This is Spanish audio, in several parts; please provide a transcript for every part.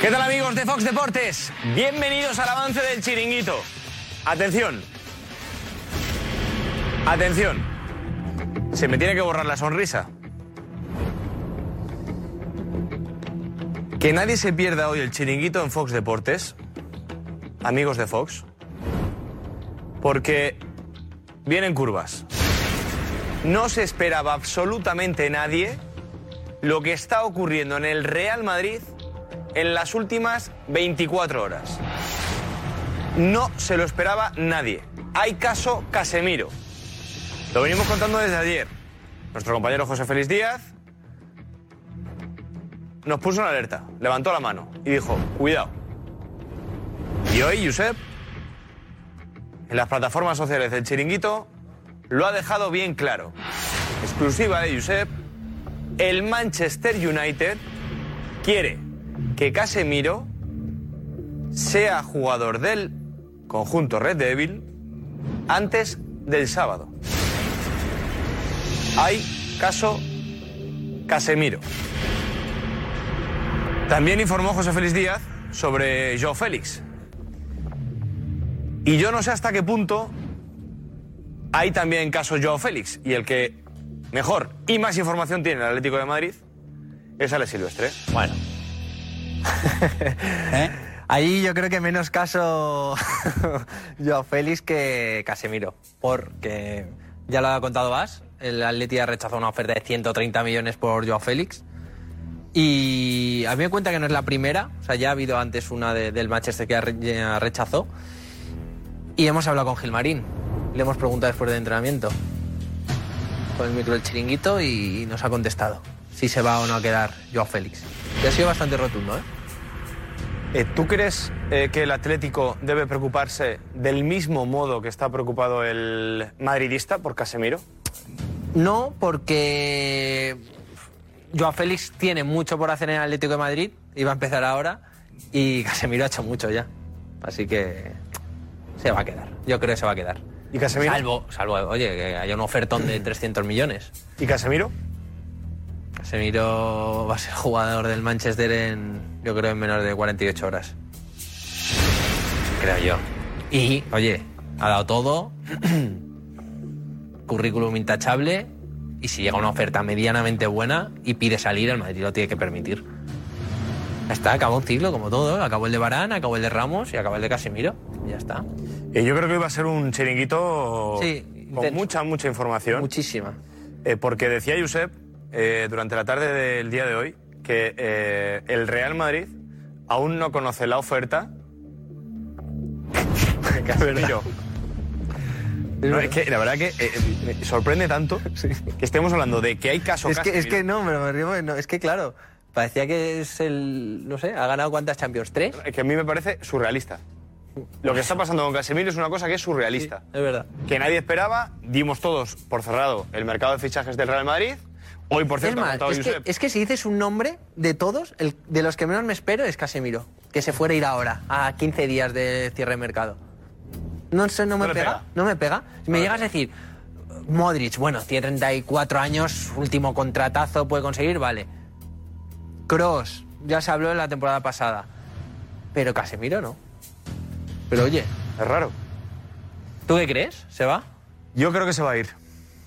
¿Qué tal amigos de Fox Deportes? Bienvenidos al avance del chiringuito. Atención. Atención. Se me tiene que borrar la sonrisa. Que nadie se pierda hoy el chiringuito en Fox Deportes, amigos de Fox, porque vienen curvas. No se esperaba absolutamente nadie lo que está ocurriendo en el Real Madrid en las últimas 24 horas. No se lo esperaba nadie. Hay caso Casemiro. Lo venimos contando desde ayer. Nuestro compañero José Félix Díaz nos puso una alerta, levantó la mano y dijo, cuidado. Y hoy, Josep, en las plataformas sociales del chiringuito, lo ha dejado bien claro. Exclusiva de Josep, el Manchester United quiere que Casemiro sea jugador del conjunto Red Devil antes del sábado. Hay caso Casemiro. También informó José Félix Díaz sobre Joe Félix. Y yo no sé hasta qué punto hay también caso Joe Félix. Y el que mejor y más información tiene el Atlético de Madrid es Alex Silvestre. Bueno. ¿Eh? Ahí yo creo que menos caso Joao Félix que Casemiro, porque ya lo ha contado Vas, el Atleti ha rechazado una oferta de 130 millones por Joao Félix y a mí me cuenta que no es la primera, o sea, ya ha habido antes una de- del Manchester que ha re- ya rechazó y hemos hablado con Gilmarín, le hemos preguntado después del entrenamiento con el micro del chiringuito y nos ha contestado si se va o no a quedar Joao Félix. Y ha sido bastante rotundo, ¿eh? Eh, ¿Tú crees eh, que el Atlético debe preocuparse del mismo modo que está preocupado el madridista por Casemiro? No, porque Joao Félix tiene mucho por hacer en el Atlético de Madrid y va a empezar ahora y Casemiro ha hecho mucho ya. Así que se va a quedar. Yo creo que se va a quedar. ¿Y Casemiro? Salvo, salvo oye, que haya un ofertón de 300 millones. ¿Y Casemiro? Casemiro va a ser jugador del Manchester en, yo creo, en menos de 48 horas. Creo yo. Y, oye, ha dado todo, currículum intachable, y si llega una oferta medianamente buena y pide salir, el Madrid lo tiene que permitir. Ya está, acabó un ciclo como todo, ¿eh? acabó el de Barán, acabó el de Ramos y acabó el de Casemiro. Ya está. Eh, yo creo que iba a ser un chiringuito Sí, con intenso. mucha, mucha información. Muchísima. Eh, porque decía Josep eh, durante la tarde del día de hoy que eh, el Real Madrid aún no conoce la oferta. de Casemiro. No, es que la verdad que eh, me sorprende tanto que estemos hablando de que hay caso Es que, es Casemiro. que no, pero me río porque no, es que claro, parecía que es el, no sé, ha ganado cuántas Champions, tres. que a mí me parece surrealista. Lo que está pasando con Casemiro es una cosa que es surrealista. Es verdad. Que nadie esperaba, dimos todos por cerrado el mercado de fichajes del Real Madrid. Hoy, por Es cierto, ha más, contado es que, Josep. es que si dices un nombre de todos, el, de los que menos me espero es Casemiro, que se fuera a ir ahora, a 15 días de cierre de mercado. No sé, no me No le pega, pega. no me pega. Si me llegas a decir, Modric, bueno, tiene 34 años, último contratazo puede conseguir, vale. Cross, ya se habló en la temporada pasada. Pero Casemiro no. Pero oye, Es raro. ¿tú qué crees? ¿Se va? Yo creo que se va a ir,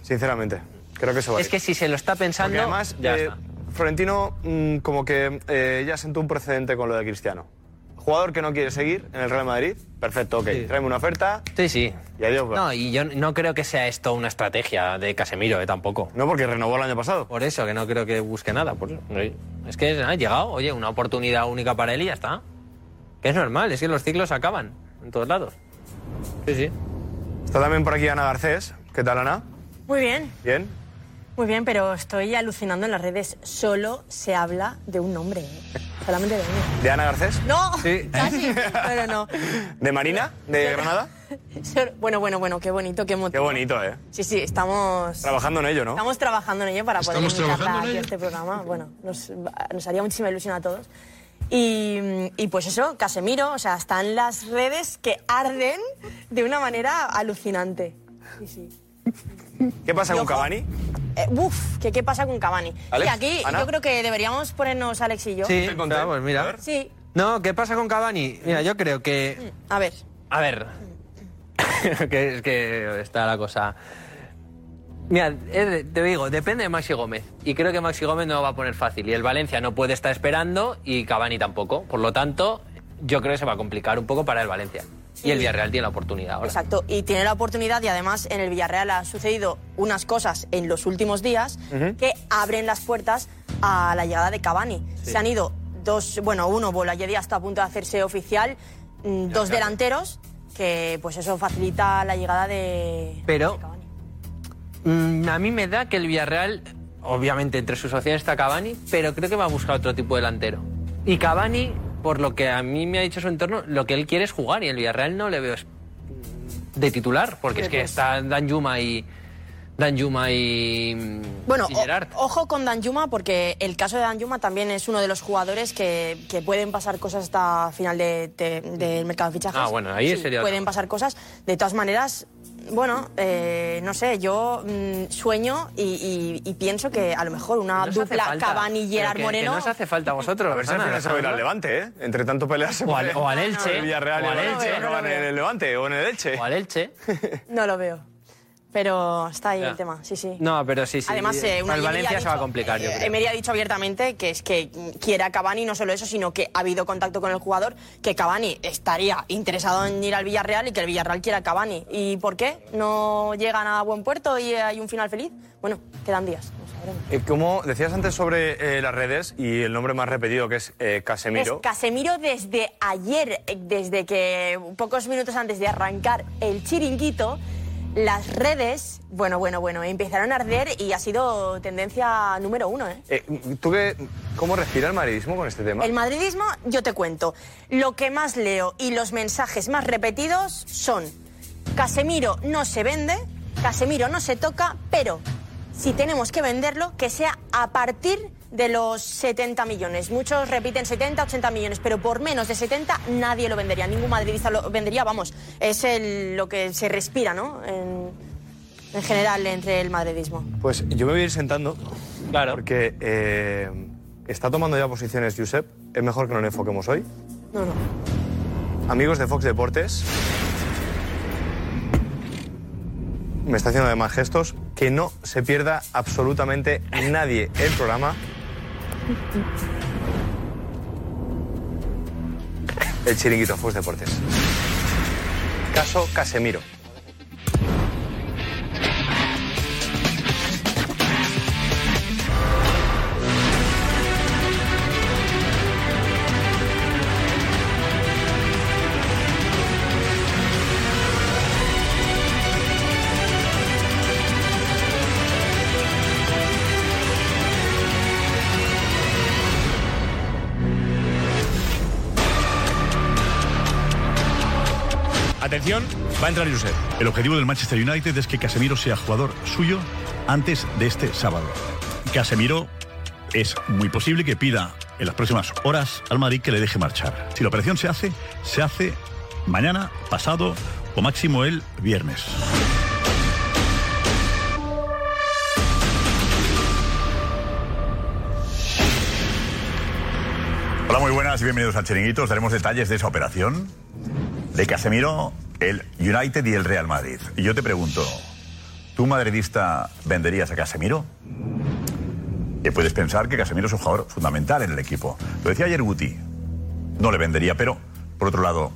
sinceramente. Creo que se va a ir. Es que si se lo está pensando. Porque además, ya eh, está. Florentino mm, como que eh, ya sentó un precedente con lo de Cristiano. Jugador que no quiere seguir en el Real Madrid, perfecto, ok. Sí. Tráeme una oferta Sí, sí. y adiós. No, y yo no creo que sea esto una estrategia de Casemiro, eh, tampoco. No, porque renovó el año pasado. Por eso, que no creo que busque nada. Por eso. No, Es que ah, ha llegado, oye, una oportunidad única para él y ya está. Que es normal, es que los ciclos acaban en todos lados. Sí, sí. Está también por aquí Ana Garcés. ¿Qué tal, Ana? Muy bien, ¿Bien? muy bien, pero estoy alucinando en las redes. Solo se habla de un nombre, ¿eh? solamente de uno. ¿De Ana Garcés? No, Sí. casi, pero no. ¿De Marina? ¿De Granada? Solo- Bueno, bueno, bueno, qué bonito, qué Qué emotivo. bonito, ¿eh? Sí, sí, estamos Trabajando en ello, ¿no? Estamos trabajando en ello para poder Estamos invitarla trabajando en aquí a ello. este programa. Bueno, nos, nos haría muchísima ilusión a todos. Y, y pues eso, Casemiro, o sea, están las redes que arden de una manera alucinante. Sí, sí. ¿Qué pasa Y con ojo, Cavani? eh, uf, que qué pasa con Cavani. Alex, y aquí Ana. yo creo que deberíamos ponernos Alex y yo. Sí, Estoy contento. claro, pues A mira. ver. Sí, No, ¿qué pasa con Cavani? Mira, yo creo que. A ver, A ver. que es que está la cosa. Mira, es de- te digo, depende de Maxi Gómez. Y creo que Maxi Gómez no lo va a poner fácil. Y el Valencia no puede estar esperando y Cavani tampoco. Por lo tanto, yo creo que se va a complicar un poco para el Valencia. Y el Villarreal tiene la oportunidad ahora. exacto. Y tiene la oportunidad y además en el Villarreal ha sucedido unas cosas en los últimos días Ujú. que abren las puertas a la llegada de Cavani. Se han ido dos, bueno, uno, Bolayedi hasta a punto de hacerse oficial, mm, dos delanteros, que pues eso facilita la llegada de... Pero mm, a mí me da que el Villarreal, obviamente entre sus opciones está Cavani, pero creo que va a buscar otro tipo de delantero. Y Cavani, por lo que a mí me ha dicho su entorno, lo que él quiere es jugar y el Villarreal no le veo es- de titular, porque es que está Dan Yuma y Dan Yuma y mm, Bueno, y o- Gerard. ojo con Danjuma porque el caso de Danjuma también es uno de los jugadores que, que pueden pasar cosas hasta final de- de- del mercado de fichajes. Ah, bueno, ahí Sí, sería Pueden otro. pasar cosas. De todas maneras, bueno, eh, no sé, yo mm, sueño y, y- y pienso que a lo mejor una No se hace dupla falta, Cavani pero Gerard que- que Moreno. no os hace falta a vosotros. A ver si al Ana, final se va a ir al Ana. Levante, ¿eh? Entre tanto peleas se O al- puede- o al Elche. El Villarreal O y al el Elche. Elche. acaban en el Levante o en el Elche. O al Elche. No lo veo. Pero está ahí Ya. el tema, sí, sí. No, pero sí, sí. Además, eh, Unai el Emery Valencia ha se va a dicho- complicar, yo eh, creo. Emery ha dicho abiertamente que es que mm, quiere a Cavani, no solo eso, sino que ha habido contacto con el jugador, que Cavani estaría interesado en ir al Villarreal y que el Villarreal quiera a Cavani. ¿Y por qué? ¿No llegan a buen puerto y hay un final feliz? Bueno, quedan días. no sabremos. Eh, Como decías antes sobre eh, las redes y el nombre más repetido que es eh, Es Casemiro. Casemiro desde ayer, eh, desde que pocos minutos antes de arrancar el chiringuito, las redes, bueno, bueno, bueno, empezaron a arder y ha sido tendencia número uno, ¿eh? Eh, ¿Tú qué, cómo respira el madridismo con este tema? El madridismo, yo te cuento. Lo que más leo y los mensajes más repetidos son: Casemiro no se vende, Casemiro no se toca, pero si tenemos que venderlo, que sea a partir de los 70 millones. Muchos repiten 70, 80 millones, pero por menos de 70 nadie lo vendería. Ningún madridista lo vendería, vamos. Es el- lo que se respira, ¿no? En, en general entre el madridismo. Pues yo me voy a ir sentando. Claro. Porque eh, está tomando ya posiciones Josep. Es mejor que no le enfoquemos hoy. No, no. Amigos de Fox Deportes. Me está haciendo además gestos. Que no se pierda absolutamente nadie el programa. El chiringuito Fox Deportes. Caso Casemiro. Atención, va a entrar Josep. El objetivo del Manchester United es que Casemiro sea jugador suyo antes de este sábado. Casemiro es muy posible que pida en las próximas horas al Madrid que le deje marchar. Si la operación se hace, se hace mañana, pasado o máximo el viernes. Hola, muy buenas y bienvenidos a Chiringuito. Os daremos detalles de esa operación de Casemiro, el United y el Real Madrid. Y yo te pregunto, ¿tú madridista venderías a Casemiro? Que puedes pensar que Casemiro es un jugador fundamental en el equipo. Lo decía ayer Guti, no le vendería, pero por otro lado,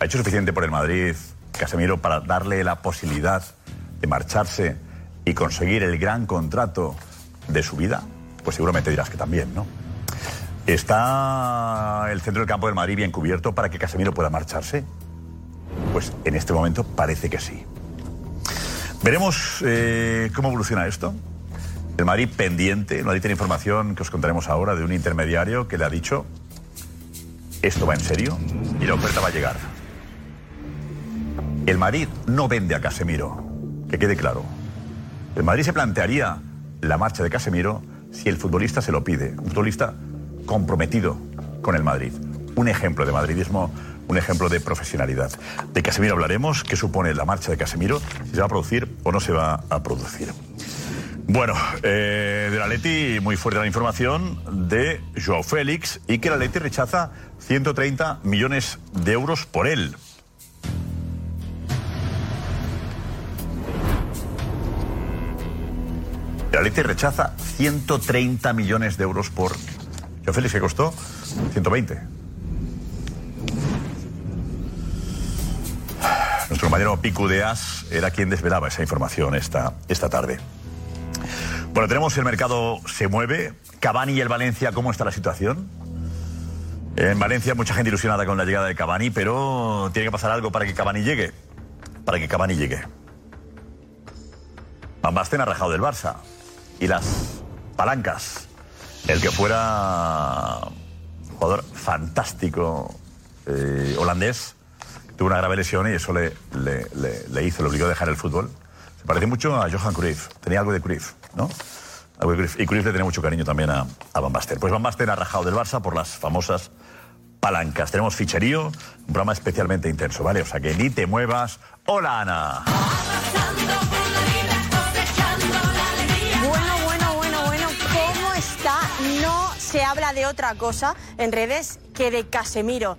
¿ha hecho suficiente por el Madrid Casemiro para darle la posibilidad de marcharse y conseguir el gran contrato de su vida? Pues seguramente dirás que también, ¿no? ¿Está el centro del campo del Madrid bien cubierto para que Casemiro pueda marcharse? Pues en este momento parece que sí. Veremos eh, cómo evoluciona esto. El Madrid pendiente, el Madrid tiene información que os contaremos ahora de un intermediario que le ha dicho esto va en serio y la oferta va a llegar. El Madrid no vende a Casemiro, que quede claro. El Madrid se plantearía la marcha de Casemiro si el futbolista se lo pide. Un futbolista comprometido con el Madrid. Un ejemplo de madridismo, un ejemplo de profesionalidad. De Casemiro hablaremos, qué supone la marcha de Casemiro, si se va a producir o no se va a producir. Bueno, eh, del Atleti muy fuerte la información de Joao Félix y que el Atleti rechaza 130 millones de euros por él. El Atleti rechaza 130 millones de euros por Joao Félix que costó 120. Nuestro compañero Picu de As era quien desvelaba esa información esta, esta tarde. Bueno, tenemos el mercado se mueve. Cavani y el Valencia, ¿cómo está la situación? En Valencia mucha gente ilusionada con la llegada de Cavani, pero tiene que pasar algo para que Cavani llegue. Para que Cavani llegue. Van Basten ha rajado del Barça. Y las palancas. El que fuera jugador fantástico eh, holandés tuvo una grave lesión y eso le, le- le- le hizo, le obligó a dejar el fútbol. Se parece mucho a Johan Cruyff. Tenía algo de Cruyff, ¿no? Algo de Cruyff. Y Cruyff le tenía mucho cariño también a, a Van Basten. Pues Van Basten ha rajado del Barça por las famosas palancas. Tenemos ficherío, un programa especialmente intenso, ¿vale? O sea que ni te muevas. ¡Hola, Ana! Bueno, bueno, bueno, bueno, ¿cómo está? No se habla de otra cosa en redes que de Casemiro.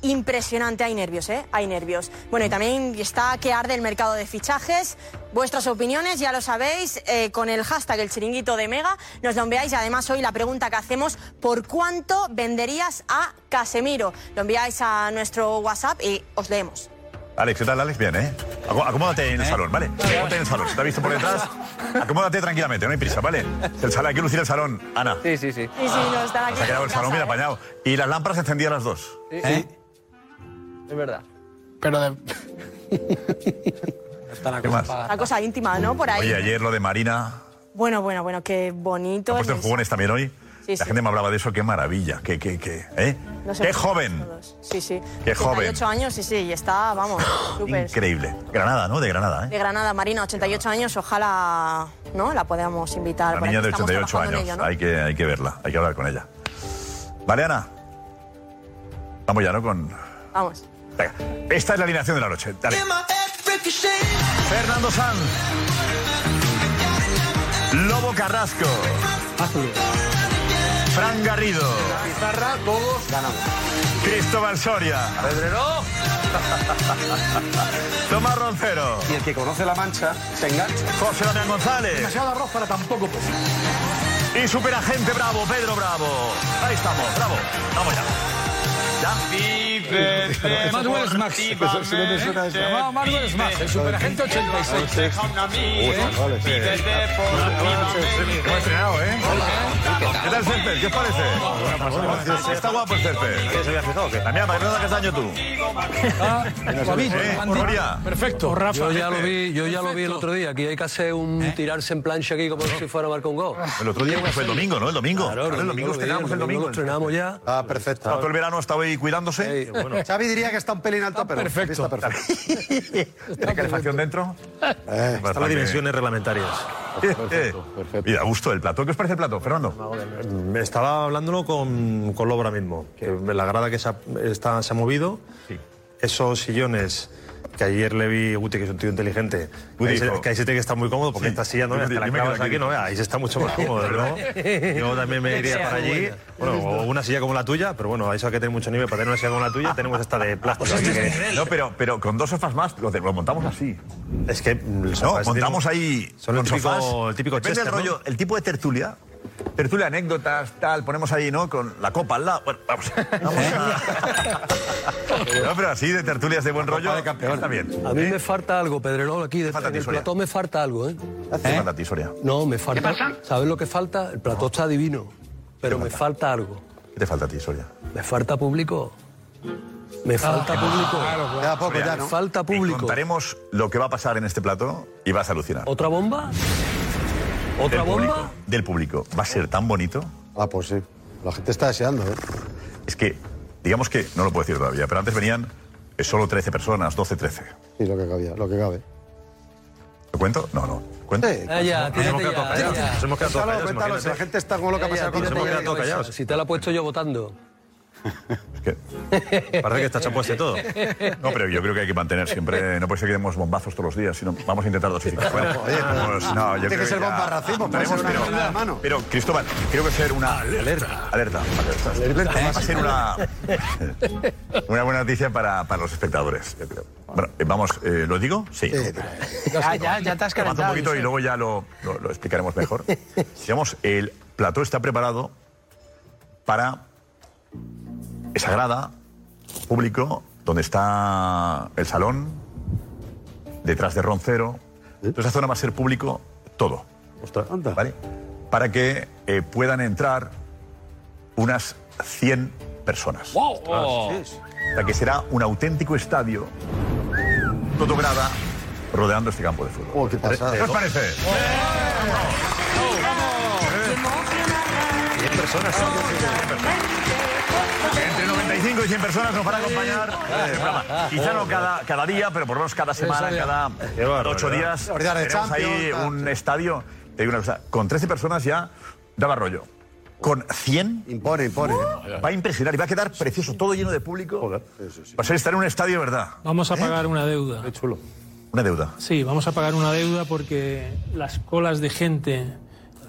Impresionante, hay nervios, ¿eh? Hay nervios. Bueno, y también está que arde el mercado de fichajes. Vuestras opiniones, ya lo sabéis, eh, con el hashtag el chiringuito de Mega, nos lo enviáis. Y además hoy la pregunta que hacemos, ¿por cuánto venderías a Casemiro? Lo enviáis a nuestro WhatsApp y os leemos. Alex, ¿qué tal, Alex? Bien, ¿eh? Acom- Acomódate ¿Eh? en el salón, ¿vale? Acomódate en el salón. Si te ha visto por detrás, acomódate tranquilamente, no hay prisa, ¿vale? El salón, hay que lucir el salón, Ana. Sí, sí, sí. Sí, sí, nos están aquí Se ha quedado el en casa, salón bien ¿eh? apañado. Y las lámparas encendían las dos. Es verdad. Pero de... Está la ¿Qué cosa más? apagada. Una cosa íntima, ¿no? Por ahí. Ah, Oye, ayer lo de Marina, Bueno, bueno, bueno, qué bonito. ha el puesto en mensaje. jugones también hoy. Sí, La sí. gente me hablaba de eso, qué maravilla, qué, qué, qué, ¿eh? No sé Qué por joven, todos. Sí, sí. Qué joven. 88 años, sí, sí, y está, vamos, súper. increíble. Granada, ¿no? De Granada, De ¿eh? Granada, Marina, 88 años, ojalá, ¿no? La podamos invitar. La por niña aquí, de estamos 88 años, trabajando en ello, ¿no? hay, que, hay que verla, hay que hablar con ella. ¿Vale, Ana? Vamos ya, ¿no? Con... Vamos. Venga, esta es la alineación de la noche. Dale. Fernando Sanz. Lobo Carrasco. Fran Garrido. Pizarra, todos ganamos. Oh. Cristóbal Soria. Pedrero. Tomás Roncero. Y el que conoce la mancha se engancha. José Damián González. Demasiado arroz para tampoco. pues. Y superagente bravo, Pedro Bravo. Ahí estamos, bravo. Vamos ya. ¿Ya? Manuel Smax. Eso sí me suena eso. No, Manuel Smax, el superagente 86. Hemos estrenado, ¿eh? ¿Qué tal, Césped? ¿Qué os parece? Está guapo el Césped. ¿Se había fijado que La mía, ¿para qué no da castaño tú? Ah, Guavín, Eh, Guandín. Soria. Oh, Perfecto. Rafa. Yo ya lo vi, yo ya lo vi el otro día. Aquí hay que hacer un tirarse en plancha aquí como si fuera a marcar un gol. El otro día fue el domingo, ¿no? El domingo. Claro, Claro, el domingo lo vi, estrenamos el lo domingo. estrenamos ya. Ah, Está todo perfecto. el verano está hoy cuidándose. Eh, Ey, bueno, Xavi diría que está un pelín alto, pero perfecto. está perfecto. ¿Tiene calefacción dentro? Eh, Bastante. Están las dimensiones reglamentarias. Eh, eh. perfecto. Mira, a gusto el plato. ¿Qué os parece el plato, Fernando? Me estaba hablándolo con, con Lobo ahora mismo. Que la grada que se ha, está- se ha movido, esos sillones que ayer le vi Guti, que es un tío inteligente, que Guti ahí, se, dijo- que ahí se tiene que estar muy cómodo porque Sí. esta silla no Yo es me- hasta la yo me clavas quedo aquí. aquí, no es, ahí se está mucho más cómodo, desde luego. Yo también me iría para allí. Bueno, o una silla como la tuya, pero bueno, eso hay que tener mucho nivel. Para tener una silla como la tuya tenemos esta de Pues plástico. aquí que- No, pero, pero con dos sofás más lo, de- lo montamos así. es que el sofá No, ese montamos tiene- ahí Son el con sofás. típico, el típico Depende del Chester, ¿no? rollo, el tipo de tertulia. Tertulia, anécdotas, tal, ponemos ahí, ¿no? Con la copa al lado. Bueno, vamos. vamos a- No, pero así de tertulias de buen rollo. de campeón. Está bien. ¿Eh? a mí me falta algo, Pedrerol, aquí. de- Falta en el tisoria. plató me falta algo, ¿eh? Hace falta a ti, Soria. No, me falta. ¿Sabes lo que falta? El plató está divino, pero me falta algo. ¿Qué te falta a ti, Soria? Me falta público. Me falta público. Ya poco, ya, Me ¿no? falta Y público. contaremos lo que va a pasar en este plato y vas a alucinar. ¿Otra bomba? ¿Otra del bomba? Público, del público. Va a ser tan bonito. Ah, pues sí. La gente está deseando, ¿eh? Es que, digamos que, no lo puedo decir todavía, pero antes venían eh, solo 13 personas, 12, 13. Sí, lo que cabía, lo que cabe. ¿Lo cuento? No, no. ¿Cuento? Sí. Ah, ya, pues, Nos hemos tírate quedado ya, callados. ya. Nos hemos quedado todos Eh, Cuéntalo, callados, cuéntalo, si la imagínate. gente está con lo que ha Ya, ya, pasado con tírate hemos ya quedado de todos cabeza. callados. Si te la he puesto yo votando. Parece que está chapuas de todo. No, pero yo creo que hay que mantener siempre. No puede ser que demos bombazos todos los días, sino vamos a intentar dosificar. Bueno, pues, no, yo Tiene que ser ya bomba racimo, puede ser montaremos, una granada de mano. pero, pero, Cristóbal, creo que ser una. Alerta. Alerta. alerta. Va a ser una. Una buena noticia para, para los espectadores, yo creo. Bueno, eh, vamos, eh, ¿lo digo? Sí. Ya, ya, ya te has Avanza calentado. un poquito y luego ya lo, lo- lo explicaremos mejor. Digamos, el plató está preparado para esa grada, público, donde está el salón, detrás de Roncero. Entonces, esa zona va a ser público todo, Ostras, anda. ¿vale? Para que eh, puedan entrar unas 100 personas. O sea, que será un auténtico estadio, todo grada, rodeando este campo de fútbol. Oh, qué pasada. ¿Qué os parece? Entre 95 y 100 personas nos van a acompañar. en el programa. Quizá no cada, cada día, pero por lo menos cada semana, cada Qué bárbaro, ocho ¿verdad? días. Ordenar de Tenemos ahí Champions, tal, un estadio. Te digo una cosa, con 13 personas ya daba rollo. Con 100 Impone, impone. va a impresionar y va a quedar precioso, todo lleno de público. Va a ser estar en un estadio, de ¿verdad? Vamos a pagar una deuda. Una deuda. Sí, vamos a pagar una deuda porque las colas de gente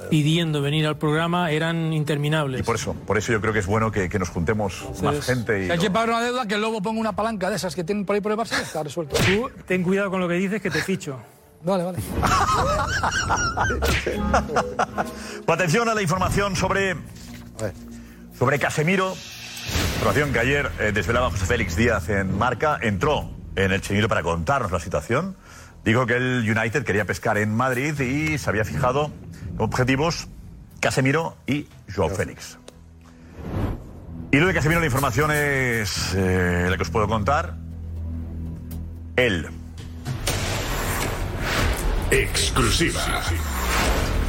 pidiendo venir al programa eran interminables. Y por eso, por eso yo creo que es bueno que, que nos juntemos más gente. Y Hay que pagar una deuda que el Lobo ponga una palanca de esas que tienen por ahí por el Barça y está resuelto. Tú ten cuidado con lo que dices que te ficho. Vale, vale. Atención a la información sobre, sobre Casemiro. Información que ayer eh, desvelaba José Félix Díaz en Marca. Entró en el chiringuito para contarnos la situación. Dijo que el United quería pescar en Madrid y se había fijado como objetivos Casemiro y Joao Félix. Y lo de Casemiro, la información es eh, la que os puedo contar. Él. Exclusiva.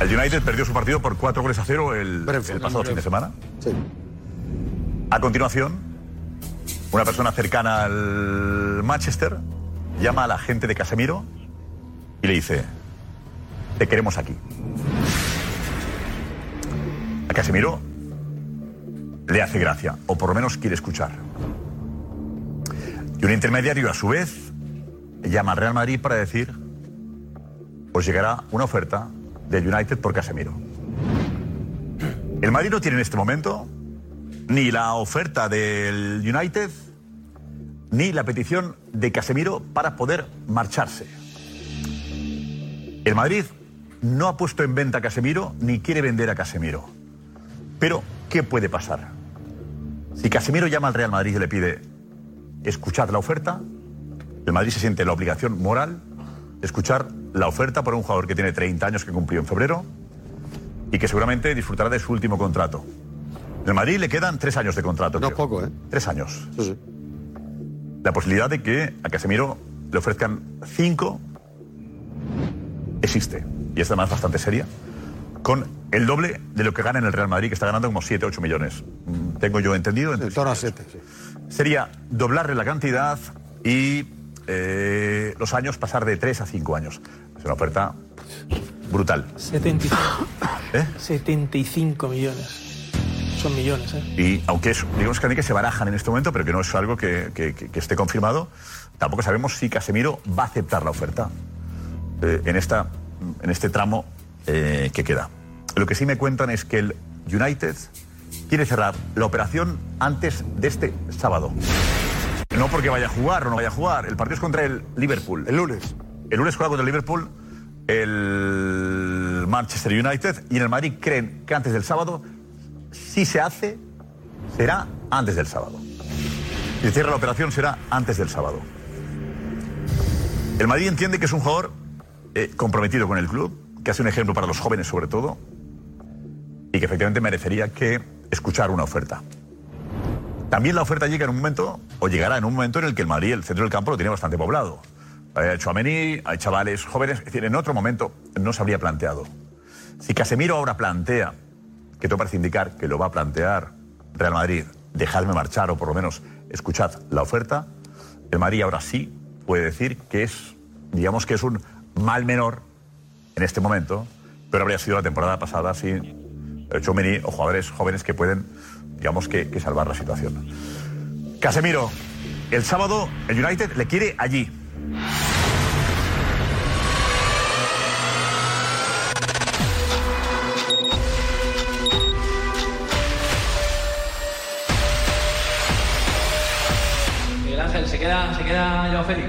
El United perdió su partido por 4 goles a 0 el, Brentford. el pasado fin de semana. Sí. A continuación, una persona cercana al Manchester llama a la gente de Casemiro y le dice, te queremos aquí. A Casemiro le hace gracia, o por lo menos quiere escuchar. Y un intermediario, a su vez, llama al Real Madrid para decir, os llegará una oferta del United por Casemiro. El Madrid no tiene en este momento ni la oferta del United ni la petición de Casemiro para poder marcharse. El Madrid no ha puesto en venta a Casemiro ni quiere vender a Casemiro. Pero, ¿qué puede pasar? Si Casemiro llama al Real Madrid y le pide escuchar la oferta, el Madrid se siente en la obligación moral de escuchar la oferta por un jugador que tiene 30 años que cumplió en febrero y que seguramente disfrutará de su último contrato. El Madrid le quedan tres años de contrato. No es creo. poco, ¿eh? Tres años Sí, sí. la posibilidad de que a Casemiro le ofrezcan cinco existe. Y es además bastante seria. Con el doble de lo que gana en el Real Madrid, que está ganando como 7, 8 millones. Mm, Tengo yo entendido. En Entonces, torno a siete, sí. sería doblarle la cantidad y eh, los años pasar de 3 a 5 años. Es una oferta brutal. 75. ¿Eh? 75 millones. Son millones, ¿eh? Y aunque es, digamos que, que se barajan en este momento, pero que no es algo que, que- que- que esté confirmado, tampoco sabemos si Casemiro va a aceptar la oferta eh, en, esta, en este tramo eh, que queda. Lo que sí me cuentan es que el United quiere cerrar la operación antes de este sábado. No porque vaya a jugar o no vaya a jugar, el partido es contra el Liverpool. El lunes. El lunes juega contra el Liverpool, el Manchester United y en el Madrid creen que antes del sábado, si se hace, será antes del sábado. Si se cierra la operación será antes del sábado. El Madrid entiende que es un jugador eh, comprometido con el club, que hace un ejemplo para los jóvenes sobre todo, y que efectivamente merecería que escuchar una oferta. También la oferta llega en un momento, o llegará en un momento en el que el Madrid, el centro del campo, lo tiene bastante poblado. Ha hecho hay chavales jóvenes, es decir, en otro momento no se habría planteado. Si Casemiro ahora plantea, que todo parece indicar que lo va a plantear Real Madrid, dejadme marchar o por lo menos escuchad la oferta, el Madrid ahora sí puede decir que es, digamos que es un mal menor en este momento, pero habría sido la temporada pasada si Chomini o jugadores jóvenes que pueden digamos, que, que salvar la situación. Casemiro, el sábado el United le quiere allí. eh, Miguel Ángel, se queda, se queda Joao Félix.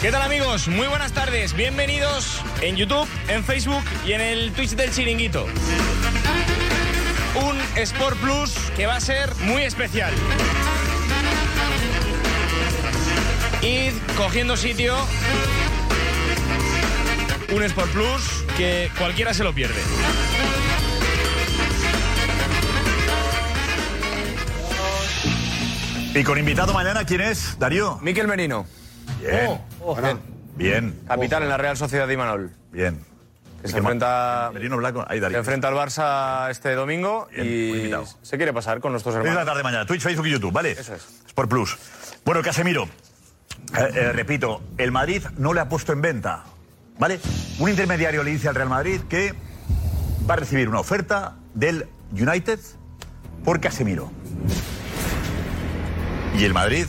¿Qué tal amigos? Muy buenas tardes. Bienvenidos en YouTube, en Facebook y en el Twitch del Chiringuito. Un Sport Plus que va a ser muy especial. Id cogiendo sitio. Un Sport Plus que cualquiera se lo pierde. Y con invitado mañana, ¿quién es? Darío. Miquel Merino. Bien. Bueno, bien. Capital en la Real Sociedad de Imanol. Bien. Que se enfrenta, se enfrenta al Barça este domingo y se quiere pasar con nuestros Seis de la hermanos. tarde mañana, Twitch, Facebook y YouTube, ¿vale? Eso es. Sport Plus. Bueno, Casemiro, eh, eh, repito, el Madrid no le ha puesto en venta, ¿vale? Un intermediario le dice al Real Madrid que va a recibir una oferta del United por Casemiro. Y el Madrid,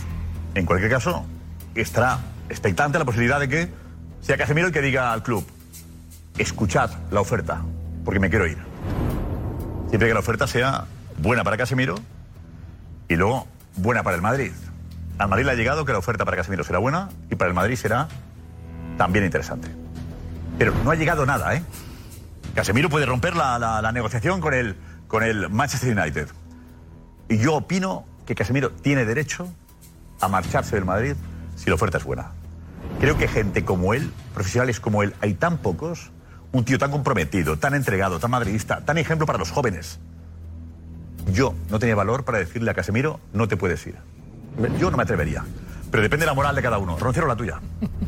en cualquier caso, estará expectante a la posibilidad de que sea Casemiro el que diga al club, escuchad la oferta, porque me quiero ir. Siempre que la oferta sea buena para Casemiro y luego buena para el Madrid. Al Madrid le ha llegado que la oferta para Casemiro será buena y para el Madrid será también interesante. Pero no ha llegado nada, ¿eh? Casemiro puede romper la, la- la negociación con el, con el Manchester United. Y yo opino que Casemiro tiene derecho a marcharse del Madrid si la oferta es buena. Creo que gente como él, profesionales como él, hay tan pocos. Un tío tan comprometido, tan entregado, tan madridista, tan ejemplo para los jóvenes. Yo no tenía valor para decirle a Casemiro, no te puedes ir. Yo no me atrevería. Pero depende de la moral de cada uno. Roncero, la tuya.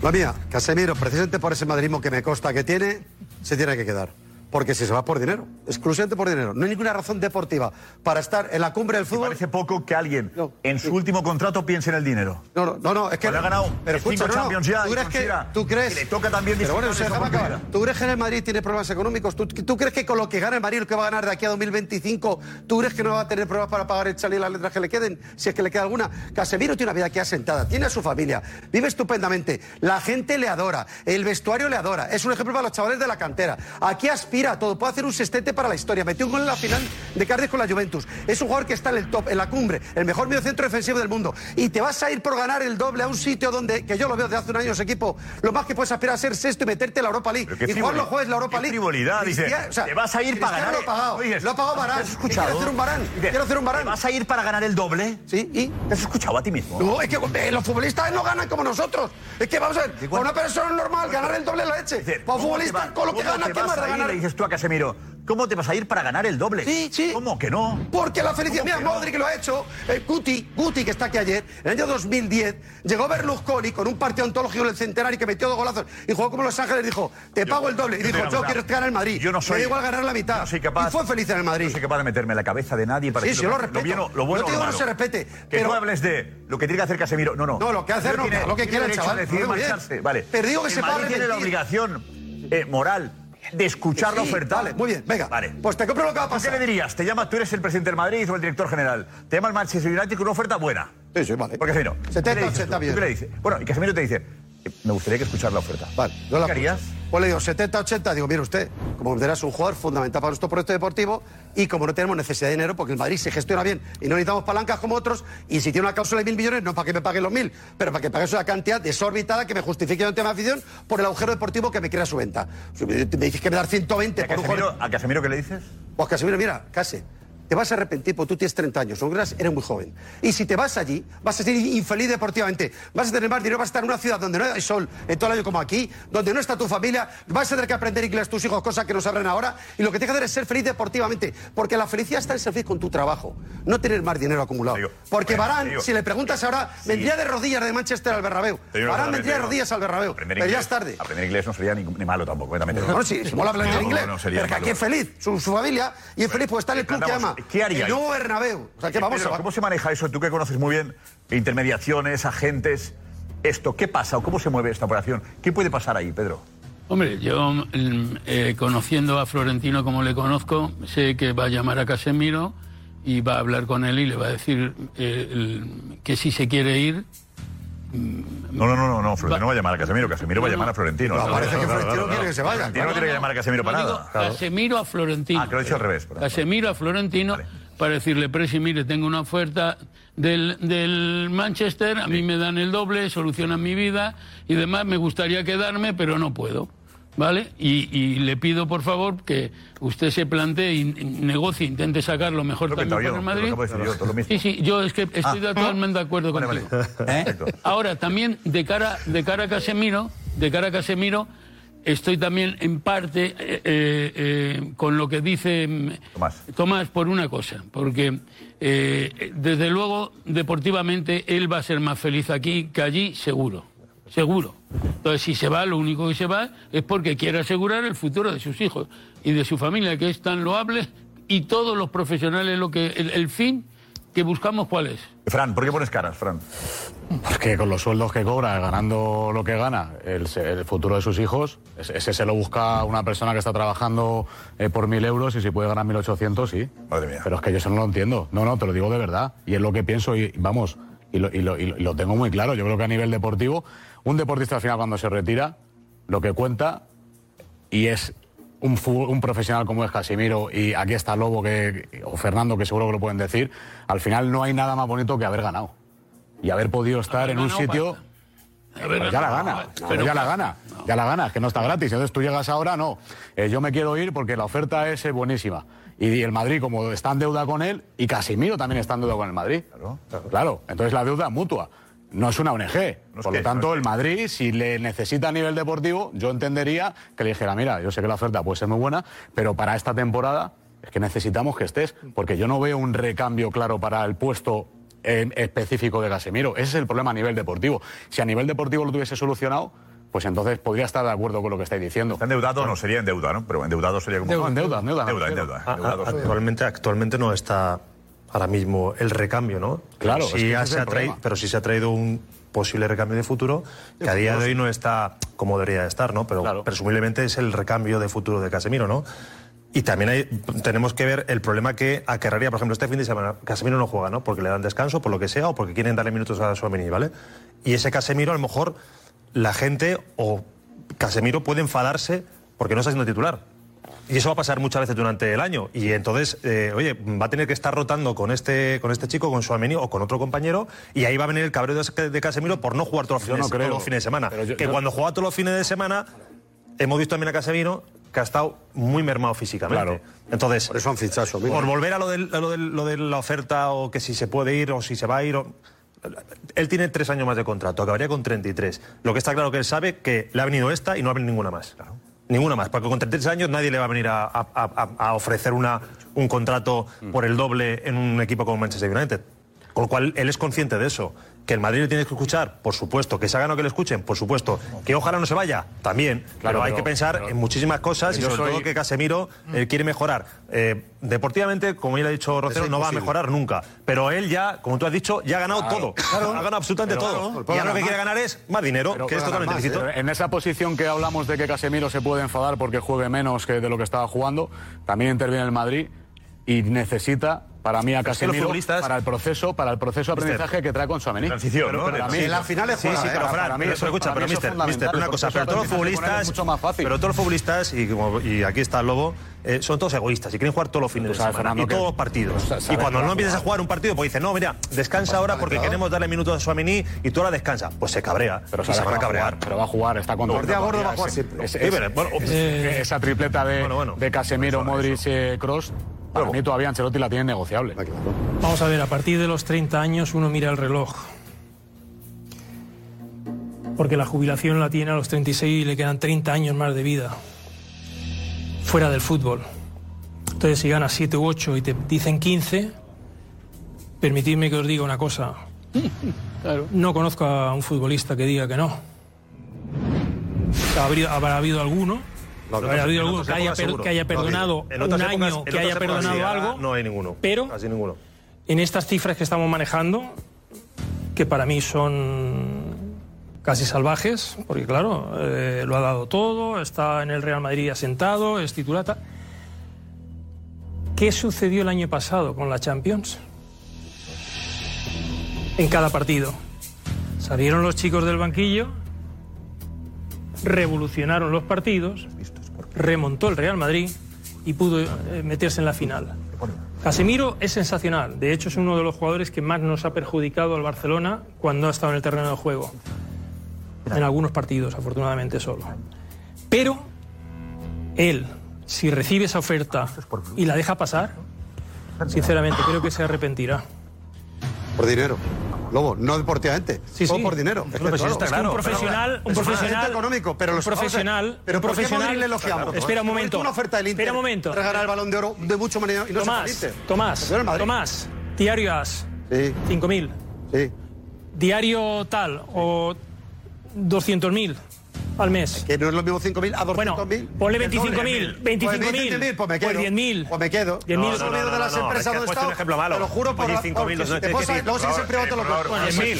La mía, Casemiro, precisamente por ese madrismo que me consta que tiene, se tiene que quedar. Porque si se va por dinero, exclusivamente por dinero. No hay ninguna razón deportiva para estar en la cumbre del fútbol. Parece poco que alguien en su último contrato piense en el dinero. No, no, no, no, es que. Cuando Pues ha ganado pero escucha, cinco no, no, Champions ya ¿tú y crees que, considera tú crees, que le toca también Pero bueno, disfrutar se de esa déjame acabar. oportunidad? ¿Tú crees que en el Madrid tiene problemas económicos? ¿Tú, tú crees que con lo que gana el Madrid, lo que va a ganar de aquí a 2025, tú crees que no va a tener problemas para pagar el chale y las letras que le queden? Si es que le queda alguna. Casemiro tiene una vida aquí asentada, tiene a su familia, vive estupendamente. La gente le adora, el vestuario le adora. Es un ejemplo para los chavales de la cantera. Aquí aspira a todo, puede hacer un sextete para la historia. Metió un gol en la final de Cardiff con la Juventus. Es un jugador que está en el top, en la cumbre, el mejor mediocentro defensivo del mundo. Y te vas a ir por ganar el doble a un sitio donde, que yo lo veo desde hace un año ese equipo, lo más que puedes aspirar a ser sexto y meterte en la Europa League. qué Y jugar frivoli- los jueves la Europa qué League. frivolidad, dice, Cristiano- te vas a ir para Cristiano ganar- Lo ha pagado, Oye, lo ha pagado ¿has Barán. escuchado? Quiero hacer un Barán. Dice, Quiero hacer un Barán. ¿Vas a ir para ganar el doble? Sí, ¿y? ¿Te has escuchado a ti mismo? No, es que eh, los futbolistas no ganan como nosotros. Es que vamos a ver, para una persona normal ganar el doble de la leche. Para un ¿Cómo futbolista te va- con lo que cómo gana, te ¿qué vas más da a ir? ganar? Le dices tú a Casemiro, ¿cómo te vas a ir para ganar el doble? Sí, sí. ¿Cómo que no? Porque la felicidad. ¿Cómo Mira, que no? Modric lo ha hecho. eh, Guti, Guti, que está aquí ayer, en el año 2010, llegó Berlusconi con un partido ontológico del centenario que metió dos golazos y jugó como Los Ángeles. Dijo, te pago el doble. Y Yo dijo, te voy a yo ganar. quiero ganar el Madrid. Yo no soy. Me da igual ganar la mitad. No soy capaz. Y fue feliz en el Madrid. No soy capaz de meterme en la cabeza de nadie para Sí, decir sí, yo lo respeto. bueno, lo bueno No te digo o lo que no malo. se respete, Que pero- tú hables de lo que tiene que hacer Casemiro. No, no. No, lo que hace Pero no, tiene- lo que tiene quiera el derecho chaval, a decidir lo digo bien. marcharse. Vale. Pero digo que El se va a Madrid tiene la arrepentir. obligación eh, moral de escuchar la Sí, oferta. vale, muy bien, venga. Vale. Pues te compro lo que va a ¿Tú pasar. ¿Qué le dirías? Te llama, tú eres el presidente del Madrid o el director general. Te llama el Manchester United con una oferta buena. Sí, sí, vale. Porque Casemiro. 70, ¿qué le dices tú? 80 bien. ¿Tú qué le dices? Bueno, y Casemiro te dice, eh, me gustaría que escuchar la oferta. Vale, yo la ¿Qué harías? Pues le digo 70-80, digo, mire usted, como Bundera es un jugador fundamental para nuestro proyecto deportivo y como no tenemos necesidad de dinero porque el Madrid se gestiona bien y no necesitamos palancas como otros y si tiene una cláusula de mil millones no es para que me paguen los mil, pero para que pagues una cantidad desorbitada que me justifique ante mi afición por el agujero deportivo que me crea su venta. Si me me dices que me dar 120 ¿A por un jugador... Casemiro, ¿A Casemiro qué le dices? Pues Casemiro, mira, casi. te vas a arrepentir porque tú tienes 30 años. Londres eres muy joven. Y si te vas allí, vas a ser infeliz deportivamente. Vas a tener más dinero, vas a estar en una ciudad donde no hay sol en todo el año como aquí, donde no está tu familia. Vas a tener que aprender inglés tus hijos, cosas que no sabrán ahora. Y lo que tienes que hacer es ser feliz deportivamente. Porque la felicidad está en ser feliz con tu trabajo, no tener más dinero acumulado. porque bueno, Barán, te digo. si le preguntas ahora, Sí. vendría de rodillas de Manchester al Bernabéu. Te digo una Barán cosa, vendría de Pedro. rodillas al Bernabéu. Aprender Pero ya inglés- es tarde. Aprender inglés no sería ni, ni malo tampoco. ¿eh? También te digo. Bueno, sí, si mola hablar No, en no, inglés. no sería Pero que malo. aquí es feliz, su, su familia, y es feliz porque está en el club que ama. Vamos, ¿Qué haría? El nuevo Bernabéu. O sea, que Oye, vamos Pedro, a... ¿Cómo se maneja eso? Tú que conoces muy bien intermediaciones, agentes, esto, ¿qué pasa o cómo se mueve esta operación? ¿Qué puede pasar ahí, Pedro? Hombre, yo mm, eh, conociendo a Florentino como le conozco, sé que va a llamar a Casemiro y va a hablar con él y le va a decir eh, el- que si se quiere ir. No, no, no, no, no, Florentino va a llamar a Casemiro, Casemiro va a llamar a Florentino. No, parece que Florentino quiere que se vaya, Florentino no claro. tiene que llamar a Casemiro para No, digo, eh, nada. Claro. Casemiro a Florentino. Ah, que lo he dicho al revés. perdón. Casemiro a Florentino para decirle, Presi, mire, tengo una oferta del, del Manchester, a mí me dan el doble, solucionan mi vida y demás, me gustaría quedarme, pero no puedo. ¿Vale? Y, y le pido, por favor, que usted se plantee y negocie, intente sacar lo mejor Lo he también pensado para yo, el lo Madrid. acabo de decir yo, todo lo mismo. Sí, sí, yo es que estoy Ah. totalmente de acuerdo Vale, contigo. vale. Perfecto. ¿Eh? Ahora, también de cara, de cara a Casemiro, de cara a Casemiro, estoy también en parte eh, eh, eh, con lo que dice mm, Tomás. por una cosa, porque eh, desde luego, deportivamente, él va a ser más feliz aquí que allí, seguro. Seguro. Entonces, si se va, lo único que se va es porque quiere asegurar el futuro de sus hijos y de su familia, que es tan loable, y todos los profesionales, lo que el, el fin que buscamos, ¿cuál es? Fran, ¿por qué pones caras, Fran? Pues que con los sueldos que cobra, ganando lo que gana, el, se- el futuro de sus hijos, ese, ese se lo busca una persona que está trabajando eh, por mil euros y si puede ganar 1.800, sí. Madre mía. Pero es que yo eso no lo entiendo. No, no, te lo digo de verdad. Y es lo que pienso y vamos, y lo, y lo- y lo- y lo tengo muy claro. Yo creo que a nivel deportivo, un deportista al final cuando se retira, lo que cuenta y es un, fu- un profesional como es Casimiro y aquí está Lobo que, o Fernando que seguro que lo pueden decir, al final no hay nada más bonito que haber ganado y haber podido estar en un ganado, sitio... Pero ya la gana, pero ya la gana, ya la gana, es que no está gratis. Entonces tú llegas ahora, no, eh, yo me quiero ir porque la oferta es eh, buenísima. Y el Madrid, como está en deuda con él, y Casimiro también está en deuda con el Madrid. Claro, entonces la deuda es mutua, no es una ONG. Por lo tanto, el Madrid, si le necesita a nivel deportivo, yo entendería que le dijera, mira, yo sé que la oferta puede ser muy buena, pero para esta temporada es que necesitamos que estés, porque yo no veo un recambio claro para el puesto eh, específico de Casemiro. Ese es el problema a nivel deportivo. Si a nivel deportivo lo tuviese solucionado, pues entonces podría estar de acuerdo con lo que estáis diciendo. Está endeudado, no sería endeudado, ¿no? Pero endeudado sería como... No, "Ah, endeuda, endeuda. me Deuda, refiero. endeuda. A- a- ah, actualmente, actualmente no está ahora mismo el recambio, ¿no? Claro, Si es que ese ya es se el ha traído- problema. pero si se ha traído un posible recambio de futuro, que a día de hoy no está como debería de estar, ¿no? Pero presumiblemente es el recambio de futuro de Casemiro, ¿no? Y también hay- tenemos que ver el problema que acarrearía, por ejemplo, este fin de semana Casemiro no juega, ¿no? Porque le dan descanso, por lo que sea, o porque quieren darle minutos a Suamini, ¿vale? Y ese Casemiro, a lo mejor, la gente o Casemiro puede enfadarse porque no está siendo titular. Y eso va a pasar muchas veces durante el año. Y entonces, eh, oye, va a tener que estar rotando con este, con este chico, con su amenio o con otro compañero. Y ahí va a venir el cabreo de de Casemiro por no jugar todos los Yo fines, no creo. todos los fines de semana. Pero yo- que yo- cuando juega todos los fines de semana, hemos visto también a Casemiro que ha estado muy mermado físicamente. Claro. Entonces, por eso han fichado. su amigo. por volver a lo, del- a lo del- lo de la oferta o que si se puede ir o si se va a ir. o- Él tiene tres años más de contrato, acabaría con 33. Lo que está claro que él sabe que le ha venido esta y no ha venido ninguna más. Ninguna más, porque con 33 años nadie le va a venir a, a- a- a ofrecer una, un contrato Mm. por el doble en un equipo como Manchester United. Con lo cual él es consciente de eso. Que el Madrid le tiene que escuchar, por supuesto. Que se hagan o que le escuchen, por supuesto. Que ojalá no se vaya, también. pero hay pero- que pensar en muchísimas cosas y Yo sobre soy- todo que Casemiro eh, quiere mejorar. Eh, deportivamente, como ya le ha dicho Rocero, Es no va a imposible. mejorar nunca. Pero él ya, como tú has dicho, ya ha ganado Claro. todo. Claro. Ha ganado absolutamente Pero- todo. pero Y ahora lo que más. quiere ganar es más dinero, Pero- que es pero totalmente además, lícito. pero En esa posición que hablamos de que Casemiro se puede enfadar porque juegue menos que de lo que estaba jugando, también interviene el Madrid y necesita para mí a Pero es que los Casemiro futbolistas- para el proceso para el proceso de Mister, aprendizaje que trae con su transición, ¿no? Sí, en las finales sí, juega, sí, ¿eh? pero Para- Fran, para mí pero eso- escucha, para pero mí eso es mister, mister, fundamental, una el cosa, proceso pero todos los aprendizaje con él es futbolistas mucho Pero todos los futbolistas, y, como- y aquí está el Lobo, eh, son todos egoístas y quieren jugar todos los fines de sabes, semana Fernando, y que- todos los partidos. Tú sabes Y cuando que no va a empiezas a jugar. jugar un partido, pues dice, no, mira, descansa ahora porque queremos darle minutos a Suamení y tú ahora descansa. Pues se cabrea. Pero sabes se que van va a a cabrear. jugar, pero va a jugar, está contento. Gordi a gordo va a jugar Ese- siempre. ese- Sí, pero, ese- bueno, ese- esa tripleta de, de Casemiro, Modric, eh, Cross. Para mí todavía Ancelotti la tiene negociable. Vamos a ver, a partir de los 30 años uno mira el reloj. Porque la jubilación la tiene a los 36 y le quedan 30 años más de vida. Fuera del fútbol. Entonces, si ganas 7 u 8 y te dicen 15, permitidme que os diga una cosa. No conozco a un futbolista que diga que no. Habrá, habrá habido alguno No, habrá en habido alguno otras que haya, épocas per- seguro. que haya No, perdonado en un otras épocas- año, en que otras haya épocas perdonado sí, ahora algo, No hay ninguno. pero- Casi ninguno. en estas cifras que estamos manejando, que para mí son casi salvajes, porque claro, eh, lo ha dado todo, está en el Real Madrid asentado, es titulata. ¿Qué sucedió el año pasado con la Champions? En cada partido. Salieron los chicos del banquillo, revolucionaron los partidos, remontó el Real Madrid y pudo eh, meterse en la final. Casemiro es sensacional. De hecho, es uno de los jugadores que más nos ha perjudicado al Barcelona cuando ha estado en el terreno de juego. En algunos partidos, afortunadamente solo. Pero él, si recibe esa oferta y la deja pasar, sinceramente creo que se arrepentirá. Por dinero. Lobo, no deportivamente. Sí, solo sí. por dinero. No, pero sí está Es que claro, pero- un es un profesional agente económico, pero un los profesional- Pero un ¿por qué profesional- Modric le elogiamos? Está claro. Espera un Porque momento. hizo Una oferta del Inter. Espera un momento. Regalar el Balón de Oro de mucho manera y no Tomás, se fue al Inter. Tomás, Pero el Madrid. Tomás, diario AS, Sí. 5.000. Sí. Diario tal, o 200.000 al mes. Que no es lo mismo 5.000 a Pues 200.000. Bueno, ponle 25.000, 25.000, Pues me quedo. pues 10.000. Pues me quedo. 10.000. No, no, no, de las no, empresas no, es que has donde puesto estaba, un ejemplo malo. Te lo juro por Oye, la- 5.000, porque no, si no, te pasa- es que Luego si sí, es en eh, privado te lo por favor, cuento. por favor.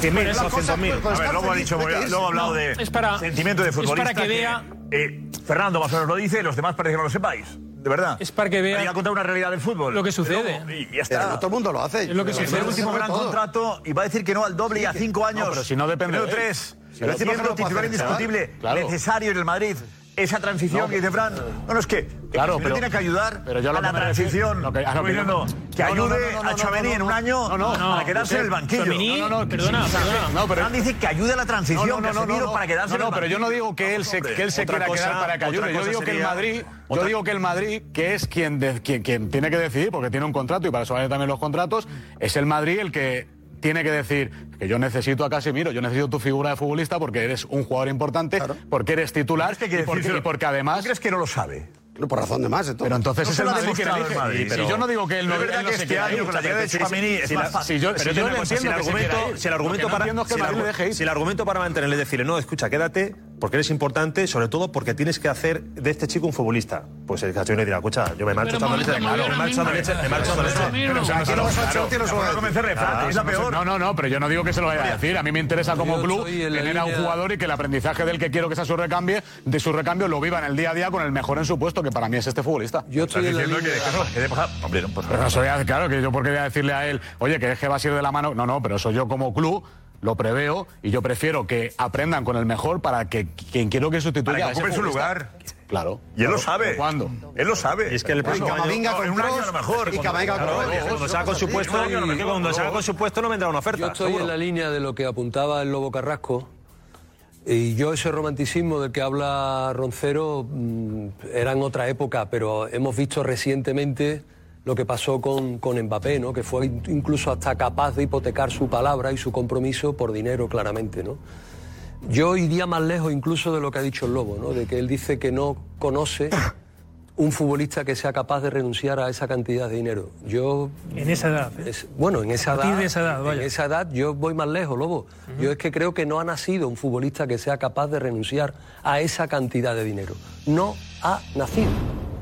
100.000, Las cosas, 200.000. pues, A ver, Lobo ha feliz dicho, de que Lobo irse. ha hablado No, de es para- sentimiento de es para futbolista. que vea- eh, Fernando más o menos lo dice, los demás parece que no lo sepáis. De verdad. Es para que vea Había contado una realidad del fútbol. lo que sucede. Lobo, Y ya Pero está. no todo el mundo lo hace. Es lo que sucede. El último gran contrato y va a decir que no al doble y a cinco años. pero si no depende Creo de él. tres. Si Lo lo decimos que no lo puede titular hacer, indiscutible, claro. necesario en el Madrid. Esa transición No, que dice Fran. No, no, es que. Claro, no pero- tiene que ayudar pero yo a lo la que me refiero- transición. lo que- ah, no, Estoy que yo- diciendo que no, no, no, ayude no, no, a no, Chamení no, en un no, año no, no, para no, quedarse en el banquillo. Tchouaméni, No, no, no, perdona, sí, sí, perdona. sí. No, pero- Fran dice que ayude a la transición. No, no, no, Casemiro, no, no. para quedarse No, en no, el pero yo no banquillo. digo que él se, hombre. que él se Otra quiera cosa- quedar para que ayude. otra Yo cosa digo que el sería- Madrid, yo otra- digo que el Madrid, que es quien, de- quien, quien tiene que decidir, porque tiene un contrato y para eso valen también los contratos, es el Madrid el que tiene que decir que yo necesito a Casemiro, yo necesito tu figura de futbolista porque eres un jugador importante, porque eres titular y, porque, decírselo? y porque además... crees que no lo sabe? Por razón de más, entonces. Pero entonces No es se el lo ha Madrid que demostrado elige. el Madrid, Sí, pero- si yo no digo que él Pero no, es verdad él no que se este quiera año, ir, con la llegada de si- si- Tchouaméni, es si más la- fácil. Si yo, pero Pero yo lo tiene una entiendo cosa, si el que se argumento- quiera ir. Si el Lo argumento que no para, entiendo es que el si el Madrid le argu- deje ir. si el argumento para mantenerle es decirle, no, escucha, quédate, porque eres importante, sobre todo porque tienes que hacer de este chico un futbolista. Pues el Casemiro dirá, escucha, yo me marcho Pero hasta momento, Valencia, me voy me ahora marcho mismo. hasta Valencia, me marcho hasta Pero Valencia. eso no es Claro, lo mismo. claro, Claro, claro. Ah, Claro, eso no es- No, no, no, pero yo no digo que se lo vaya a decir. A mí me interesa como Yo club soy en la tener a un línea- jugador y que el aprendizaje del que quiero que sea su recambio, de su recambio lo viva en el día a día con el mejor en su puesto, que para mí es este futbolista. Yo Estás diciendo que deje- que deje pasar. Hombre, no, por Pero no soy, claro, que yo porque voy a decirle a él, oye, que es que vas a ir de la mano. No, no, pero eso yo como club lo preveo y yo prefiero que aprendan con el mejor para que quien quiero que sustituya Para que a ese ocupe su futbolista. lugar. Claro. Y él lo Claro. sabe. ¿Cuándo? Él lo sabe. Es que el próximo año- Camavinga no, con en un año a lo Kroos, mejor. y Camavinga con Claro, Kroos. Cuando salga con su Sí, puesto, un año a lo mejor. cuando salga con su puesto no vendrá una oferta. Yo estoy seguro. en la línea de lo que apuntaba el Lobo Carrasco. Y yo ese romanticismo del que habla Roncero mm, eran otra época, pero hemos visto recientemente lo que pasó con, con Mbappé, ¿no? que fue in- incluso hasta capaz de hipotecar su palabra y su compromiso por dinero, claramente. ¿no? Yo iría más lejos incluso de lo que ha dicho el Lobo, ¿no? de que él dice que no conoce un futbolista que sea capaz de renunciar a esa cantidad de dinero. Yo En esa edad. ¿eh? es- bueno, en esa A partir edad, de esa edad, vaya. en esa edad yo voy más lejos, Lobo. Yo es que creo que no ha nacido un futbolista que sea capaz de renunciar a esa cantidad de dinero. No ha nacido.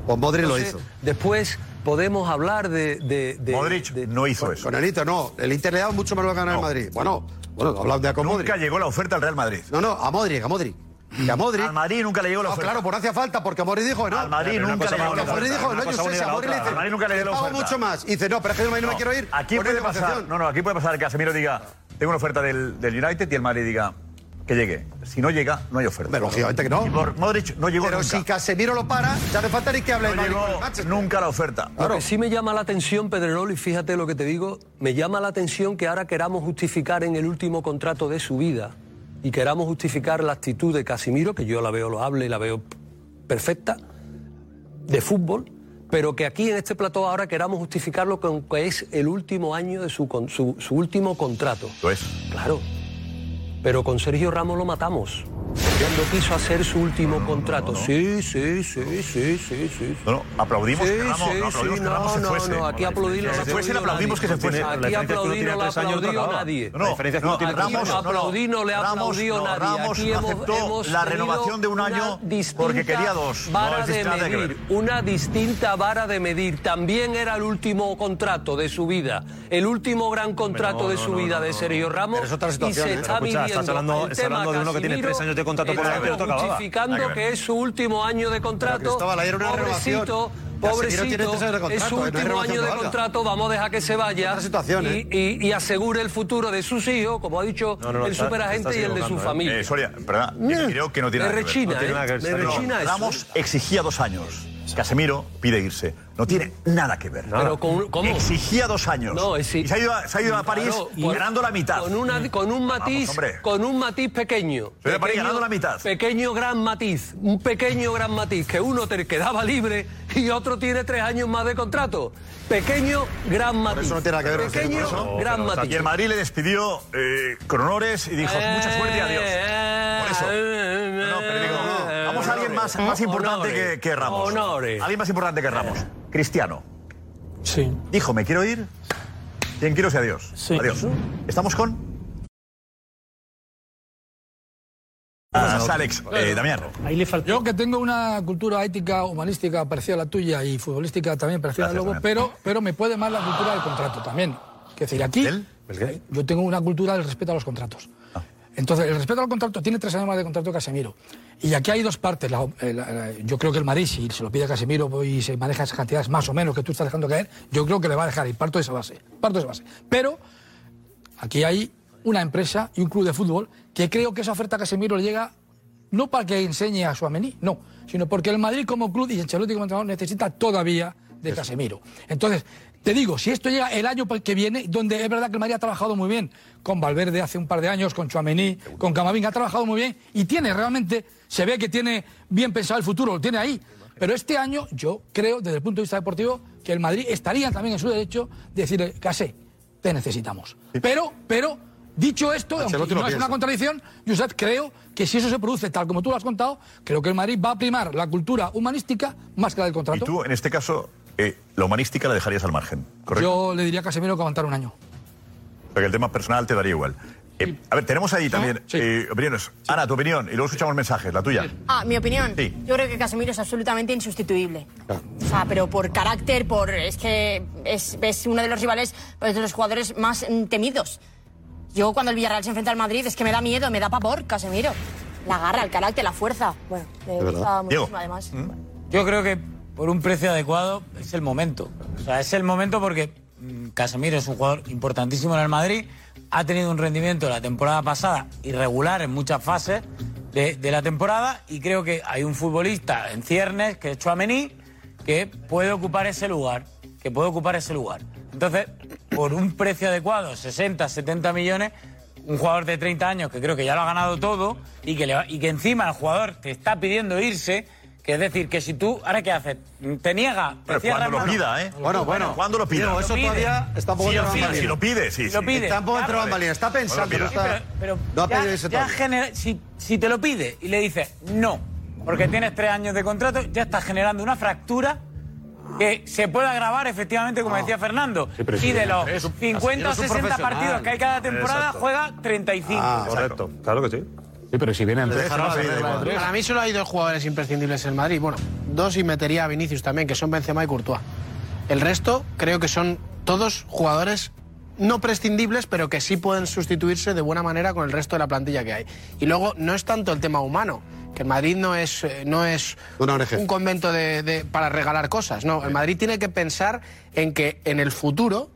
Con Modric lo Entonces, hizo. Después podemos hablar de... de, de- Modric no hizo eso. Con el Inter no. El Inter le da mucho más lo que gana el Madrid. Bueno, bueno, hablamos de a con Modric. Nunca llegó la oferta al Real Madrid. No, no, a Modric, a Modric. Que a Modric. Al Madrid nunca le llegó la Ah, oferta. claro, por no hacía falta, porque Modric dijo que no. Al Madrid Pero una nunca cosa le llegó bonita, la Porque Modric oferta, dijo, una no, yo cosa sé, si bonita a la Modric le otra. dice, Al Madrid nunca le te dio la pago oferta. mucho más. Y dice, no, pero es que yo no me quiero ir. Aquí Pon puede en pasar. negociación. No, no, aquí puede pasar que Casemiro diga, tengo una oferta del, del United y el Madrid diga que llegue. Si no llega, no hay oferta. Pero lógicamente que no. Y por Modric no llegó Pero nunca. si Casemiro lo para, ya no falta ni que hable no de Madrid con el llegó Manchester. nunca la oferta. Lo que sí me llama la atención, Pedrerol, y fíjate lo que te digo, me llama la atención que ahora queramos justificar en el último contrato de su vida y queramos justificar la actitud de Casimiro, que yo la veo loable y la veo perfecta, de fútbol, pero que aquí en este plató ahora queramos justificarlo con que es el último año de su, con- su, su último contrato. Lo es. Claro. Pero con Sergio Ramos lo matamos. Cuando quiso hacer su último contrato. Sí, sí, sí, sí, sí, sí. No, no, aplaudimos Sí, que Ramos, sí, no, aplaudimos sí, que Ramos no, se no, fuese. no, aquí aplaudir no Que lo se fuese, aplaudido aplaudimos que se nadie. fuese. Aquí La diferencia es que uno aplaudir tiene no le tres años y otro aplaudió acababa. nadie. No, no, La diferencia es que uno tiene Aquí tres años. aplaudir no le Ramos no, aplaudió nadie. Ramos Aquí hemos- aceptó hemos la tenido renovación de un una año distinta porque quería dos. No, Vara es de nada que medir, una distinta vara de medir. También era el último contrato de su vida, el último gran contrato no, de no, su no, vida no, de no, Sergio no. Ramos. Pero es otra y situación, se ¿eh? está Escucha, viviendo estás hablando- el estás tema hablando de uno que tiene Casimiro, tres años de contrato por delante y otro acababa. justificando Nada que ver. que es su último año de contrato. Cristóbal, ahí era una pobrecito, renovación. Casemiro tiene pobrecito, tres años de es contrato, su no hay último renovación año de que valga. contrato, vamos a dejar que se vaya Otra situación, y, ¿eh? y- y asegure el futuro de sus hijos, como ha dicho No, no, el está- superagente estás y el de su equivocando, ¿eh? familia. Eh, Soria, ¿verdad? Yo creo que no tiene Me nada que ver. rechina, No tiene ¿eh? nada que ver. Me Está rechina bien. eso. Ramos exigía dos años. Casemiro pide irse. No tiene nada que ver. Pero con- ¿cómo? Exigía dos años. No, es- y se ha ido a, se ha ido a París Claro, pues, y con- ganando la mitad. Con, una- con un matiz, Vamos, hombre. con un matiz pequeño. Se ha ido a París Pequeño- ganando la mitad. Pequeño gran matiz, un pequeño gran matiz que uno te quedaba libre y otro tiene tres años más de contrato. Pequeño gran matiz. eso no tiene nada que ver con Pequeño Sergio, por eso. gran Pero, o sea, matiz. y el Madrid le despidió eh, con honores y dijo mucha Eh, suerte y adiós. Por eso. No, no, pero digo, vamos a alguien más, más importante Honores. que, que Ramos. Honores. Alguien más importante que Ramos. Cristiano. Sí. Dijo, me quiero ir. Quien quiero sea Dios. Adiós. Estamos con. Ah, Alex, eh, Damián. Yo que tengo una cultura ética, humanística parecida a la tuya y futbolística también parecida a la Gracias, Lobo, Damián. pero, pero me puede más la cultura del contrato también. Que decir, aquí yo tengo una cultura del respeto a los contratos. Entonces, el respeto al contrato tiene tres años más de contrato que Casemiro. Y aquí hay dos partes. La- eh, la- la- yo creo que el Madrid, si se lo pide a Casemiro y se maneja esas cantidades más o menos que tú estás dejando caer, yo creo que le va a dejar. Y parto de esa base. Parto de esa base. Pero aquí hay una empresa y un club de fútbol que creo que esa oferta a Casemiro le llega no para que enseñe a Suamení, no, sino porque el Madrid como club y Ancelotti como entrenador necesita todavía de Casemiro. Entonces, te digo, si esto llega el año pa- que viene, donde es verdad que el Madrid ha trabajado muy bien con Valverde hace un par de años, con Chuamení, con Camavinga, ha trabajado muy bien y tiene realmente, se ve que tiene bien pensado el futuro, lo tiene ahí. Pero este año yo creo, desde el punto de vista deportivo, que el Madrid estaría también en su derecho de decir, Casé, te necesitamos. Pero, pero, dicho esto, aunque Ancelotti no lo es una piensa. contradicción, Josep, creo que si eso se produce tal como tú lo has contado, creo que el Madrid va a primar la cultura humanística más que la del contrato. Tú, en este caso, eh, la humanística la dejarías al margen, ¿correcto? Yo le diría a Casemiro que aguantar un año. Porque el tema personal te daría igual. Eh, a ver, tenemos ¿Ah? ahí también eh, opiniones. Ana, tu opinión, y luego escuchamos mensajes, la tuya. Ah, mi opinión. Sí. Ah. Yo creo que Casemiro es absolutamente insustituible. O sea, pero por carácter, por es que es, es uno de los rivales, pues, de los jugadores más mm, temidos. Yo cuando el Villarreal se enfrenta al Madrid es que me da miedo, me da pavor, Casemiro. La garra, el carácter, la fuerza. Bueno, me gusta muchísimo además. Yo creo que por un precio adecuado es el momento. O sea, es el momento porque mm, Casemiro es un jugador importantísimo en el Madrid. Ha tenido un rendimiento la temporada pasada irregular en muchas fases de, de la temporada y creo que hay un futbolista en ciernes que es Chouameni que puede ocupar ese lugar, que puede ocupar ese lugar. Entonces, por un precio adecuado, 60, 70 millones, un jugador de 30 años que creo que ya lo ha ganado todo y que, le va- y que encima el jugador te está pidiendo irse, que es decir, que si tú, ¿ahora qué haces? Te niega, te Pero cierra cuando lo mano. pida, ¿eh? Cuando lo pida. Diego, eso todavía está un poco si lo entre pide, bambalinas. si lo pide, sí. Si lo sí. pide. Está un poco entre Claro. bambalinas, está pensando, Cuando lo pida. no está- Sí, pero, pero no ha ya- pedido eso ya todavía. genera- si, si te lo pide y le dices no, porque tienes tres años de contrato, ya estás generando una fractura que se puede agravar efectivamente, como decía Fernando. Ah. Sí, pero y sí, de los es un- 50 o es un 60 profesional. partidos que hay cada temporada, Exacto. juega 35. Ah, correcto. Claro que sí. Sí, pero si vienen tres, se van Dejarlo a así, ir de da igual. tres. Para mí solo hay dos jugadores imprescindibles en el Madrid. Bueno, dos y metería a Vinicius también, que son Benzema y Courtois. El resto creo que son todos jugadores no prescindibles, pero que sí pueden sustituirse de buena manera con el resto de la plantilla que hay. Y luego no es tanto el tema humano, que el Madrid no es, eh, no es un convento de- de- para regalar cosas. No, el Madrid tiene que pensar en que en el futuro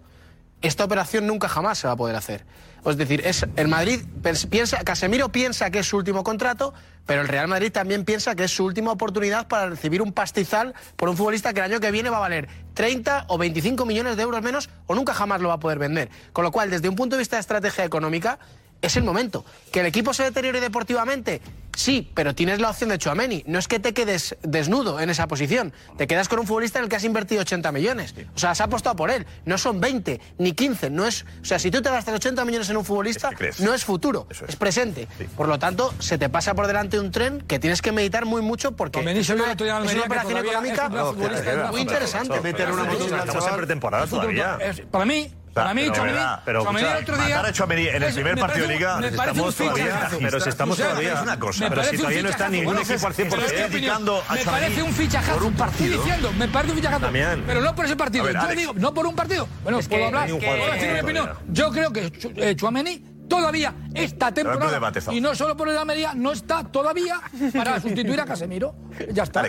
esta operación nunca jamás se va a poder hacer. Es decir, es el Madrid pens- piensa, Casemiro piensa que es su último contrato, pero el Real Madrid también piensa que es su última oportunidad para recibir un pastizal por un futbolista que el año que viene va a valer 30 o 25 millones de euros menos o nunca jamás lo va a poder vender. Con lo cual, desde un punto de vista de estrategia económica, es el momento. ¿Que el equipo se deteriore deportivamente? Sí, pero tienes la opción de Chuameni. No es que te quedes desnudo en esa posición. Te quedas con un futbolista en el que has invertido 80 millones. O sea, has apostado por él. No son 20 ni 15. No es, o sea, si tú te gastas 80 millones en un futbolista, no es futuro, es. presente. Por lo tanto, se te pasa por delante un tren que tienes que meditar muy mucho porque Chouameni es se lo una, otro día en es Almería, una que operación todavía económica es un gran futbolista, es un muy gran interesante. futbolista. Meter una mochila, Estamos en chaval. pretemporada Fútbol, todavía. es- para mí, para mí, pero, Tchouaméni- ¿verdad? Pero, Tchouaméni escucha, el otro día- matar a Tchouaméni en el es- primer Pues, me partido de parece liga, un- me parece estamos un fichaje. todavía- pero si estamos O sea, todavía- es una cosa. Me Pero parece si un todavía no está fichajazo. ningún No sé, equipo al 100%. estoy criticando a Me Tchouaméni parece un fichajazo. por un Estoy partido. diciendo, me parece un fichajazo. Damián. Pero no por ese partido. A ver, Yo Alex. digo, no por un partido. Bueno, Es que- puedo hablar. Ni un puedo jugador decir mi todavía. opinión. Yo creo que Chu- eh, Tchouaméni todavía esta Pero temporada no debates, Saúl. y no solo por el Almería no está todavía para sustituir a Casemiro. Ya está.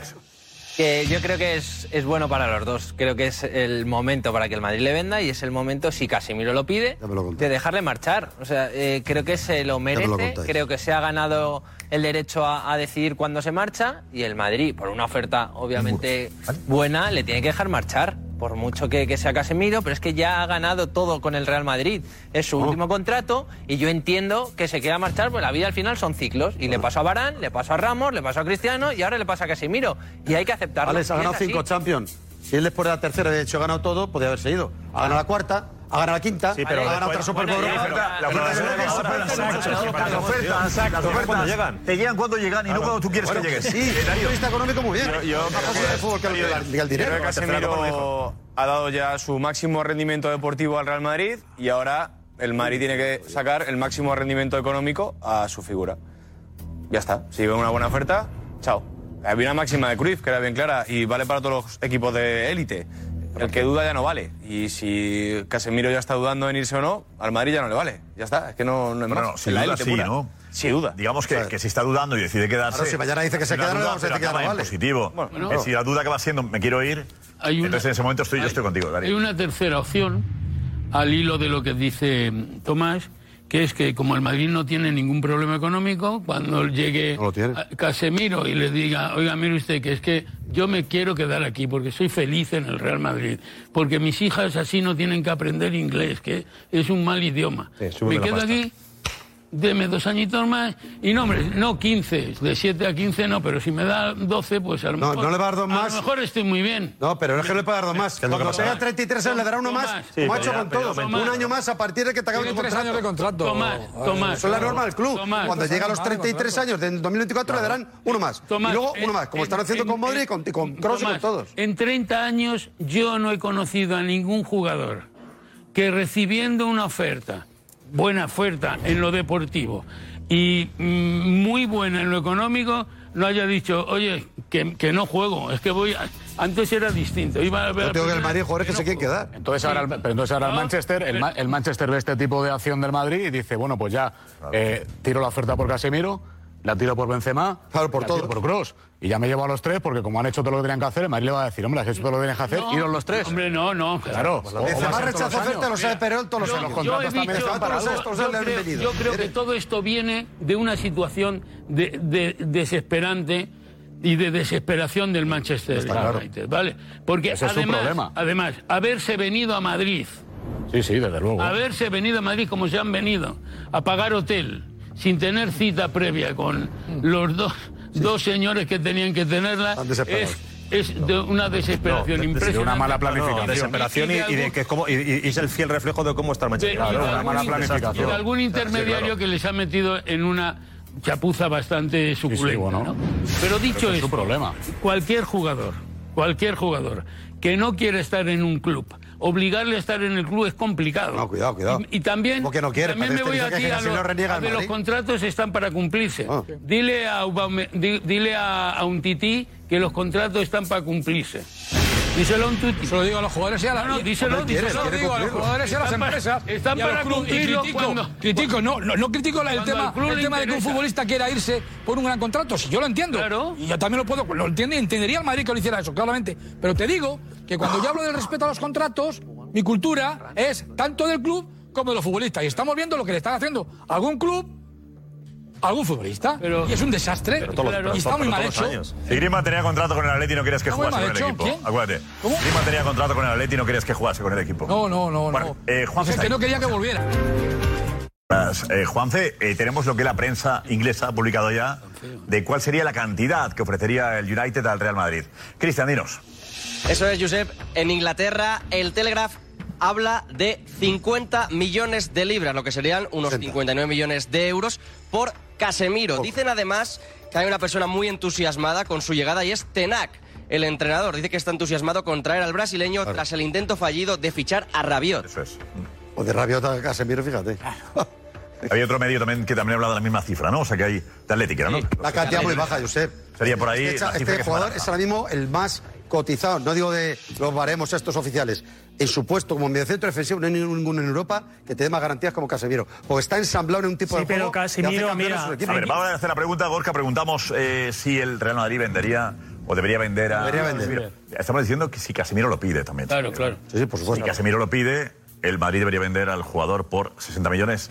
Que yo creo que es, es bueno para los dos. Creo que es el momento para que el Madrid le venda y es el momento, si Casemiro lo pide, de dejarle marchar. O sea, eh, creo que se lo me lo merece. contáis. creo que se ha ganado el derecho a, a decidir cuándo se marcha y el Madrid, por una oferta obviamente buena, le tiene que dejar marchar. Por mucho que, que sea Casemiro, pero es que ya ha ganado todo con el Real Madrid. Es Oh. su último contrato y yo entiendo que se quiera marchar, pues la vida al final son ciclos. Y le pasó a Barán, le pasó a Ramos, le pasó a Cristiano y ahora le pasa a Casemiro. Y hay que aceptarlo. Alex ha Y es ganado así. cinco Champions. Si él después de la tercera de hecho ha ganado todo, podía haberse ido. Ha ganado la cuarta, ha ganado la quinta, Sí, pero ha ganado después- otra Super Bueno, Bowl. sí, pero la- la oferta llega ahora, las ofertas, Las ofertas, las las ofertas ofertas cuando llegan. Te llegan cuando llegan y Ah, no cuando tú quieres que lleguen. pues, Sí, Eh, desde Darío. el punto de vista económico muy bien. Yo- yo- Una cosa de fútbol que no llega al- llega al Creo dinero. que Casemiro ha dado ya su máximo rendimiento deportivo al Real Madrid y ahora el Madrid tiene que sacar el máximo rendimiento económico a su figura. Ya está. Si ve una buena oferta, chao. Había una máxima de Cruyff que era bien clara y vale para todos los equipos de élite. El que duda ya no vale. Y si Casemiro ya está dudando en irse o no, al Madrid ya no le vale. Ya está. Es que no, no hay más. Bueno, sin En la duda élite sí, pura. ¿no? Sin duda. Digamos que, que si está dudando y decide quedarse. Claro, si mañana dice que se una queda, no le duda, vamos a pero decir que acaba no en vale. positivo. Bueno. Eh, Si la duda que va siendo, me quiero ir. Hay una- entonces en ese momento estoy, yo estoy contigo, Darío. Hay una tercera opción, al hilo de lo que dice mm, Tomás, que es que como el Madrid no tiene ningún problema económico, cuando llegue a- Casemiro y le diga, oiga, mire usted, que es que yo me quiero quedar aquí porque soy feliz en el Real Madrid, porque mis hijas así no tienen que aprender inglés, que es un mal idioma. súbeme me la quedo pasta. aquí deme dos añitos más y no, hombre, no 15, de 7 a 15 no, pero si me da 12, pues a lo No, mejor... no le va a dar dos a más. lo mejor estoy muy bien. No, pero no es que le pueda dar dos más. es lo que Cuando pasa? pega 33 años le dará uno Tomás. más, Sí, como ha pero hecho ya- con pero todos. ya Un aumenta. año más a partir de que te acabe Tiene tu tres contrato. años de contrato. Tomás, Tomás. Eso es la norma del club. Tomás. Cuando llega a los Norma de 33 años del 2024 le darán uno más. Tomás, y luego en- uno más, como en- están haciendo en- con Modri, en- con, con Kroos y con Tomás, todos. En 30 años yo no he conocido a ningún jugador que recibiendo una oferta, buena oferta en lo deportivo y mm, muy buena en lo económico, no haya dicho, oye, que, que no juego, es que voy... a-". Antes era distinto. Iba a ver Yo tengo que el Madrid jugadores que se quieren quedar. Entonces ahora, el- pero entonces ahora el Manchester, el, Ma- el Manchester ve este tipo de acción del Madrid y dice, bueno, pues ya eh, tiro la oferta por Casemiro, la tiro por Benzema, por la tiro por Kroos. Y ya me llevo a los tres porque como han hecho todo lo que tenían que hacer, el Madrid le va a decir, hombre, has hecho todo lo que tenías que hacer, No, iros los tres. Hombre, no, no. Claro. O- o va a ser todos los años. Yo- yo he dicho- yo- yo creo- Yo creo que todo esto viene de una situación de, de- desesperante y de desesperación del Manchester Está claro. United, ¿vale? Porque Ese es su además, problema. además, haberse venido a Madrid, Sí, sí, desde luego. haberse venido a Madrid como se han venido, a pagar hotel, sin tener cita previa con los dos, dos señores que tenían que tenerla, desesperados. es, es de una desesperación No, de- de- impresionante. de una mala planificación. No, desesperación y, y de que es como y, y- y es el fiel reflejo de cómo está el Manchester. de- y de algún inter- y de algún intermediario que les ha metido en una chapuza bastante suculenta. bueno. ¿no? Pero dicho ese es esto, su problema. cualquier jugador, cualquier jugador que no quiere estar en un club, obligarle a estar en el club es complicado. No, cuidado, cuidado. Y, y también, Porque no quiere, también me parece voy que dice aquí que a si lo- no reniega a el de los Madrid. Ah. contratos están para cumplirse. Dile a Aubame- di- dile a, a un tití que los contratos están para cumplirse. Díselo a un tití. Se lo digo a los jugadores y a la- No, no, díselo, Hombre, quiere, díselo. quiere Digo a los cumplirlo. jugadores y a las Están para- empresas Están y a los para clubes. Y cumplirlo critico- cuando... critico, no, no, no critico la- el Cuando tema, al club el le tema de que un interesa. futbolista quiera irse por un gran contrato. Si yo lo entiendo, y yo también lo puedo, lo entiendo y entendería al Madrid que lo hiciera eso, claramente. Pero te digo que cuando yo hablo del respeto a los contratos, mi cultura es tanto del club como de los futbolistas. Y estamos viendo lo que le están haciendo a algún club, a algún futbolista. y es un desastre. y está muy mal hecho. Si Grima tenía contrato con el Atleti, no querías que Está muy jugase con mal el hecho. equipo. ¿Quién? Acuérdate. Grima tenía contrato con el Atleti, no querías que jugase con el equipo. No, no, no, Bueno, eh, Juan no. Es que no quería que volviera. Más, eh, Juanfe, eh, tenemos lo que la prensa inglesa ha publicado ya de cuál sería la cantidad que ofrecería el United al Real Madrid. Cristian, dinos. Eso es, Josep. En Inglaterra, el Telegraph habla de 50 millones de libras, lo que serían unos 59 millones de euros por Casemiro. Dicen además que hay una persona muy entusiasmada con su llegada y es Tenac. El entrenador dice que está entusiasmado con traer al brasileño tras el intento fallido de fichar a Rabiot. Eso es. O de Rabiot a Casemiro, fíjate. Había otro medio también que también habla de la misma cifra, ¿no? O sea que hay de Atlética, ¿no? La cantidad muy baja, Josep. Sería por ahí. Este, cha- la cifra este que se jugador maneja. es ahora mismo el más cotizado, no digo de los baremos estos oficiales. En su puesto como mediocentro defensivo no hay ninguno en Europa que te dé más garantías como Casemiro. O está ensamblado en un tipo Sí, de pero juego que hace Casemiro, campeones mira, a su equipo. A ver, vamos a hacer la pregunta, Gorka. Preguntamos eh, si el Real Madrid vendería o debería vender a. Debería vender. Estamos diciendo que si Casemiro lo pide también. Claro, claro. Sí, por supuesto. Si Casemiro lo pide, el Madrid debería vender al jugador por 60 millones.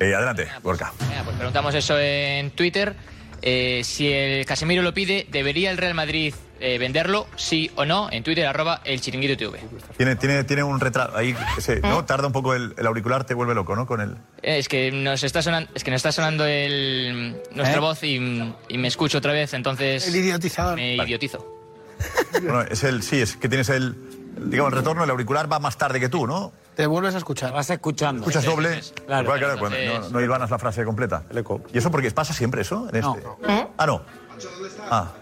Eh, adelante, Gorka. Venga, pues preguntamos eso en Twitter. Eh, si el Casemiro lo pide, ¿debería el Real Madrid eh, venderlo? Sí o no. En Twitter, arroba el chiringuito TV. Tiene, tiene, tiene un retraso. Ahí, ese- Eh. ¿no? Tarda un poco el, el auricular, te vuelve loco, ¿no? Con el. Eh, es, que nos está sonando, es que nos está sonando el, nuestra ¿Eh? voz y, y me escucho otra vez, entonces... El idiotizador. Me idiotizo. Bueno, es el. Sí, es que tienes el. el, Digamos, el retorno, el auricular va más tarde que tú, ¿no? Te vuelves a escuchar. Vas escuchando. Escuchas doble. Claro, claro, cuando- no, Entonces- no hilvanas la frase completa. ¿Y eso porque pasa siempre eso? En este? Ah, no. Ah.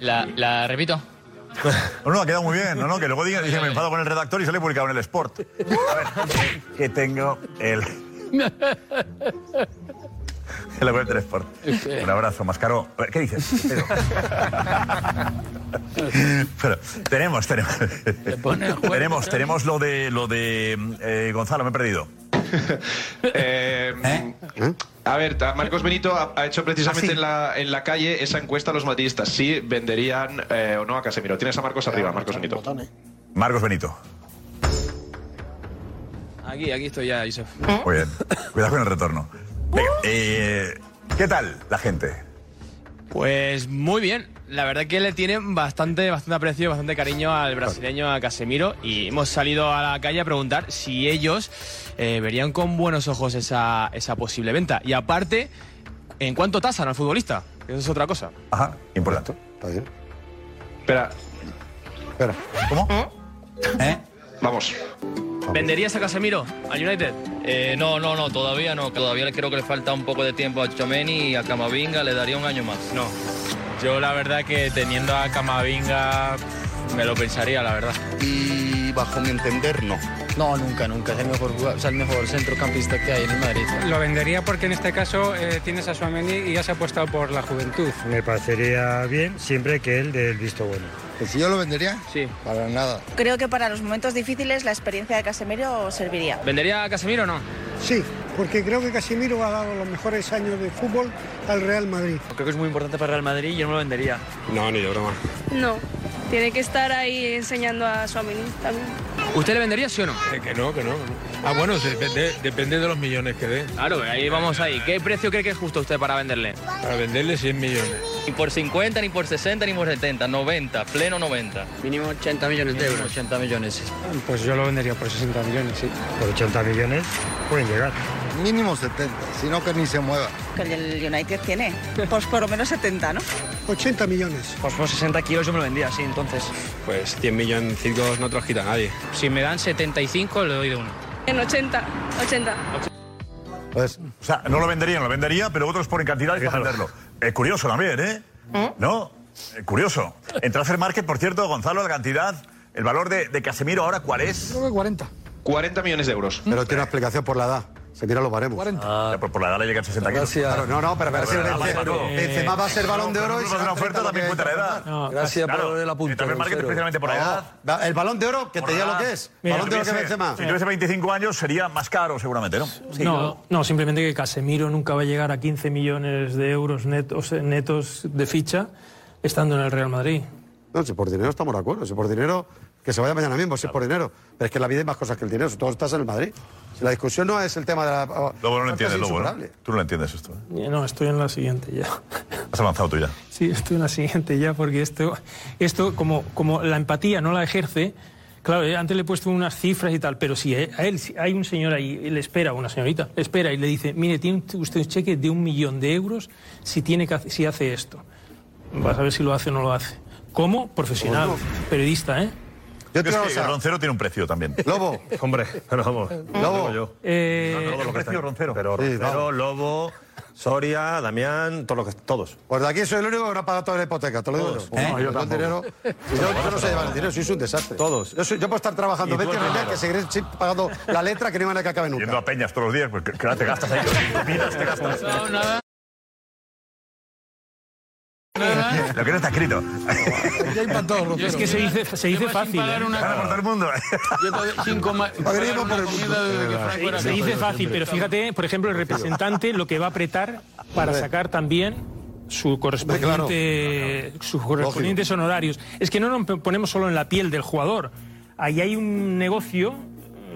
La, la repito. No, no, ha quedado muy bien. No, no, que luego diga, dice, me enfado con el redactor y sale publicado en el Sport. A ver, que tengo el, el web del Sport. Un abrazo, más caro. ¿Qué dices? Pero, Pero tenemos, tenemos. Tenemos, tenemos lo de, lo de eh, Gonzalo, me he perdido. Eh, A ver, ta- Marcos Benito ha, ha hecho precisamente en, la, en la calle esa encuesta a los madridistas. Si venderían eh, o no a Casemiro. Tienes a Marcos arriba, Marcos Benito. Marcos Benito. Aquí, aquí estoy ya, Josef. Muy bien. Cuidado con el retorno. Venga, eh, ¿qué tal la gente? Pues muy bien. La verdad que le tiene bastante, bastante aprecio, bastante cariño al brasileño, a Casemiro. Y hemos salido a la calle a preguntar si ellos eh, verían con buenos ojos esa, esa posible venta. Y aparte, ¿en cuánto tasan al futbolista? Eso es otra cosa. Ajá, importante. Espera. Espera. ¿Cómo? ¿Eh? Vamos. ¿Venderías a Casemiro al United? Eh, no, no, no, todavía no. Todavía creo que le falta un poco de tiempo a Chomeni y a Camavinga le daría un año más. No. Yo la verdad que teniendo a Camavinga me lo pensaría, la verdad. Y bajo mi entender, no. No, nunca, nunca. Es el mejor, jugador, o sea, el mejor centrocampista que hay en el Madrid. Lo vendería porque en este caso eh, tienes a Suameni y has apostado por la juventud. Me parecería bien siempre que él dé el visto bueno. Pues si yo lo vendería, sí. Para nada. Creo que para los momentos difíciles la experiencia de Casemiro serviría. ¿Vendería a Casemiro o no? Sí, porque creo que Casimiro ha dado los mejores años de fútbol al Real Madrid. Creo que es muy importante para Real Madrid y yo no lo vendería. No, ni de broma. No, tiene que estar ahí enseñando a su también. ¿Usted le vendería sí o Eh, no? que no, que no. Ah, bueno, depende, de los millones que dé. Claro, ahí vamos ahí. ¿Qué precio cree que es justo usted para venderle? Para venderle 100 millones. Ni por 50, ni por 60, ni por 70. 90, pleno 90. Mínimo 80 millones de euros. 80 millones. Pues yo lo vendería por 60 millones, sí. Por 80 millones pueden llegar. Mínimo 70, sino que ni se mueva. Que el United tiene, pues por lo menos 70, ¿no? 80 millones. Pues por 60 kilos yo me lo vendía, sí, entonces. Pues 100 milloncitos no te los quita nadie. Si me dan 75, le doy de uno. En 80, 80. o sea, no lo venderían, lo vendería, pero otros ponen cantidad para venderlo. Es curioso también, ¿eh? ¿No? Eh, curioso. En Transfer Market, por cierto, Gonzalo, la cantidad, el valor de, de Casemiro ahora, ¿cuál es? Creo que 40. 40 millones de euros. Pero tiene una explicación por la edad. Ah, Se mira los baremos. Ya, por, por la edad le llegan 60 kilos. Gracias. Claro, no, no, pero a ver si Pero nada más, Benzema- Paco. Benzema va a ser Balón de Oro y Cuando se hace una da cuenta oferta lo que también es. cuenta la edad. Gracias Claro, por el apunte, En Transfer Market, Roncero. precisamente por la edad. No, Ah, va- el Balón de Oro, que te diga lo que es. Mira, Balón de Oro que si tuviese- Benzema. Si tuviese 25 años sería más caro seguramente, ¿no? no, no, simplemente que Casemiro nunca va a llegar a 15 millones de euros netos, netos de ficha estando en el Real Madrid. No, si por dinero estamos de acuerdo. Si por dinero, que se vaya mañana mismo, si es por dinero. Pero es que en la vida hay más cosas que el dinero, sobre todo estás en el Madrid. Si la discusión no es el tema de la. Lobo no lo es entiendes, Lobo. ¿no? insuperable. Tú no lo entiendes esto. ¿eh? No, estoy en la siguiente ya. Has avanzado tú ya. Sí, estoy en la siguiente ya, porque esto, esto como, como la empatía no la ejerce, Claro, eh, antes le he puesto unas cifras y tal, pero si eh, a él si hay un señor ahí, le espera, una señorita, le espera y le dice, mire, tiene usted un cheque de un millón de euros si, tiene que, hace- si hace esto. Vas a ver si lo hace o no lo hace. Como profesional, Ojo. periodista, ¿eh? Yo creo que el roncero tiene un precio también. Lobo. Hombre, lobo. Lobo. Yo. Eh, el precio Roncero. Pero Roncero, Lobo, Soria, Damián, todos los que- todos. Pues de aquí soy el único que no ha pagado toda la hipoteca, te lo digo Todos. yo. ¿Eh? No, Yo yo, el tampoco. dinero, si yo, yo no sé llevar el dinero, sois un desastre. Todos. Yo, soy- yo puedo estar trabajando Y tú 20 el años ya dinero. que seguiré sin- pagando la letra que no van a que acabe nunca. Yendo a Peñas todos los días, pues claro, te gastas ahí. Comidas, te gastas. Lo que no está escrito. hay para todos, Roncero. Es que se dice, se dice Lleva sin fácil. pagar ¿eh? una Claro, por todo el mundo. Lleva sin coma- sin pagar una comida desde que Franco era Se niño. dice fácil, pero fíjate, por ejemplo, el representante lo que va a apretar para sacar también su correspondiente, sus correspondientes honorarios. Es que no nos ponemos solo en la piel del jugador. Ahí hay un negocio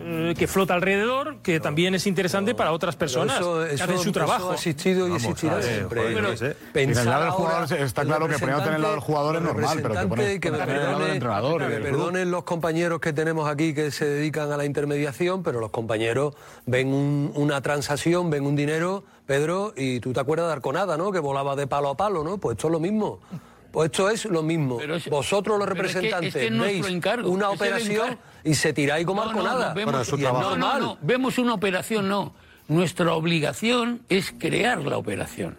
eh, que flota alrededor, que también es interesante para otras personas eso- que eso- hacen su eso trabajo. ha existido y Vamos, existirá a ver, siempre. joder, Pero- Luis, ¿eh? En el lado del ahora, jugador, está el claro que poniéndote en el lado del jugador es normal, pero te pones representante, que me en el lado del perdone- entrenador y que me del club. perdonen los compañeros que tenemos aquí que se dedican a la intermediación, pero los compañeros ven un- una transacción, ven un dinero, Pedro, y tú te acuerdas de Arconada, ¿no? Que volaba de palo a palo, ¿no? Pues esto es lo mismo. Pues esto es lo mismo. Vosotros los pero es que- representantes es que es nuestro veis encargo, una es el operación encargo. y se tiráis como No, no, Arconada. no, vemos- Y es No, no, normal. no, vemos una operación, no. Nuestra obligación es crear la operación.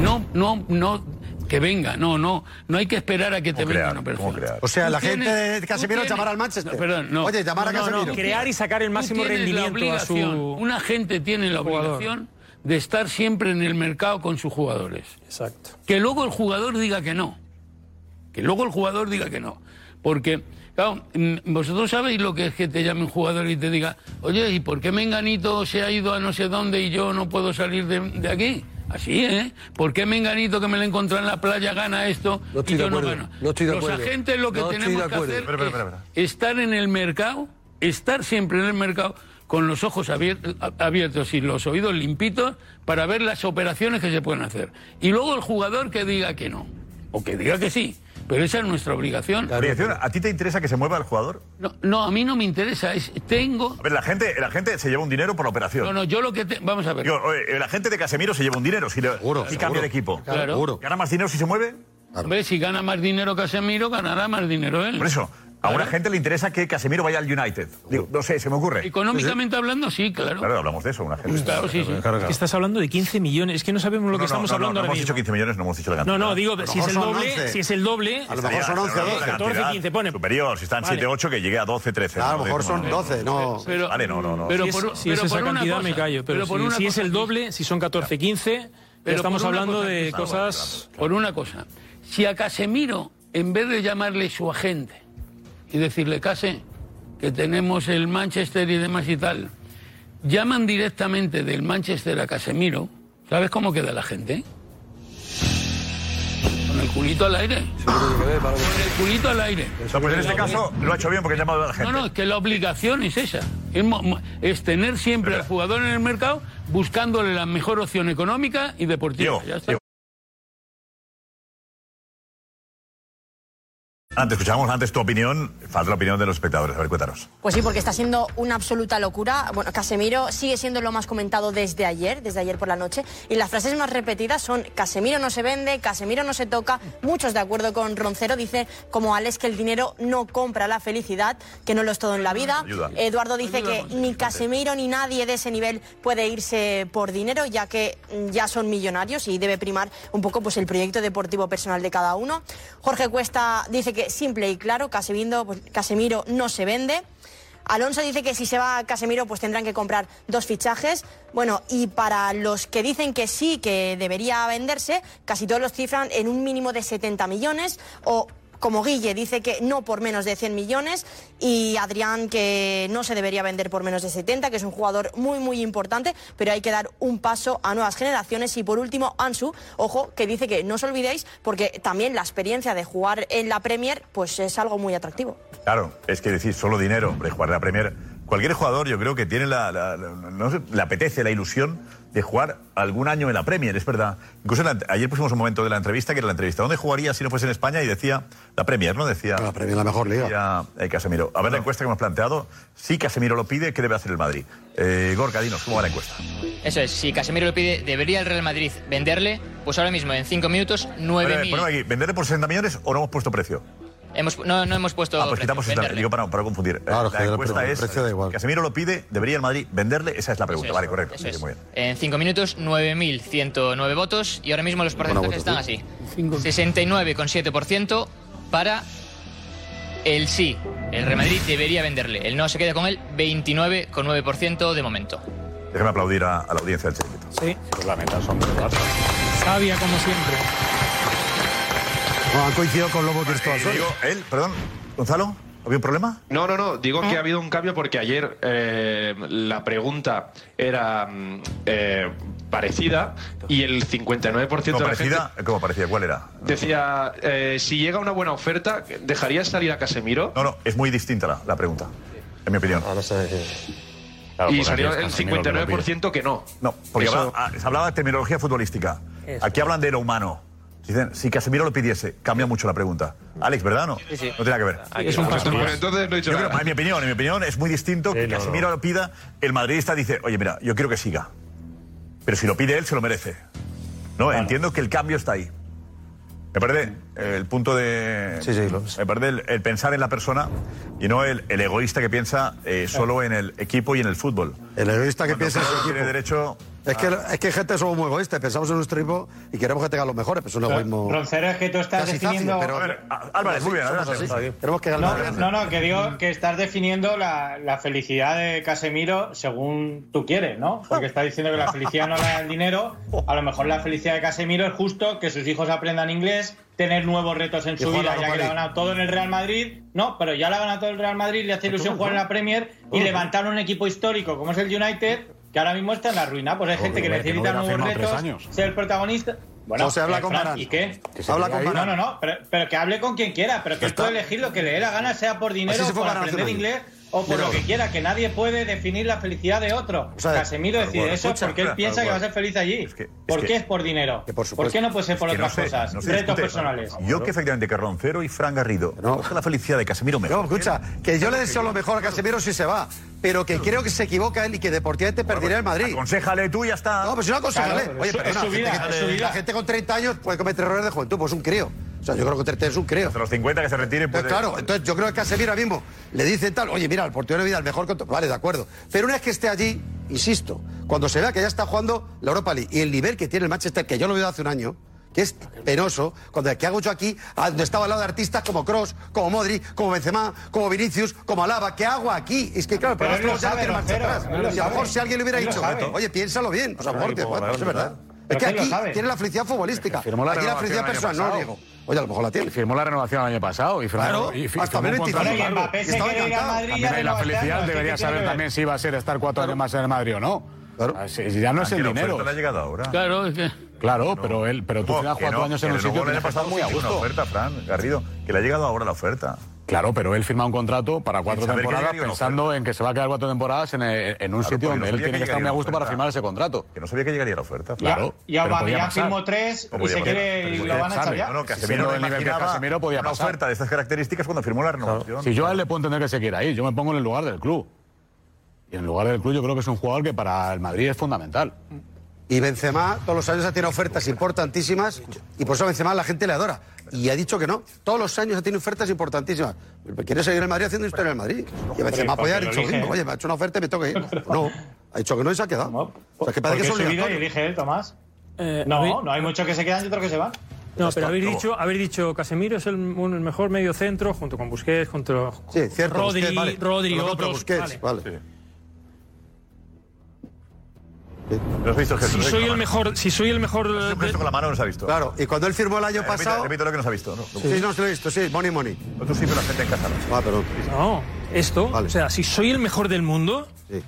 No, no, no que venga, no, no. No hay que esperar a que te venga una operación. O sea, Tú la gente tienes- de Casemiro tú llamar tienes- al Manchester. No, perdón, no. Oye, llamar No, a no, no. Casemiro. Crear y sacar el Tú máximo tienes la rendimiento a su- obligación, Una gente tiene la jugador. obligación de estar siempre en el mercado con sus jugadores. Exacto. Que luego el jugador diga que no. Que luego el jugador diga que no. Porque, claro, mm, vosotros sabéis lo que es que te llame un jugador y te diga, oye, ¿y por qué Menganito se ha ido a no sé dónde y yo no puedo salir de, de aquí? Así, ¿eh? ¿Por qué Menganito que me lo encontré en la playa gana esto No estoy y yo de acuerdo, no gano? no estoy de Los acuerdo. agentes lo que No estoy tenemos de que acuerdo. hacer Espera, espera, es espera, estar en el mercado, estar siempre en el mercado con los ojos abier- a- abiertos y los oídos limpitos para ver las operaciones que se pueden hacer. Y luego el jugador que diga que no, o que diga que sí, pero esa es nuestra obligación. Obligación, ¿A ti te interesa que se mueva el jugador? No, no, a mí no me interesa, es tengo... A ver, la gente, la gente se lleva un dinero por la operación. No, no, yo lo que... te- Vamos a ver. Digo, oye, la gente de Casemiro se lleva un dinero si, le- si cambia de equipo. Claro. Seguro. ¿Gana más dinero si se mueve? Hombre, si gana más dinero Casemiro, ganará más dinero él. Por eso, a una gente le interesa que Casemiro vaya al United. Digo, no sé, se me ocurre. Económicamente hablando, sí, claro. Claro, hablamos de eso, una gente. Claro, sí, sí. Es que estás hablando de 15 millones, es que no sabemos lo que estamos hablando no, no ahora hemos mismo. dicho 15 millones, no hemos dicho la No, cantidad. no, digo, si es el doble, si es el doble, A lo mejor son 11 o 12. 14, 15, pone. Superior, si están Vale. 7 8, que llegue a 12, 13. a lo mejor son 12, no. Pero- vale, no, no, no. pero si es, por- si pero es esa por una cantidad cosa, me callo, pero, pero por si- una si, es cosa el sí. doble, si son 14, 15, ya Pero estamos por una hablando cosa de sí, claro, cosas... Por una cosa, si a Casemiro, en vez de llamarle su agente y decirle, Case, que tenemos el Manchester y demás y tal, llaman directamente del Manchester a Casemiro, ¿sabes cómo queda la gente? Con el culito al aire. Con el culito al aire. No, pues en este caso lo ha hecho bien porque ha llamado a la gente. No, no, es que la obligación es esa. Es, mo- mo- es tener siempre al jugador en el mercado buscándole la mejor opción económica y deportiva. Ya está. Antes, escuchábamos antes tu opinión, falta la opinión de los espectadores. A ver, cuéntanos. Pues sí, porque está siendo una absoluta locura. Bueno, Casemiro sigue siendo lo más comentado desde ayer, desde ayer por la noche. Y las frases más repetidas son Casemiro no se vende, Casemiro no se toca. Muchos de acuerdo con Roncero. Dice, como Alex, que el dinero no compra la felicidad, que no lo es todo en la vida. Eh, Ayuda. Eduardo dice que ni Casemiro ni nadie de ese nivel puede irse por dinero, ya que mm, ya son millonarios y debe primar un poco pues, el proyecto deportivo personal de cada uno. Jorge Cuesta dice que simple y claro, Casemiro, pues, Casemiro no se vende. Alonso dice que si se va Casemiro, pues tendrán que comprar dos fichajes. Bueno, y para los que dicen que sí, que debería venderse, casi todos los cifran en un mínimo de 70 millones o como Guille dice que no por menos de 100 millones y Adrián que no se debería vender por menos de 70, que es un jugador muy muy importante, pero hay que dar un paso a nuevas generaciones y por último Ansu, ojo, que dice que no os olvidéis porque también la experiencia de jugar en la Premier pues es algo muy atractivo. Claro, es que decir solo dinero, hombre, jugar la Premier Cualquier jugador, yo creo que tiene la, la- la- no sé, le apetece la ilusión de jugar algún año en la Premier, es verdad. Incluso en la- ayer pusimos un momento de la entrevista que era la entrevista. ¿Dónde jugaría si no fuese en España? Y decía la Premier, ¿no? Decía. La Premier, la mejor liga. Ah. Casemiro. A ver, la encuesta que hemos planteado, si Casemiro lo pide, ¿qué debe hacer el Madrid? Eh, Gorka, dinos, ¿cómo va la encuesta? Eso es, si Casemiro lo pide, ¿debería el Real Madrid venderle? Pues ahora mismo, en 5 minutos, Pero, eh, 9.000. ponemos aquí, ¿venderle por 60 millones o no hemos puesto precio? Hemos- no, no hemos puesto. Ah, pues precio, quitamos 60, venderle. digo para, para confundir. Eh, Claro, la joder, encuesta pero el es, precio da igual. Casemiro lo pide, ¿debería el Madrid venderle? Esa es la pregunta, Eso es, vale, correcto. eso Sí, es. muy bien. En 5 minutos, 9.109 votos. Y ahora mismo los porcentajes están así: 69,7% para el sí. El Real Madrid debería venderle. El no se queda con el 29,9% de momento. Déjame aplaudir a, a la audiencia del chiringuito. Sí. Pues la meta son Sabia, como siempre. han coincidido con Lobo que esto Digo, él, perdón, Gonzalo, ¿había un problema? No, no, no. Digo ¿Eh? que ha habido un cambio porque ayer eh, la pregunta era mm, eh, parecida y el 59% No, de la parecida, gente ¿Cómo parecía? ¿Cuál era? decía eh, si llega una buena oferta, ¿dejarías salir a Casemiro? No, no, es muy distinta la, la pregunta, en mi opinión. y salió el 59% que no. No, porque Eso- hablaba, ah, se hablaba de terminología futbolística. Eso. Aquí hablan de lo humano. Dicen, si Casemiro lo pidiese, cambia mucho la pregunta. Alex, ¿verdad o no? Sí, sí. No tiene nada que ver. Aquí Es un está. factor Bueno, más. entonces no he dicho Yo nada. creo- en mi opinión, en mi opinión es muy distinto que Casemiro lo pida, el madridista dice, oye, mira, yo quiero que siga. Pero si lo pide él, se lo merece. No, entiendo que el cambio está ahí. Me parece eh, el punto de. Sí, sí, Me parece el, el pensar en la persona y no el, el egoísta que piensa eh, solo en el equipo y en el fútbol. El egoísta que Cuando piensa en su solo equipo. Tiene derecho. Es que, es que gente somos muy egoístas, pensamos en nuestro equipo y queremos que tenga los mejores, pero es un egoísmo. Roncero, es que tú estás Casi definiendo. zafio, pero- A ver, a- Álvarez, muy bien, Somos adelante. así. Tenemos que ganar. No, No, no, que digo que estás definiendo la, la felicidad de Casemiro según tú quieres, ¿no? Porque estás diciendo que la felicidad no la da el dinero. A lo mejor la felicidad de Casemiro es justo que sus hijos aprendan inglés, tener nuevos retos en Y su jugar vida, a ya que le Madrid. ha ganado todo en el Real Madrid. No, pero ya le ha ganado todo el Real Madrid, le hace ilusión jugar en la Premier y levantar un equipo histórico como es el United, que ahora mismo está en la ruina. Pues hay gente que Joder, que no necesita hubiera nuevos firmado tres retos, años. ser el protagonista. No se habla eh, con Fran, Varane. ¿Y qué? Que se Habla con quería ir. No, Varane. no, no, pero, pero que hable con quien quiera, pero que él puede elegir lo que le dé la gana, sea por dinero, Así se o fue por Varane hace aprender un año. inglés o por Pero- lo que quiera, que nadie puede definir la felicidad de otro. O sea, Casemiro tal decide cual. eso Escucha, porque él espera, piensa tal que va a cual. ser feliz allí. ¿Por que- qué es por dinero? por, qué no puede ser por Es que otras no se- cosas? no se Retos discute. personales. Yo que efectivamente que Roncero y Fran Garrido. No. la felicidad de Casemiro No, mejor. escucha, que yo le deseo lo mejor a Casemiro si se va, pero que creo que se equivoca él y que deportivamente perdirá el Madrid. Aconsejale tú y ya está. No, pues si no aconsejale. Claro, pero Oye, es su- perdona, es su gente vida, que- es su vida. la gente con 30 años puede cometer errores de juventud, pues un crío. O sea, yo creo que 30 es un crío. Hasta los 50 que se retire, pues. Claro, entonces yo creo que Casemiro ahora mismo le dicen tal, oye, mira, el portero de vida, el mejor contra. Vale, de acuerdo. Pero una vez que esté allí, insisto, cuando se vea que ya está jugando la Europa League y el nivel que tiene el Manchester, que yo lo veo hace un año. Que es penoso, cuando que hago yo aquí, a donde estaba al lado de artistas como Cross, como Modri, como Benzema, como Vinicius, como Alaba, ¿qué hago aquí? Es que claro, Pero pero, él lo no sabe, tiene marcha Rocero, atrás. él lo Y a lo mejor sabe. si alguien le hubiera Él lo dicho, sabe. oye, piénsalo bien, pues a lo mejor te bueno, es verdad. Es Pero que él lo aquí sabe. tiene la felicidad futbolística. Firmó la aquí la renovación el felicidad año personal, no pasado. digo. Oye, a lo mejor la tiene. Firmó la renovación el año pasado y firmó, Claro, y fi- hasta firmó un 2025. contrato Bueno, y largo. Mbappé se Estaba quiere ir al encantado. Madrid También ya ahí la renovando, felicidad es que debería tiene saber que ver. también si va a ser estar cuatro años más en el Madrid o no. Ah, sí, Ya no es Aquí el la oferta dinero. le ha llegado ahora. Claro, Claro, pero él, pero tú Ojo, tienes Oh, que cuatro no, años que en un el sitio Lugo que el año le pasado pasado muy a sí hizo gusto. Una oferta, Fran Garrido, que le ha llegado ahora la oferta. Claro, pero él firma un contrato para cuatro Sin saber que temporadas llegaría una pensando en que se va a quedar cuatro temporadas en, eh, en un Claro, sitio porque no donde él sabía tiene que estar muy llegaría a la gusto para oferta. firmar ese contrato. Que no sabía que llegaría la oferta. Fran. Claro. Ya pero va, podía ya pasar. firmó tres No y podía se pasar. quiere, Pero lo van a echar sabe. ya. No, no, Siendo Casemiro no el nivel que imaginaba Casemiro podía una pasar. oferta de estas características cuando firmó la renovación. Si yo a él le puedo entender que se quiera ir, yo me pongo en el lugar del club. Y en el lugar del club yo creo que es un jugador que para el Madrid es fundamental. Y Benzema todos los años ha tenido ofertas importantísimas y por eso a Benzema la gente le adora. Y ha dicho que no. Todos los años ha tenido ofertas importantísimas. Quiere seguir en el Madrid haciendo historia en el Madrid. Y a Benzema Porque podía haber lo dicho, elige. "Gringo, oye, me ha hecho una oferta y me toca ir. No, ha dicho que no y se ha quedado. O sea, Porque que parece que es es su vida y obligatorio. elige él, Tomás. ¿habéis- No, no hay muchos que se quedan y otros que se van. No, Ya pero está, habéis acabó. dicho, habéis dicho Casemiro es el, un- el mejor medio centro junto con Busquets, junto Sí, cierto, Rodri, Busquets, vale. Rodri, Lo compro otros, Busquets, vale. vale. ¿Lo has visto el gesto? Si Sí, soy con el la mejor, si soy el mejor mano. Un gesto con la mano no se ha visto. Claro, y cuando él firmó el Eh, año Repite- pasado. Repito lo que nos ha visto. ¿no? Sí, no se lo he visto, sí, money, money. Tú sí, pero la gente en casa no. Ah, perdón. No, esto, o sea, si soy el mejor del mundo, Sí.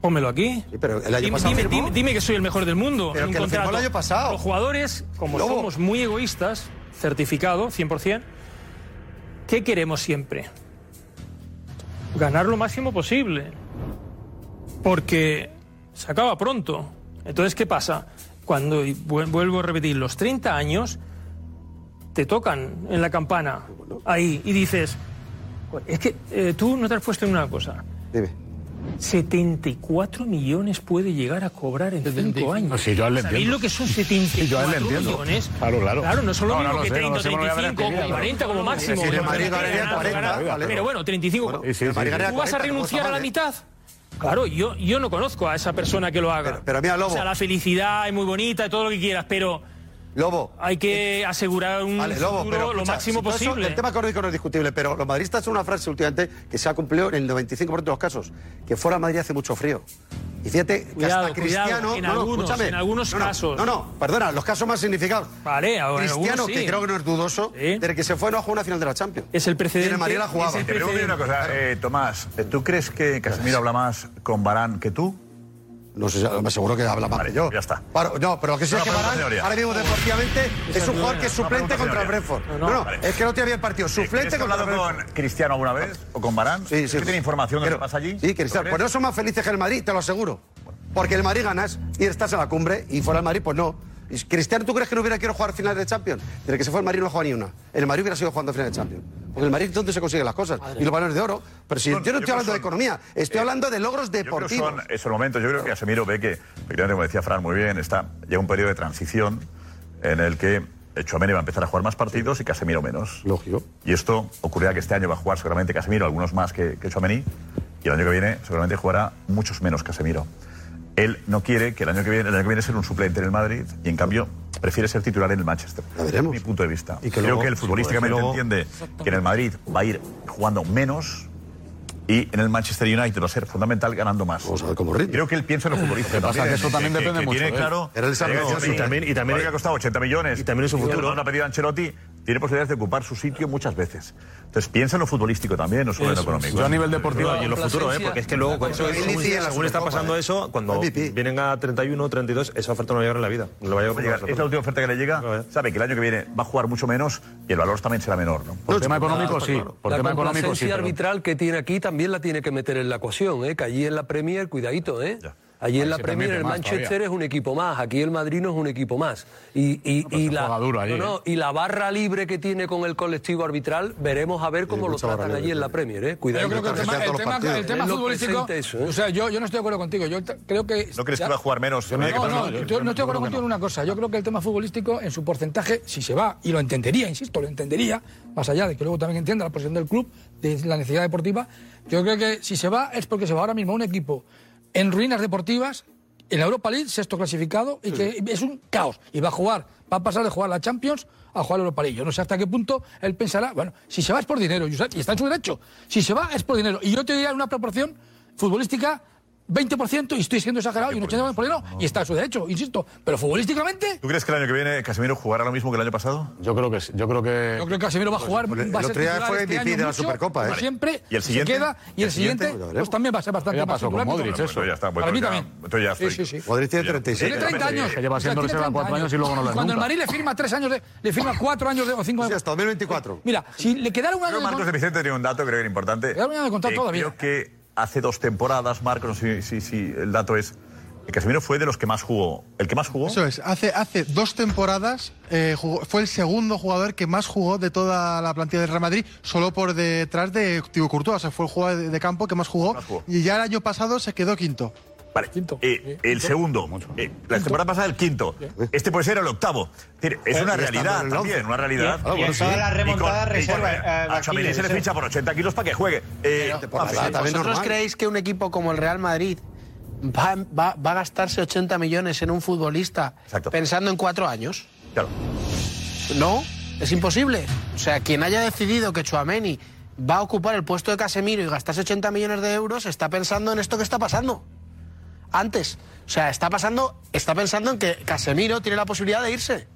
pónmelo aquí. pero el año dime, pasado dime, firmó. dime- dime que soy el mejor del mundo. Pero en un que lo firmó el contrato. año pasado. Los jugadores, como Lobo. somos muy egoístas, certificado, 100%, ¿qué queremos siempre? ganar lo máximo posible. Porque se acaba pronto. Entonces, ¿qué pasa? Cuando, y vu- vuelvo a repetir, los 30 años te tocan en la campana ahí y dices, "Jo, es que eh, tú no te has puesto en una cosa. Dime. 74 millones puede llegar a cobrar en 5 años. No, si yo a él le ¿Sabéis entiendo. lo que son Si yo a él 74 le entiendo. millones? Claro, claro. no es lo No, mismo no lo que sé, 30, no lo sé, no lo voy a ver 35, entendido. 40 como máximo. Si de Madrid ganaría 40, vale. Pero bueno, 35. Sí, sí, sí. ¿Tú vas a renunciar a la mitad? Claro, yo, yo no conozco a esa persona que lo haga. Pero, mira, Lobo. O sea, la felicidad es muy bonita y todo lo que quieras, pero. Lobo. eh, Hay que asegurar un Vale, Lobo, futuro pero lo escucha, máximo si todo eso- posible. el tema económico no es discutible, pero los madridistas son una frase últimamente que se ha cumplido en el 95% de los casos, que fuera de Madrid hace mucho frío. Y fíjate que Cuidado, hasta cuidado, Cristiano, en no, no, algunos- escúchame, en algunos no, no, casos. No, no, perdona, los casos más significados. Vale, ahora en Cristiano, algunos sí. que creo que no es dudoso, desde que se fue no ha jugado una final de la Champions. Es el Y en el Madrid la jugaba. Te pregunto una cosa, eh, Tomás. ¿Tú crees que Casemiro habla más con Barán que tú? No sé, me seguro que habla más que yo. Ya está. Paro- no, pero lo que sí No, es que pero Varane, por teoría. ahora mismo deportivamente, Esa es un es jugador buena. que es No, suplente pregunta contra el teoría. Brentford. No, No, no. no, Vale. es que no tiene bien partido. ¿Crees que Suplente ha contra el hablado Brentford. Ah. con Cristiano alguna vez? ¿O con Barán? Sí, sí. ¿Tiene información de lo que pasa allí? Sí, Cristiano. ¿Lo Por crees? eso pues son más felices que el Madrid, te lo aseguro. Porque el Madrid ganas y estás en la cumbre y fuera el Madrid, pues no. Y Cristiano, ¿tú crees que no hubiera querido jugar final de Champions? Desde que se fue el Madrid no juega ni una. El Madrid hubiera sido jugando final de Champions. Porque el Madrid es donde se consiguen las cosas. Y los balones de oro. Pero si Son- yo no estoy yo creo hablando de son- economía, estoy eh, hablando de logros Yo creo que deportivos. Son esos momentos. Yo creo que Casemiro ve que, efectivamente, como decía Fran muy bien, está, llega un periodo de transición en el que Chouameni va a empezar a jugar más partidos y Casemiro menos. Lógico. Y esto ocurrirá que este año va a jugar seguramente Casemiro, algunos más que, que Tchouaméni, y el año que viene seguramente jugará muchos menos Casemiro. Él no quiere que el año que viene, el año que viene ser un suplente en el Madrid y en cambio prefiere ser titular en el Manchester. veremos. mi punto de vista. Y que Creo luego- que él futbolísticamente luego- entiende que en el Madrid va a ir jugando menos y en el Manchester United va a ser fundamental ganando más. Creo que él piensa en los futbolistas. Lo que pasa es que eso también depende mucho de Tiene él. claro. Era el Sarrión, Llega sí. y también, y también Vale. le ha costado 80 millones. Y también es su futuro. ha pedido a Ancelotti. Tiene posibilidades de ocupar su sitio muchas veces. Entonces piensa en lo futbolístico también, no solo en lo Eso, económico. sí. Yo a nivel deportivo- ¿eh? Y en lo futuro, ¿eh? Porque es que luego, cuando- según- según está pasando ¿eh? ¿eh? eso, cuando vienen a 31, 32, esa oferta no va a llegar en la vida. No le va a Oye, llegar. es la última oferta que le llega, sabe que el año que viene va a jugar mucho menos y el valor también será menor. ¿no? Por tema económico, sí. Por la tema económico, sí. complacencia pero- arbitral que tiene aquí también la tiene que meter en la ecuación, ¿eh? que allí en la Premier, cuidadito, ¿eh? allí en Ahí la se te Premier mete el más Manchester todavía. es un equipo más, aquí el Madrid no es un equipo más. Y, y, pero y se la, juega duro allí, no, no, ¿eh? y la barra libre que tiene con el colectivo arbitral, veremos a ver cómo lo tratan allí en la Premier. ¿eh? Cuidado, Yo creo que el tema, el tema- el tema futbolístico. ¿eh? O sea, yo, yo no estoy de acuerdo contigo. Yo te- creo que. ¿No crees ya- que va a jugar menos? No, Oye, que ¿eh? no, perdón, yo que- no estoy de acuerdo contigo en una cosa. Yo creo que el tema futbolístico, en su porcentaje, si se va, y lo entendería, insisto, lo entendería, más allá de que luego también entienda la posición del club, de la necesidad deportiva, yo creo que si se va es porque se va ahora mismo a un equipo en ruinas deportivas, en la Europa League, sexto clasificado, y que es un caos. Y va a jugar, va a pasar de jugar la Champions a jugar la Europa League. Yo no sé hasta qué punto él pensará, bueno, si se va es por dinero, y está- y está en su derecho. Si se va es por dinero. Y yo te diría una proporción futbolística 20% y estoy siendo exagerado y un 80% por no, y está a su derecho, insisto. Pero futbolísticamente, ¿Tú crees que el año que viene Casemiro jugará lo mismo que el año pasado? Yo creo que Yo creo que. yo creo que Casemiro va a jugar. Pues, el va a ser otro día titular fue este MVP año de la mucho, Supercopa, como ¿eh? siempre, ¿Y el se siguiente? queda y el siguiente, pues también va a ser bastante Ya más pasó con titular que Modric, Modric. eso. Ya está, pues Para mí entonces también. ya- entonces ya estoy. Sí, sí, sí. Modric tiene 36. Tiene 30 años. Que lleva O sea, siendo tiene reserva 30 cuatro años y luego no lo es Cuando el nunca. Madrid le firma 3 años, de, le firma 4 años de, o 5 años. hasta 2024. Mira, si le quedara un año Creo que de Marcos de Vicente tiene un dato creo que era importante. Queda un año de contrato Eh, todavía. Creo que hace dos temporadas, Marcos, no sé si, si el dato es. que Casemiro fue de los que más jugó. ¿El que más jugó? Eso es, hace, hace dos temporadas eh, jugó- fue el segundo jugador que más jugó de toda la plantilla del Real Madrid, solo por detrás de Thibaut Courtois, o sea, fue el jugador de, de campo que más jugó, y ya el año pasado se quedó quinto. Vale. Eh, el segundo. Eh, la temporada pasada el quinto. Este puede ser el octavo. Es decir, Es Eh, una y está realidad por el también, once. una realidad. Y- Ah, y en bueno, todas sí. las remontadas Y con- y con- reserva, eh, A Tchouaméni Bakiri, se le reserva. ficha por 80 kilos para que juegue. Eh, vamos, eh, Ah, pues, ¿Vosotros creéis que un equipo como el Real Madrid va, va- va a gastarse 80 millones en un futbolista pensando en cuatro años? Claro. No, es imposible. O sea, quien haya decidido que Chuameni va a ocupar el puesto de Casemiro y gastarse 80 millones de euros está pensando en esto que está pasando. Antes. O sea, está pasando, está pensando en que Casemiro tiene la posibilidad de irse.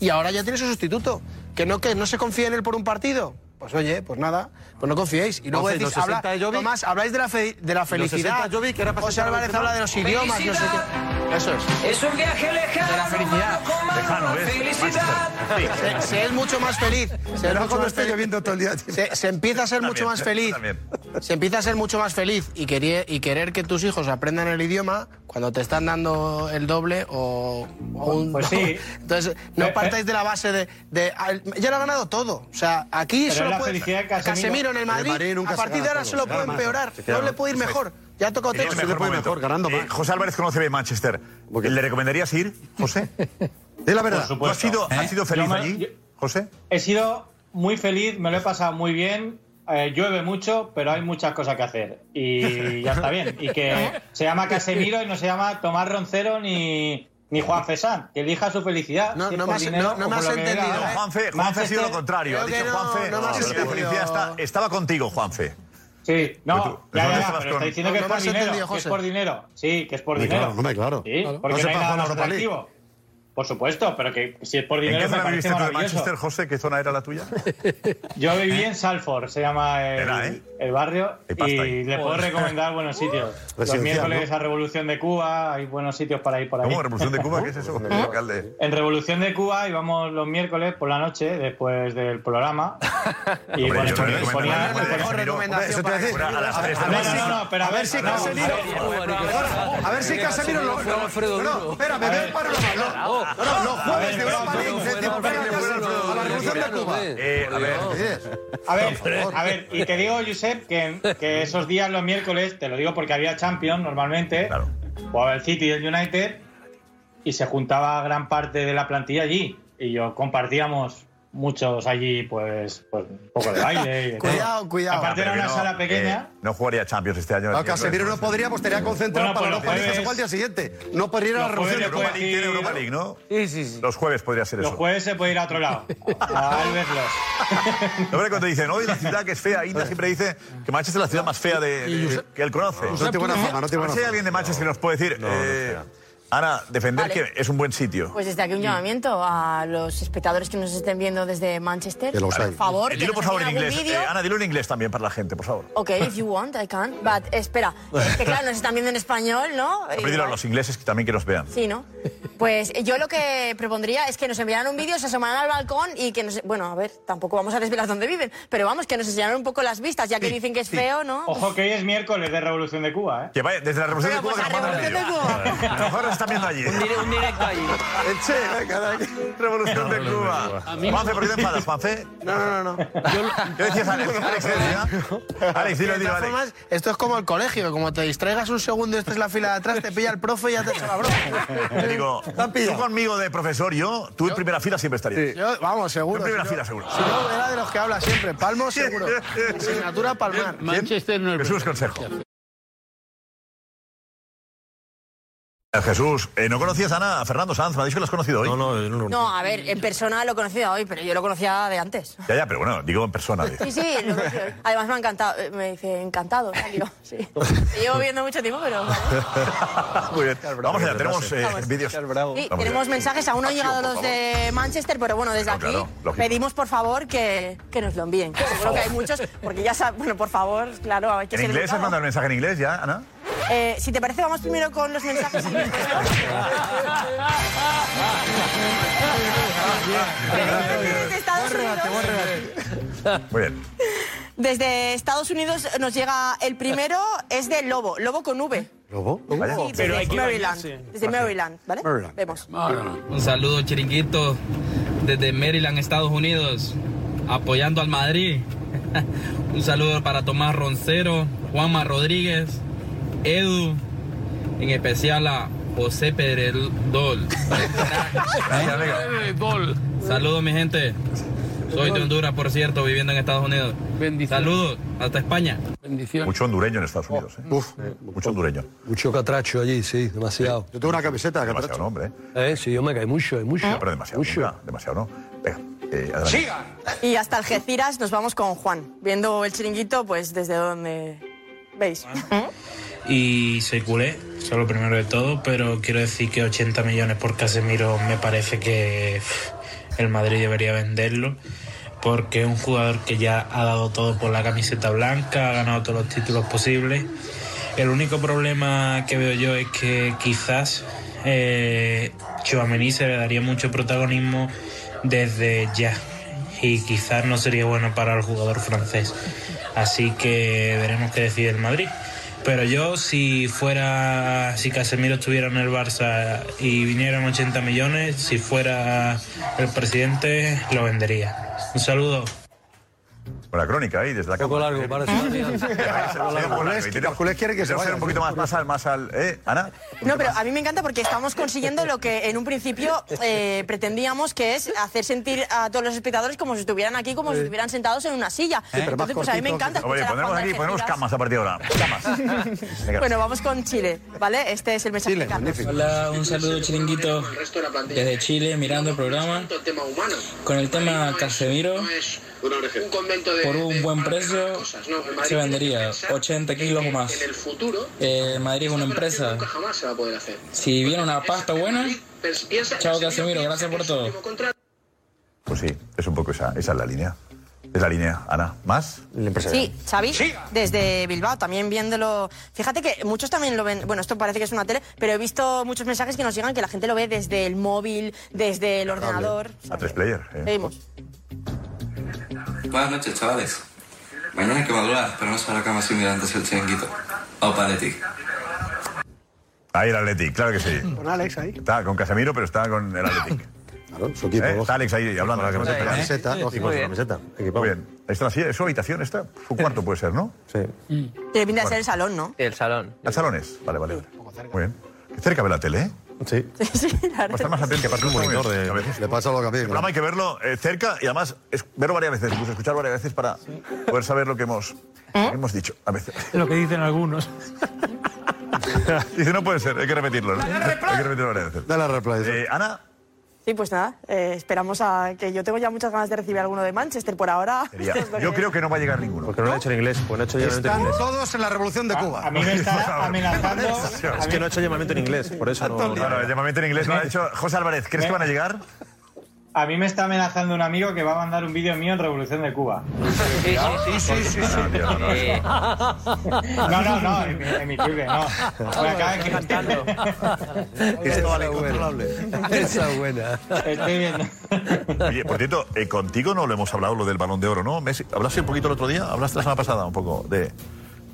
Y ahora ya tiene su sustituto. Que no, que no se confía en él por un partido. pues oye, pues nada, pues no confiéis. Y luego Entonces, decís, los 60 habla- de Jovic- Tomás, habláis de la, fe- de la Los 60 felicidad. de Jovic, que era para José sentar a los Álvarez demás. habla de los idiomas, no sé qué. Eso es. Es un viaje lejano. De la felicidad. Lejano, ¿ves? Felicidad. Se, se es mucho más feliz. Se es Pero mucho cuando más esté feliz. lloviendo todo el día. tío. Se, se empieza a ser mucho También, más feliz. también. Se empieza a ser mucho más feliz y, querie- y querer que tus hijos aprendan el idioma cuando te están dando el doble o, o un. Pues sí. Eh, Entonces, no partáis de la base de. de- al- ya lo ha ganado todo. O sea, aquí Pero es solo la puede. felicidad de Casemiro. en El el Madrid, Madrid nunca a se partir de gana todo, ahora solo se puede gana más. empeorar. Se queda No le más. puede ir Eso es. mejor. Ya tocó En el techo. mejor momento. Eh, José Álvarez conoce bien Manchester. ¿Le recomendarías ir, José? Es la verdad. Por supuesto. ¿Tú has sido, ¿Eh? has sido feliz Yo me- allí, yo- José? He sido muy feliz, me lo he pasado muy bien. eh, llueve mucho, pero hay muchas cosas que hacer. Y ya está bien. Y que se llama Casemiro y no se llama Tomás Roncero ni, ni Juan Fesán. Que elija su felicidad. No, si es no por me has- dinero no- no o me por has lo que entendido, venga. ¿eh? No, Juanfe, Juanfe ha sido lo Manchester- contrario. Ha Creo dicho que no, Juanfe. no me has la entendido. felicidad está- estaba contigo, Juanfe. Sí, no, Pero ya, tú ya, estabas pero con- está diciendo que es por dinero. Que es por dinero. Sí, que es por Hombre, dinero. claro, hombre, claro. Sí, Claro. porque No no, se hay paga nada la más Europa League. atractivo. Por supuesto, pero que si es por ¿En dinero qué me zona parece viviste tú de maravilloso. Manchester, ¿Eh? José? ¿Qué zona era la tuya? Yo viví en Salford, se llama el, el barrio, Hay y ¿eh? pasta ahí. le puedo Joder. recomendar buenos sitios. Los Residencial, miércoles ¿no? a Revolución de Cuba, hay buenos sitios para ir por ahí. ¿Eh? ¿Cómo? ¿Revolución de Cuba? ¿Qué es eso? Alcalde. En Revolución de Cuba íbamos los miércoles por la noche, después del programa. Y Hombre, bueno, yo no recomiendo ponían- nada, ponían- Casemiro. recomendación Hombre, eso te para voy a decir. Casemiro. A las tres de No, la no, mañana. no, no, pero a ver, no, A ver si Casemiro lo. no, No, espera, me veo para No, no, los jueves de Europa League se te a la revolución de Cuba. Eh, a ver. A ver, a ver, y te digo, Josep, que, que esos días, los miércoles, te lo digo porque había Champions normalmente, jugaba el City y el United, y se juntaba gran parte de la plantilla allí. Y yo compartíamos muchos allí, pues, pues un poco de baile. y de todo. Aparte era Pero una que no, sala pequeña. eh, no jugaría Champions este Ah, año. A Casemiro no podría, pues tenía concentrado para los jueves igual al día siguiente. No podría ir a la revolución de Cuba. Europa League tiene Europa League, ¿no? Sí, sí, sí. Los jueves podría ser Los eso. jueves se puede ir a otro lado. Ah, A verlos. No, hombre, cuando dicen, hoy la ciudad que es fea, Inda siempre dice que Manchester es la ciudad más fea de, de- que él conoce. No tiene buena fama, no tiene A ver buena si hay fama. alguien de Manchester que nos puede decir, eh, Ana, defender Vale. que es un buen sitio. Pues desde aquí un llamamiento a los espectadores que nos estén viendo desde Manchester. Que los por hay. favor, Eh, Dilo, que por nos favor, en envíen inglés. algún vídeo. Eh, Ana, dilo en inglés también para la gente, por favor. Ok, if you want, I can. But espera, es que claro, nos están viendo en español, ¿no? Hombre, dilo a los ingleses que también que nos vean. Sí, ¿no? Pues yo lo que propondría es que nos enviaran un vídeo, se asomaran al balcón y que nos... Bueno, a ver, tampoco vamos a desvelar dónde viven, pero vamos, que nos enseñaran un poco las vistas, ya que dicen que es feo, ¿no? Pues, Ojo que hoy es miércoles de Revolución de Cuba, ¿eh? Que vaya, desde la Revolución de pues, Cuba que nos mandan el vídeo. A lo mejor nos están viendo allí. Un directo allí. Che, eh, venga, Revolución de Cuba. Juanfe, ¿por qué te enfadas, Juanfe? No, no, no. no. ¿Qué decías, Alex? Alex, ¿eh? Alex, dilo, De dilo, todas Alex. formas, esto es como el colegio, como te distraigas un segundo y estés en la fila de atrás, te pilla el profe y ya te echa la broma. Te digo, tú conmigo de profesor, yo, tú en primera fila siempre estarías. Yo, vamos, seguro. en primera si yo- fila, seguro. Si no, era de los que habla siempre. Palmo, seguro. Asignatura, palmar. Manchester no Jesús, consejo. Jesús, eh, ¿no conocías a Ana? A Fernando Sanz, me ha dicho que lo has conocido hoy. No, no, No, a ver, en persona lo he conocido hoy, pero yo lo conocía de antes. Ya, ya, pero bueno, digo en persona. digo. Sí, sí, lo conocí hoy. Además me ha encantado, eh, me dice encantado, Dario, sí. Te llevo viendo mucho tiempo, pero... Muy bien. Vamos allá, tenemos eh, Vamos. vídeos. Sí, Vamos tenemos allá. mensajes, aún no han Pasión, llegado por favor. los de Manchester, pero bueno, desde aquí claro, lógico. pedimos por favor que, que nos lo envíen. que seguro que hay muchos, porque ya sabes, bueno, por favor, claro, hay que ¿En ser inglés has educado. mandado el mensaje en inglés ya, Ana? Eh, si te parece, vamos primero con los mensajes. en inglés, ¿no? Desde Estados Unidos- Muy bien. Desde Estados Unidos nos llega el primero, es de Lobo, Lobo con V. ¿Lobo? Uh, Sí, desde Maryland. Desde Maryland, ¿vale? Maryland. Vemos. Un saludo, chiringuito, desde Maryland, Estados Unidos, apoyando al Madrid. Un saludo para Tomás Roncero, Juanma Rodríguez, Edu, en especial a José Pedredol. Saludos, mi gente. Soy de Honduras, por cierto, viviendo en Estados Unidos. Saludos, hasta España. Mucho hondureño en Estados Unidos. ¿eh? mucho hondureño. Mucho catracho allí, sí, demasiado. Yo tengo una camiseta de Demasiado, ¿no, hombre? Eh, sí, yo me caí mucho, hay mucho. Pero demasiado, nunca, demasiado, ¿no? Venga, eh, adelante. Y hasta Algeciras nos vamos con Juan, viendo el chiringuito, pues desde donde veis. ¿Mm? y soy culé, eso es lo primero de todo, pero quiero decir que 80 millones por Casemiro me parece que pff, el Madrid debería venderlo porque un jugador que ya ha dado todo por la camiseta blanca, ha ganado todos los títulos posibles. El único problema que veo yo es que quizás eh, Tchouaméni se le daría mucho protagonismo desde ya y quizás no sería bueno para el jugador francés. Así que veremos qué decide el Madrid. Pero yo, si fuera, si Casemiro estuviera en el Barça y vinieran 80 millones, si fuera el presidente, lo vendería. Un saludo. Buena crónica ahí, desde la poco cámara. largo, para Culés quiere que se vayan un poquito más, más al... Más al ¿eh, Ana? No, pero a mí me encanta porque estamos consiguiendo lo que en un principio eh, pretendíamos, que es hacer sentir a todos los espectadores como si estuvieran aquí, como si estuvieran sentados en una silla. Eh, Entonces, pues a mí me encanta escuchar Oye, a pondremos Juan aquí, Ángel ponemos Vilas. camas a partir de ahora. Camas. Bueno, vamos con Chile, ¿vale? Este es el mensaje de Carlos. Hola, un saludo chiringuito desde Chile mirando el programa. Con el tema Casemiro, Un convento por un buen precio se vendería 80 kilos o más. Eh, Madrid es una empresa. jamás se va a poder hacer. Si viene una pasta buena, chao Casemiro, gracias por todo. Pues sí, es un poco esa, esa es la línea. Es la línea, Ana. ¿Más? Sí, Xavi, desde Bilbao, también viéndolo. Fíjate que muchos también lo ven. Bueno, esto parece que es una tele, pero he visto muchos mensajes que nos llegan que la gente lo ve desde el móvil, desde el ordenador. A tres player. eh. Seguimos. Buenas noches, chavales. Mañana hay que madrugar, pero vamos a la cama sin mirar antes el chiringuito. Opa, Leti. Ahí el Athletic, claro que sí. Con Alex ahí. Está con Casemiro, pero está con el Athletic. Claro, su equipo, Está Alex ahí hablando. Con la Sí, camiseta, sí, lógico, sí, con la muy bien. camiseta. Muy bien. Ahí está la silla, es su habitación, está. Su cuarto puede ser, ¿no? Sí. Tiene pinta de ser el salón, ¿no? El salón. ¿El salón es? Vale, vale. Muy bien. Qué cerca ve la tele, ¿eh? Sí. Sí, la verdad. Estar más atento para un monitor de, Le pasa lo que a mí. El programa hay que verlo eh, cerca y además es- verlo varias veces, incluso escuchar varias veces para poder saber lo que hemos, lo que hemos dicho. A veces. Lo que dicen algunos. Dice, no puede ser, hay que repetirlo. ¿no? Hay que repetirlo varias veces. Dale replay. ¿eh? Ana, Sí, pues nada, eh, esperamos a que yo tengo ya muchas ganas de recibir alguno de Manchester por ahora. sería- yo creo que no va a llegar ninguno. Porque no lo han hecho en inglés. Pues no ha hecho llamamiento en Están inglés. todos en la revolución de Cuba. Ah, a mí me está amenazando. Es que no ha hecho llamamiento en inglés, por eso no. Claro, el llamamiento en inglés no lo ha hecho. José Álvarez, ¿Eh? ¿crees que van a llegar? A mí me está amenazando un amigo que va a mandar un vídeo mío en Revolución de Cuba. Sí, sí, sí, sí. Ah, No, no, no, em- emitible, no. Me acaba de cantando. Esa es buena. Esa es buena. Estoy viendo. Oye, por cierto, eh, contigo no lo hemos hablado lo del balón de oro, ¿no? Messi, ¿Hablaste un poquito el otro día? ¿Hablaste la semana pasada un poco de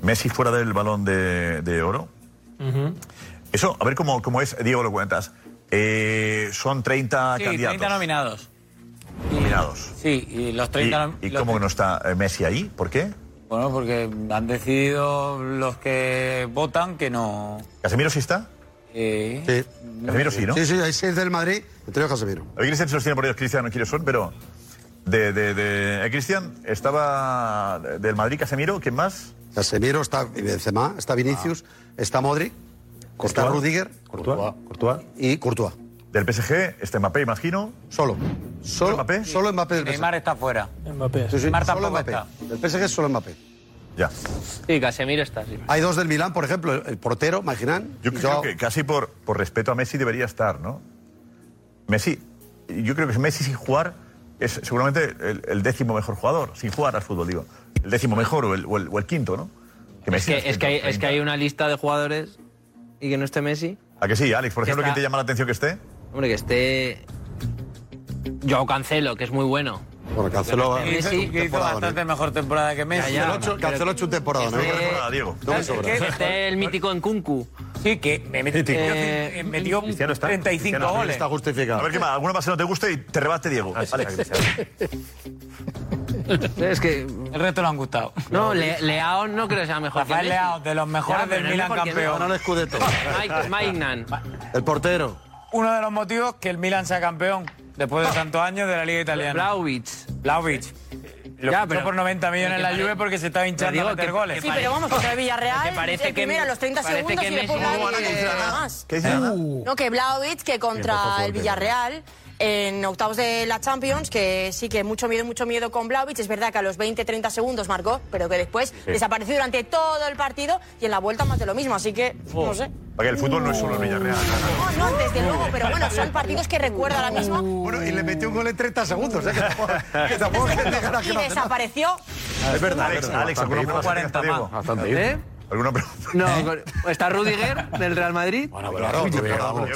Messi fuera del balón de, de oro? Eso, a ver cómo, cómo es, Diego, lo cuentas. Eh, son 30 Sí, candidatos 30 nominados. nominados. Sí, y los 30 nom- ¿Y, y cómo no está eh, Messi ahí? ¿Por qué? Bueno, porque han decidido los que votan que no. Eh, ¿Casemiro sí está? Sí. Casemiro sí, ¿no? Sí, sí, hay seis del Madrid, entre ellos Casemiro. A ver, Cristian se los tiene por ellos, Cristian, no quiere son, pero. De, de, de- eh, Cristian, estaba del Madrid Casemiro, ¿quién más? Casemiro, está Benzema, está Vinicius, está Modric, está Rudiger. Ah. Courtois. Y Courtois. Del PSG, este Mbappé, imagino. Solo. Solo Mbappé. Solo Mbappé del PSG. Neymar está fuera. Mbappé. Sí, sí, Neymar solo tampoco Mbappé. está. Del PSG es solo Mbappé. Ya. Sí, Casemiro está, sí. Hay dos del Milán, por ejemplo, el- el portero, Maginan. Yo creo que casi por, por respeto a Messi debería estar, ¿no? Messi, yo creo que Messi sin jugar es seguramente el, el décimo mejor jugador, sin jugar al fútbol, digo. El décimo mejor o el, o el- o el quinto, ¿no? Es Messi que, es, que hay, es que hay una lista de jugadores y que no esté Messi. ¿A que sí, Alex? Por Que ejemplo, está- ¿quién te llama la atención que esté? Hombre, que esté. Yo cancelo, que es muy bueno. Bueno, Cancelo Que hizo- que hizo bastante mejor temporada que Messi. Ya, ya. Cancelo ocho- Cancelo ocho temporadas, ¿no? Este- Diego. No me sobra. Que esté Este el mítico en Kunku. Sí, que me metió, Mítico. eh, metió 35 goles. justificado. A ver qué más, alguna más que no te guste y te rebate Diego. Alex. Es que... El resto lo han gustado. No, Le- Leao no creo que sea mejor Rafael que Messi. Leao, de los mejores Ya, pero del no es Milan mejor que campeón. Messi. Mike, Mike Nan. El portero. Uno de los motivos que el Milan sea campeón después de tantos años de la Liga Italiana. Blaovic. Blaovic. Lo Ya, fichó pero- por 90 millones en la pero que Juve porque se estaba hinchando digo a meter que- goles. Sí, pero vamos, contra el Villarreal, Que parece el que- primero a los 30 parece segundos que y Messi- después ¿Cómo van a nadie contra nada? más. ¿Qué dice Eh, Ana? No, que Blaovic, que Bien, por contra favor, el que- Villarreal en octavos de la Champions, que sí que mucho miedo, mucho miedo con Blaovic. Es verdad que a los 20-30 segundos marcó, pero que después Sí. Oh. desapareció durante todo el partido y en la vuelta más de lo mismo. Así que, no sé. Porque el fútbol no es solo el Villarreal. No, no, desde luego, pero bueno, son partidos que recuerdo ahora mismo. Bueno, y le metió un gol en 30 segundos, ¿eh? Que tampoco, que tampoco es que dijera que Y no hace nada. desapareció. Es verdad, Alex, Alex, Bastante ¿alguna hipo. pregunta que está, Diego? ¿Eh? ¿Alguna pregunta? No, con- está Rudiger del Real Madrid. Bueno, pero ahora Rudiger, bravo.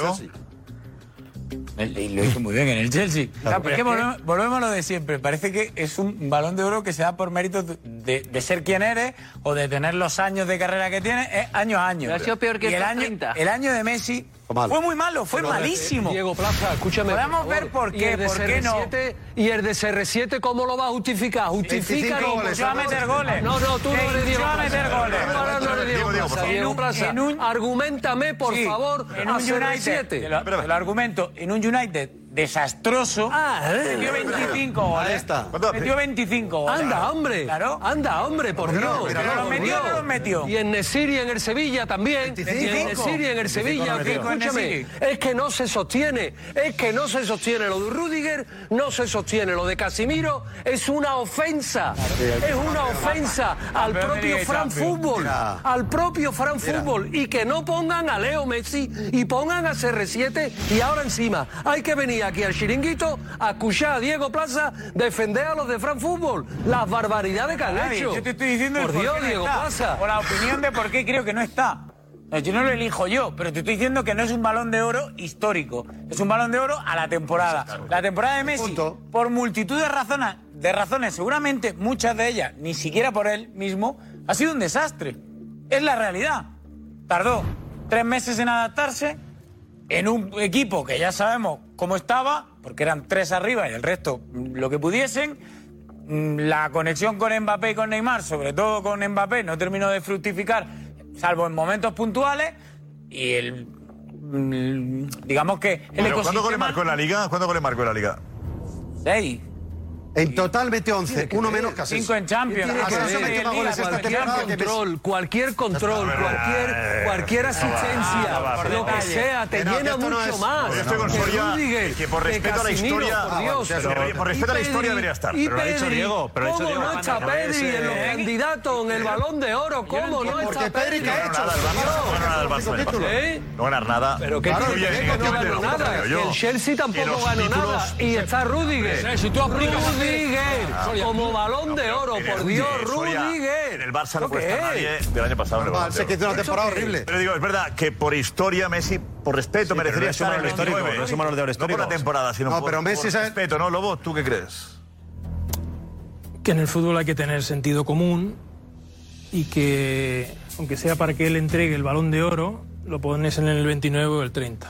Y lo hizo muy bien en el Chelsea. Claro, pero es que es que- volvemos, volvemos a lo de siempre. Parece que es un balón de oro que se da por mérito de, de ser quien eres o de tener los años de carrera que tienes, eh, año a año. Pero ha sido peor que Y el estos año, 30. El año de Messi Fue malo. fue muy malo, fue Pero, eh, malísimo. Diego Plaza, escúchame. Podemos favor. ver por ¿Y qué, el de por qué no. CR7? ¿Y el de CR7 cómo lo va a justificar? Justifica. 25 goles, va a meter goles. No, no, tú no Que eres Diego va a Plaza. meter goles. No, no, no eres Diego Diego, Diego, Plaza. por Diego favor. Plaza, En un- argumentame, por Sí, favor, en un a United, te CR7. lo, te lo argumento, en un United desastroso, Ah, Ah, eh. eh. metió 25 goles. Metió 25 goles. Anda, hombre. Claro. Anda, hombre, por Pero no, Dios. pero no, Por ¿metió o no Dios. los metió? Y en Nesiri en el Sevilla también. 25. Y en Nesiri en 25 el Sevilla. no que metió. escúchame, es que no se sostiene. Es que no se sostiene. Lo de Rudiger no se sostiene. Lo de Casimiro es una ofensa. Es una ofensa Campeón al de propio Liga y Fran Champions. Fútbol. Mira. Al propio Fran Fútbol. Y que no pongan a Leo Messi y pongan a CR7. Y ahora encima hay que venir aquí al chiringuito a escuchar a Diego Plaza defender a los de Fran Fútbol. Las barbaridades que han Nadie, hecho. Yo te estoy diciendo el Por por Dios, qué no Diego está, Plaza. O la opinión de por qué creo que no está. No, yo no lo elijo yo, pero te estoy diciendo que no es un balón de oro histórico. Es un balón de oro a la temporada. La temporada de Messi, por multitud de razones, de razones, seguramente muchas de ellas, ni siquiera por él mismo, ha sido un desastre. Es la realidad. Tardó tres meses en adaptarse en un equipo que ya sabemos cómo estaba, porque eran tres arriba y el resto mm, lo que pudiesen. Mm, La conexión con Mbappé y con Neymar, sobre todo con Mbappé, no terminó de fructificar, salvo en momentos puntuales. Y el. mm, Digamos que el Pero, ¿Cuándo goles ecosistema. marcó en la liga? ¿Cuándo goles marcó en la liga? Seis. En total metió 11, uno menos que Asensio. Cinco en Champions. Ah, Tiene que Asensio ver. metió más Liga, goles esta cualquier temporada que Messi. control, cualquier control, cualquier, cualquier asistencia, lo que sea, te Que no, que llena esto no mucho es- más. Yo estoy con Que Soria, Rüdiger, que por que respeto a la Casimiro, historia- por Ah, Dios. bueno, pero- por respeto a la Y historia Pedri, debería estar. y Pero lo ha dicho Pedri, Diego, pero lo ha dicho ¿Cómo Diego, no está Juanma, que Pedri parece- en los candidatos en el Balón de Oro? ¿Cómo no está Pedri? No ganar nada el Barça, no ganar nada el Barça en el Barça. ¿Eh? No ganar nada. Pero que Claro, tiene que bien, ver que no ganó evidentemente, nada. lo que creo El yo. Chelsea Que tampoco los ganó títulos- nada. Y está Rudiger. Hombre, si tú aplicas- Rudiger. Ah. Como balón de oro, Mire, por Dios, Soria, Rudiger. En el Barça ¿Esto no puede qué es? estar nadie del año pasado. en el Normal, Balón se de Oro. que hizo una ¿Eso temporada qué es? horrible. Pero digo, es verdad que por historia Messi, por respeto, Sí, pero merecería no es un estar en valor el histórico, 29. no es un valor de oro No por la histórico. temporada, sino No, por, pero Messi por sabe- respeto, ¿no, Lobo? ¿Tú qué crees? que en el fútbol hay que tener sentido común y que, aunque sea para que él entregue el balón de oro, lo pones en el 29 o el 30.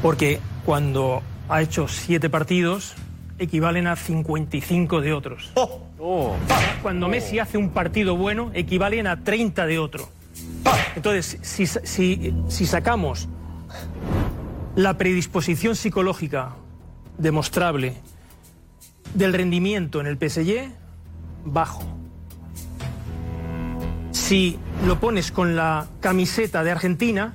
Porque cuando ha hecho 7 partidos, equivalen a 55 de otros. Cuando Messi hace un partido bueno, equivalen a 30 de otro. Entonces, si, si- si sacamos la predisposición psicológica demostrable del rendimiento en el PSG, bajo. Si lo pones con la camiseta de Argentina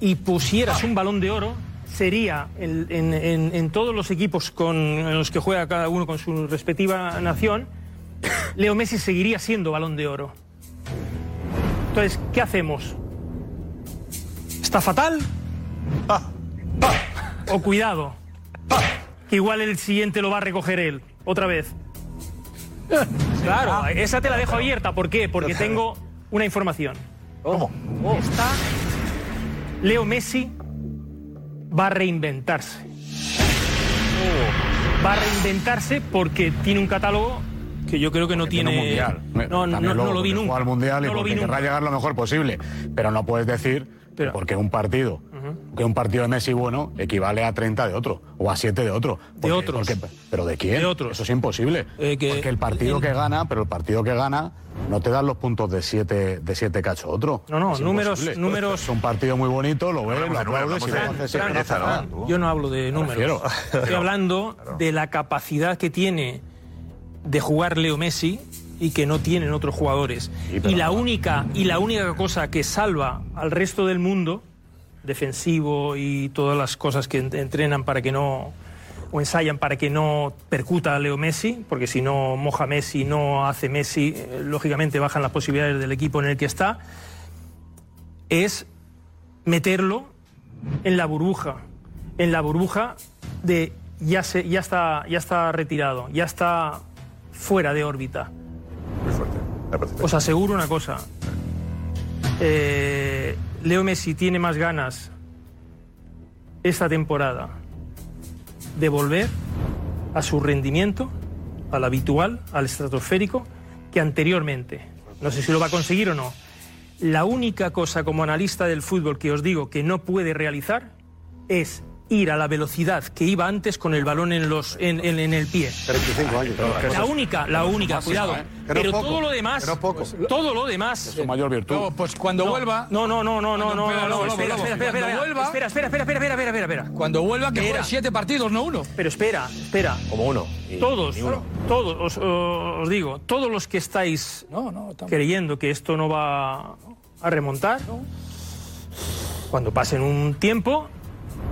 y pusieras un balón de oro, sería el- en, en- en todos los equipos con en los que juega cada uno con su respectiva nación, Leo Messi seguiría siendo balón de oro. Entonces, ¿qué hacemos? ¿Está fatal? O cuidado, que igual el siguiente lo va a recoger él, otra vez. Claro, esa te la dejo abierta. ¿Por qué? Porque tengo una información. ¿Cómo? Está. Leo Messi va a reinventarse. Oh. Va a reinventarse porque tiene un catálogo que yo creo que no un tiene. mundial. No, no, También no luego, lo vi porque nunca. juega al mundial y No lo porque vi querrá nunca. llegar lo mejor posible. Pero no puedes decir que porque un partido, que un partido de Messi bueno equivale a 30 de otro o a 7 de otro. de otros. pero ¿de quién? De otros. Eso es imposible. Eh, porque el partido que gana, pero el partido que gana no te dan los puntos de 7 de siete cacho otro. No, no, Es números- imposible. números- Es un partido muy bonito, lo ves, lo aplaudes y luego haces Fran, el brazo. Fran, Yo no hablo de números. refiero. Estoy hablando de la capacidad que tiene de jugar Leo Messi y que no tienen otros jugadores. y la única y la única cosa que salva al resto del mundo defensivo y todas las cosas que en- entrenan para que no o ensayan para que no percuta a Leo Messi, porque si no moja Messi, no hace Messi, eh, lógicamente bajan las posibilidades del equipo en el que está es meterlo en la burbuja, en la burbuja de ya, se, ya, está, ya está retirado, ya está fuera de órbita. Os aseguro una cosa. Eh, Leo Messi tiene más ganas esta temporada de volver a su rendimiento, al habitual, al estratosférico, que anteriormente. No sé si lo va a conseguir o no. La única cosa como analista del fútbol que os digo que no puede realizar es ir a la velocidad que iba antes con el balón en los en, en- en el pie. 35 años. La única, la única, cuidado. ¿eh? Pero todo lo demás, poco. todo lo demás. Es su mayor virtud. No, pues cuando No, vuelva. No, no, no, no, no, no, Lobo, no, Lobo, espera, Lobo. espera, espera, Cuando espera, vuelva- espera, espera, espera, espera, espera, espera, espera. Cuando vuelva, que Espera. juegue siete partidos, no uno. Pero espera, espera. Como uno. Todos, todos, os, os digo, todos los que estáis creyendo que esto no va a remontar, cuando pasen un tiempo,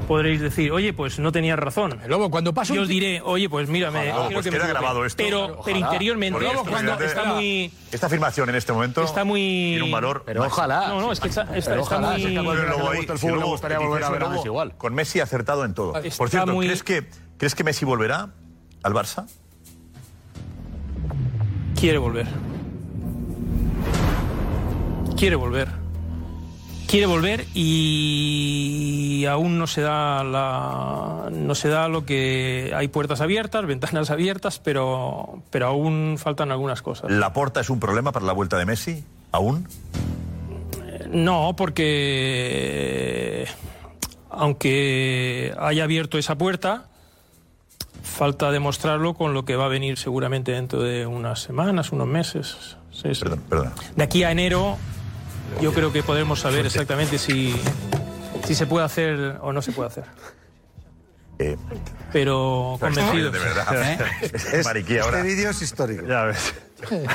podréis decir, oye, pues no tenías razón. Lobo, cuando pase Yo un os ti- diré, oye, pues mírame. Ojalá, creo pues que me queda equivoqué". grabado esto. Pero, Ojalá. Pues pero interiormente, Porque esto está- está muy. Esta afirmación en este momento Está muy. tiene un valor. Pero ojalá. No, no, es que está- está- Pero está ojalá, muy- si está Pero volviendo luego ahí, ahí- si le luego gustaría hiciese volver a ver a luego Messi igual. Con Messi acertado en todo. Está Por cierto, muy- ¿crees, que, ¿crees que Messi volverá al Barça? Quiere volver. Quiere volver. Quiere volver y aún no se da la no se da lo que hay puertas abiertas, ventanas abiertas, pero pero aún faltan algunas cosas. ¿La porta es un problema para la vuelta de Messi? ¿Aún? No, porque eh, aunque haya abierto esa puerta, falta demostrarlo con lo que va a venir seguramente dentro de unas semanas, unos meses. Sí, sí. De aquí a enero, yo creo que podremos saber exactamente si, si se puede hacer o no se puede hacer. Pero convencido. Eh, Pues, De verdad. Es- Mariquí ahora. Este vídeo es histórico. Ya ves.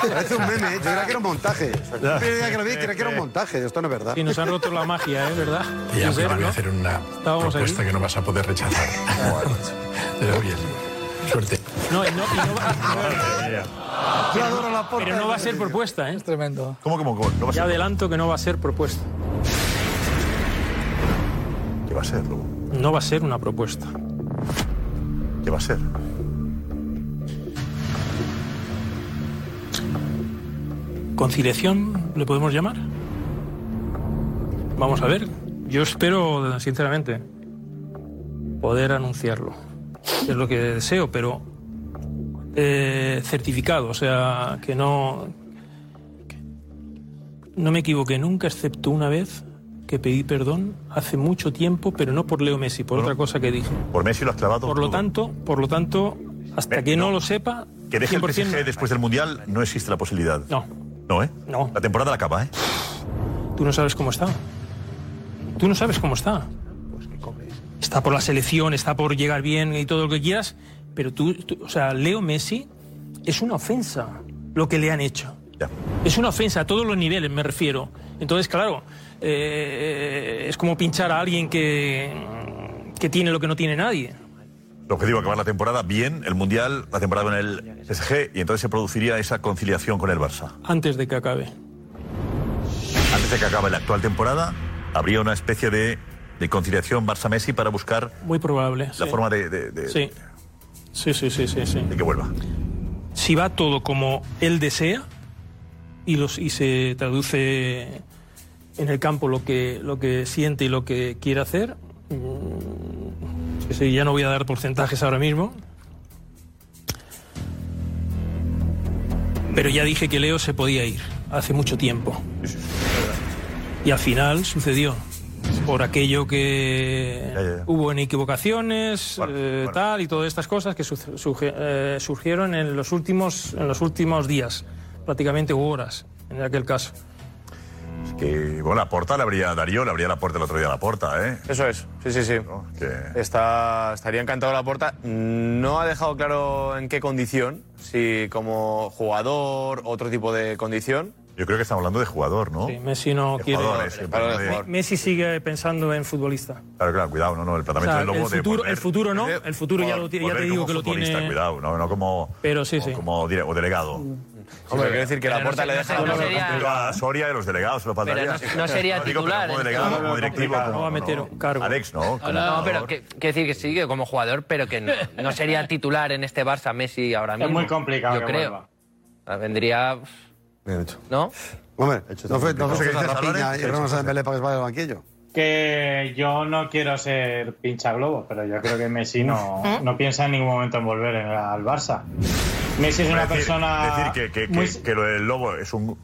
Parece un meme, ¿eh? yo creía que era un montaje. Yo Ya. creía que lo vi, creía que era un montaje. Esto no es verdad. Y nos han roto la magia, ¿eh? ¿Verdad? Y Josep, ahora voy ¿no? a hacer una Estábamos propuesta aquí. que no vas a poder rechazar. Pero bien. Suerte. No, y no, y no va- Yo adoro la porta Pero no de va a ser propuesta, ¿eh? Es tremendo. ¿Cómo, cómo, cómo? No va a ya ser- adelanto que no va a ser propuesta. ¿Qué va a ser, Lobo? No va a ser una propuesta. ¿Qué va a ser? ¿Conciliación le podemos llamar? Vamos a ver. Yo espero, sinceramente, poder anunciarlo. Es lo que deseo, pero eh, certificado, o sea, que no. No me equivoqué nunca, excepto una vez que pedí perdón hace mucho tiempo, pero no por Leo Messi, por otra cosa que dije. Por Messi lo has clavado. Por lo tanto, por lo tanto, hasta que no, lo sepa, Que deje el 100%, PSG después del Mundial no existe la posibilidad. No. No, ¿eh? No. La temporada la acaba, ¿eh? Tú no sabes cómo está. Tú no sabes cómo está. Está por la selección, está por llegar bien y todo lo que quieras, pero tú, tú- o sea, Leo Messi es una ofensa lo que le han hecho. Es una ofensa a todos los niveles, me refiero. Entonces, claro, eh, es como pinchar a alguien que, que tiene lo que no tiene nadie. El objetivo es acabar la temporada bien, el Mundial, la temporada con el PSG, y entonces se produciría esa conciliación con el Barça. Antes de que acabe. Antes de que acabe la actual temporada, habría una especie de, de conciliación Barça-Messi para buscar Muy probable. la sí. forma de, de- de- Sí. Sí, sí, sí, sí, sí. de que vuelva. si va todo como él desea y, los, y se traduce en el campo lo que, lo que siente y lo que quiere hacer, mm, que sí, ya no voy a dar porcentajes ahora mismo, pero ya dije que Leo se podía ir hace mucho tiempo. Y al final sucedió. Por aquello que hubo en equivocaciones, eh, tal, y todas estas cosas que su- suge- eh, surgieron en los, últimos, en los últimos días, prácticamente u horas, en aquel caso. Es Que, bueno, la porta la habría Darío, la habría la puerta el otro día la porta, ¿eh? Eso es, sí, sí, sí. Está, estaría encantado la porta. No ha dejado claro en qué condición, si como jugador, otro tipo de condición. Yo creo que estamos hablando de jugador, ¿no? Sí, Messi no El quiere. jugador es el Me- jugador. Messi sigue pensando en futbolista. Claro, claro, cuidado, no, no, el O tratamiento sea, del lobo el, de futuro, el futuro no, el futuro ya, lo, ti- ya volver te digo como que lo futbolista, tiene. Cuidado, no, no como, Pero sí, como- sí. como dire- o delegado. Hombre, quiero decir que Pero la puerta no le sé- deja no sé, no sería- Pero a Soria de los delegados, solo faltaría. Pero no- no sería digo, pero titular, Como ¿eh? delegado, No, como no, directivo. complicado. como- No va a meter no. Alex, no. No, no, pero que- quiero decir que sigue como jugador, pero que no, no sería titular en este Barça Messi ahora mismo. muy complicado Yo que creo. Ah, Vendría. Bien hecho. ¿No? Hombre, no fue, no complicado. fue No sé qué cosa dices, Rafinha Álvarez. y Ramos a Dembélé para que se vaya al banquillo. Que yo no quiero ser pincha globo, pero yo creo que Messi no, no piensa en ningún momento en volver en- al Barça. Messi es una Decir- persona. Decir que, que, que- muy- que lo del lobo es un,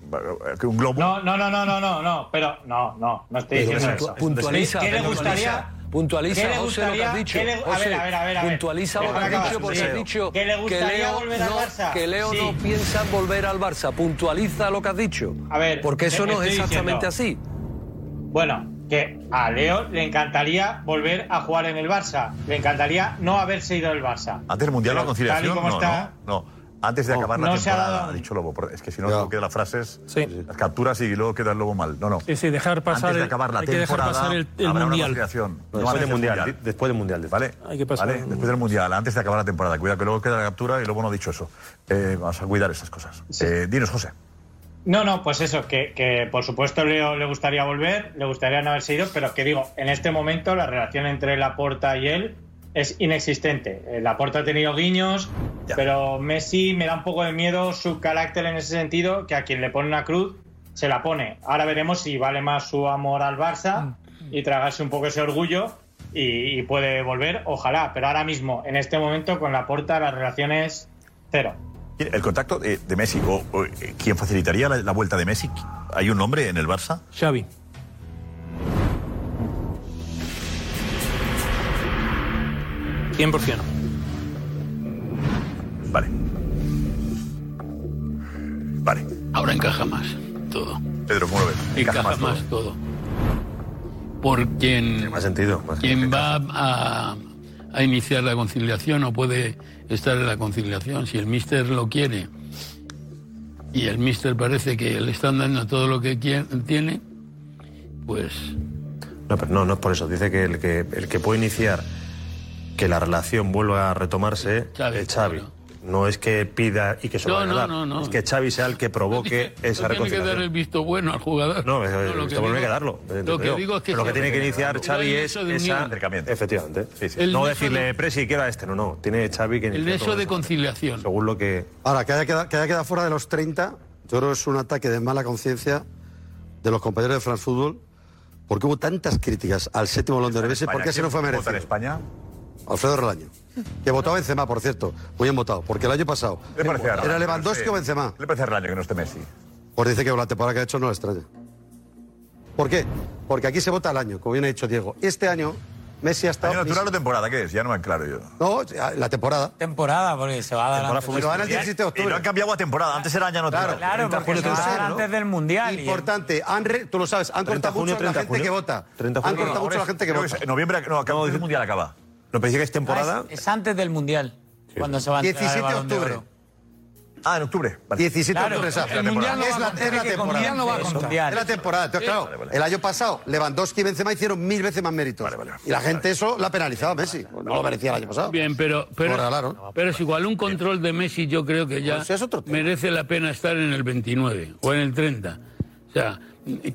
que un globo. No, no, no, no, no, no, no, pero no, no, no estoy Pero diciendo puntu- eso. puntualiza, ¿Qué le puntualiza, gustaría? puntualiza, ¿Qué le José, lo que has gustaría- dicho. qué le- a José, ver, a ver, a ver, a ver. puntualiza lo que Déjame has acabar, dicho, porque Leo. has dicho ¿Que le gustaría Leo volver al no- Barça? que Leo Sí. no piensa en volver al Barça. Puntualiza lo que has dicho. A ver, Porque eso te- no es estoy exactamente diciendo. Bueno, que a Leo le encantaría volver a jugar en el Barça. Le encantaría no haberse ido del Barça. Antes del Mundial la Pero conciliación. Tal y como no, está, no, no. Antes de acabar la no se ha temporada, dado- ha dicho Lobo. porque Es que si no, luego quedan las frases, las capturas y luego queda el Lobo mal. No, no. Sí, sí, dejar pasar Antes de el- acabar la hay que dejar temporada, pasar el- el habrá Mundial. una conciliación. No, después antes del Mundial, di- Después del Mundial. Vale. Hay que pasar ¿Vale? el- Después del Mundial, antes de acabar la temporada. Cuidado que luego queda la captura y Lobo no ha dicho eso. Eh, vamos a cuidar esas cosas. Eh, dinos, José. No, no, pues eso, que, que por supuesto Leo le gustaría volver, le gustaría no haberse ido, pero que digo, en este momento la relación entre Laporta y él es inexistente. Eh, Laporta ha tenido guiños, pero Messi me da un poco de miedo su carácter en ese sentido, que a quien le pone una cruz se la pone. Ahora veremos si vale más su amor al Barça y tragarse un poco ese orgullo y, y puede volver, ojalá, pero ahora mismo, en este momento, con Laporta la relación es cero. El contacto de, de Messi, o, o, eh, ¿quién facilitaría la, la vuelta de Messi? ¿Hay un nombre en el Barça? Xavi. ¿100%? Vale. Vale. Ahora encaja más todo. Pedro, mueve. Encaja, más todo. Por quien, Más sentido. más- quien va a, a iniciar la conciliación o puede estar en la conciliación, si el mister lo quiere y el mister parece que le están dando todo lo que quie- tiene, pues No, pero no, no es por eso. Dice que el que, el que puede iniciar que la relación vuelva a retomarse es Xavi. No es que pida y que se lo No, vaya a no, dar. no, no. Es que Xavi sea el que provoque esa no tiene que dar reconciliación. el visto bueno al jugador. No, es- lo esto que vuelve digo- a darlo. eh, lo te que digo es que Pero lo que sí, tiene que que iniciar no Xavi hay es nexo de esa... unión. Acercamiento. Efectivamente. Sí, sí. El No nexo decirle, de- Presi, quiero a este. No, no. Tiene Xavi que El iniciar nexo todo de eso. conciliación. Según lo que... Ahora, que haya quedado, que haya quedado fuera de los 30, yo creo que es un ataque de mala conciencia de los compañeros de France Football, porque hubo tantas críticas al séptimo balón de Orbese, España, ¿por qué se no fue ¿quién vota merecido? en España? Alfredo Relaño, que votó a Benzema, por cierto, muy bien votado, porque el año pasado ¿Qué le parece a Arana? era Lewandowski o Benzema. ¿Qué le parece a Arana que no esté Messi? Ah. Pues dice que la temporada que ha hecho no la extraña. ¿Por qué? Porque aquí se vota al año, como bien ha dicho Diego. Este año Messi ha estado... ¿Año natural o temporada qué es? Ya no me claro yo. No, la temporada. Temporada, porque se va a dar. antes. Pero ahora el 17 de octubre. Y no han cambiado a temporada. Antes era año natural. Claro, claro, porque se va a dar antes del Mundial. Importante, han re- tú lo sabes, han 30 cortado junio, mucho a la 30 gente junio. que vota. 30 Han junio. cortado mucho a la gente que Creo vota. Ah, es en noviembre, no, acaba el mundial acaba. Lo pensé que es temporada. Es, es antes del Mundial, cuando se va a entregar el 17 de Balón de octubre. Oro. Ah, en octubre. vale. 17 de octubre, ¿sabes? La temporada. es la, es la temporada. Eso. Es la temporada. Entonces, claro, el año pasado, Lewandowski y Benzema hicieron mil veces más méritos. Y la gente eso la ha penalizado a Messi. Pues no lo merecía el año pasado. Bien, pero, Lo pero, regalaron. pero es igual. Un control de Messi yo creo que ya Pues es otro merece la pena estar en el 29 o en el 30. O sea,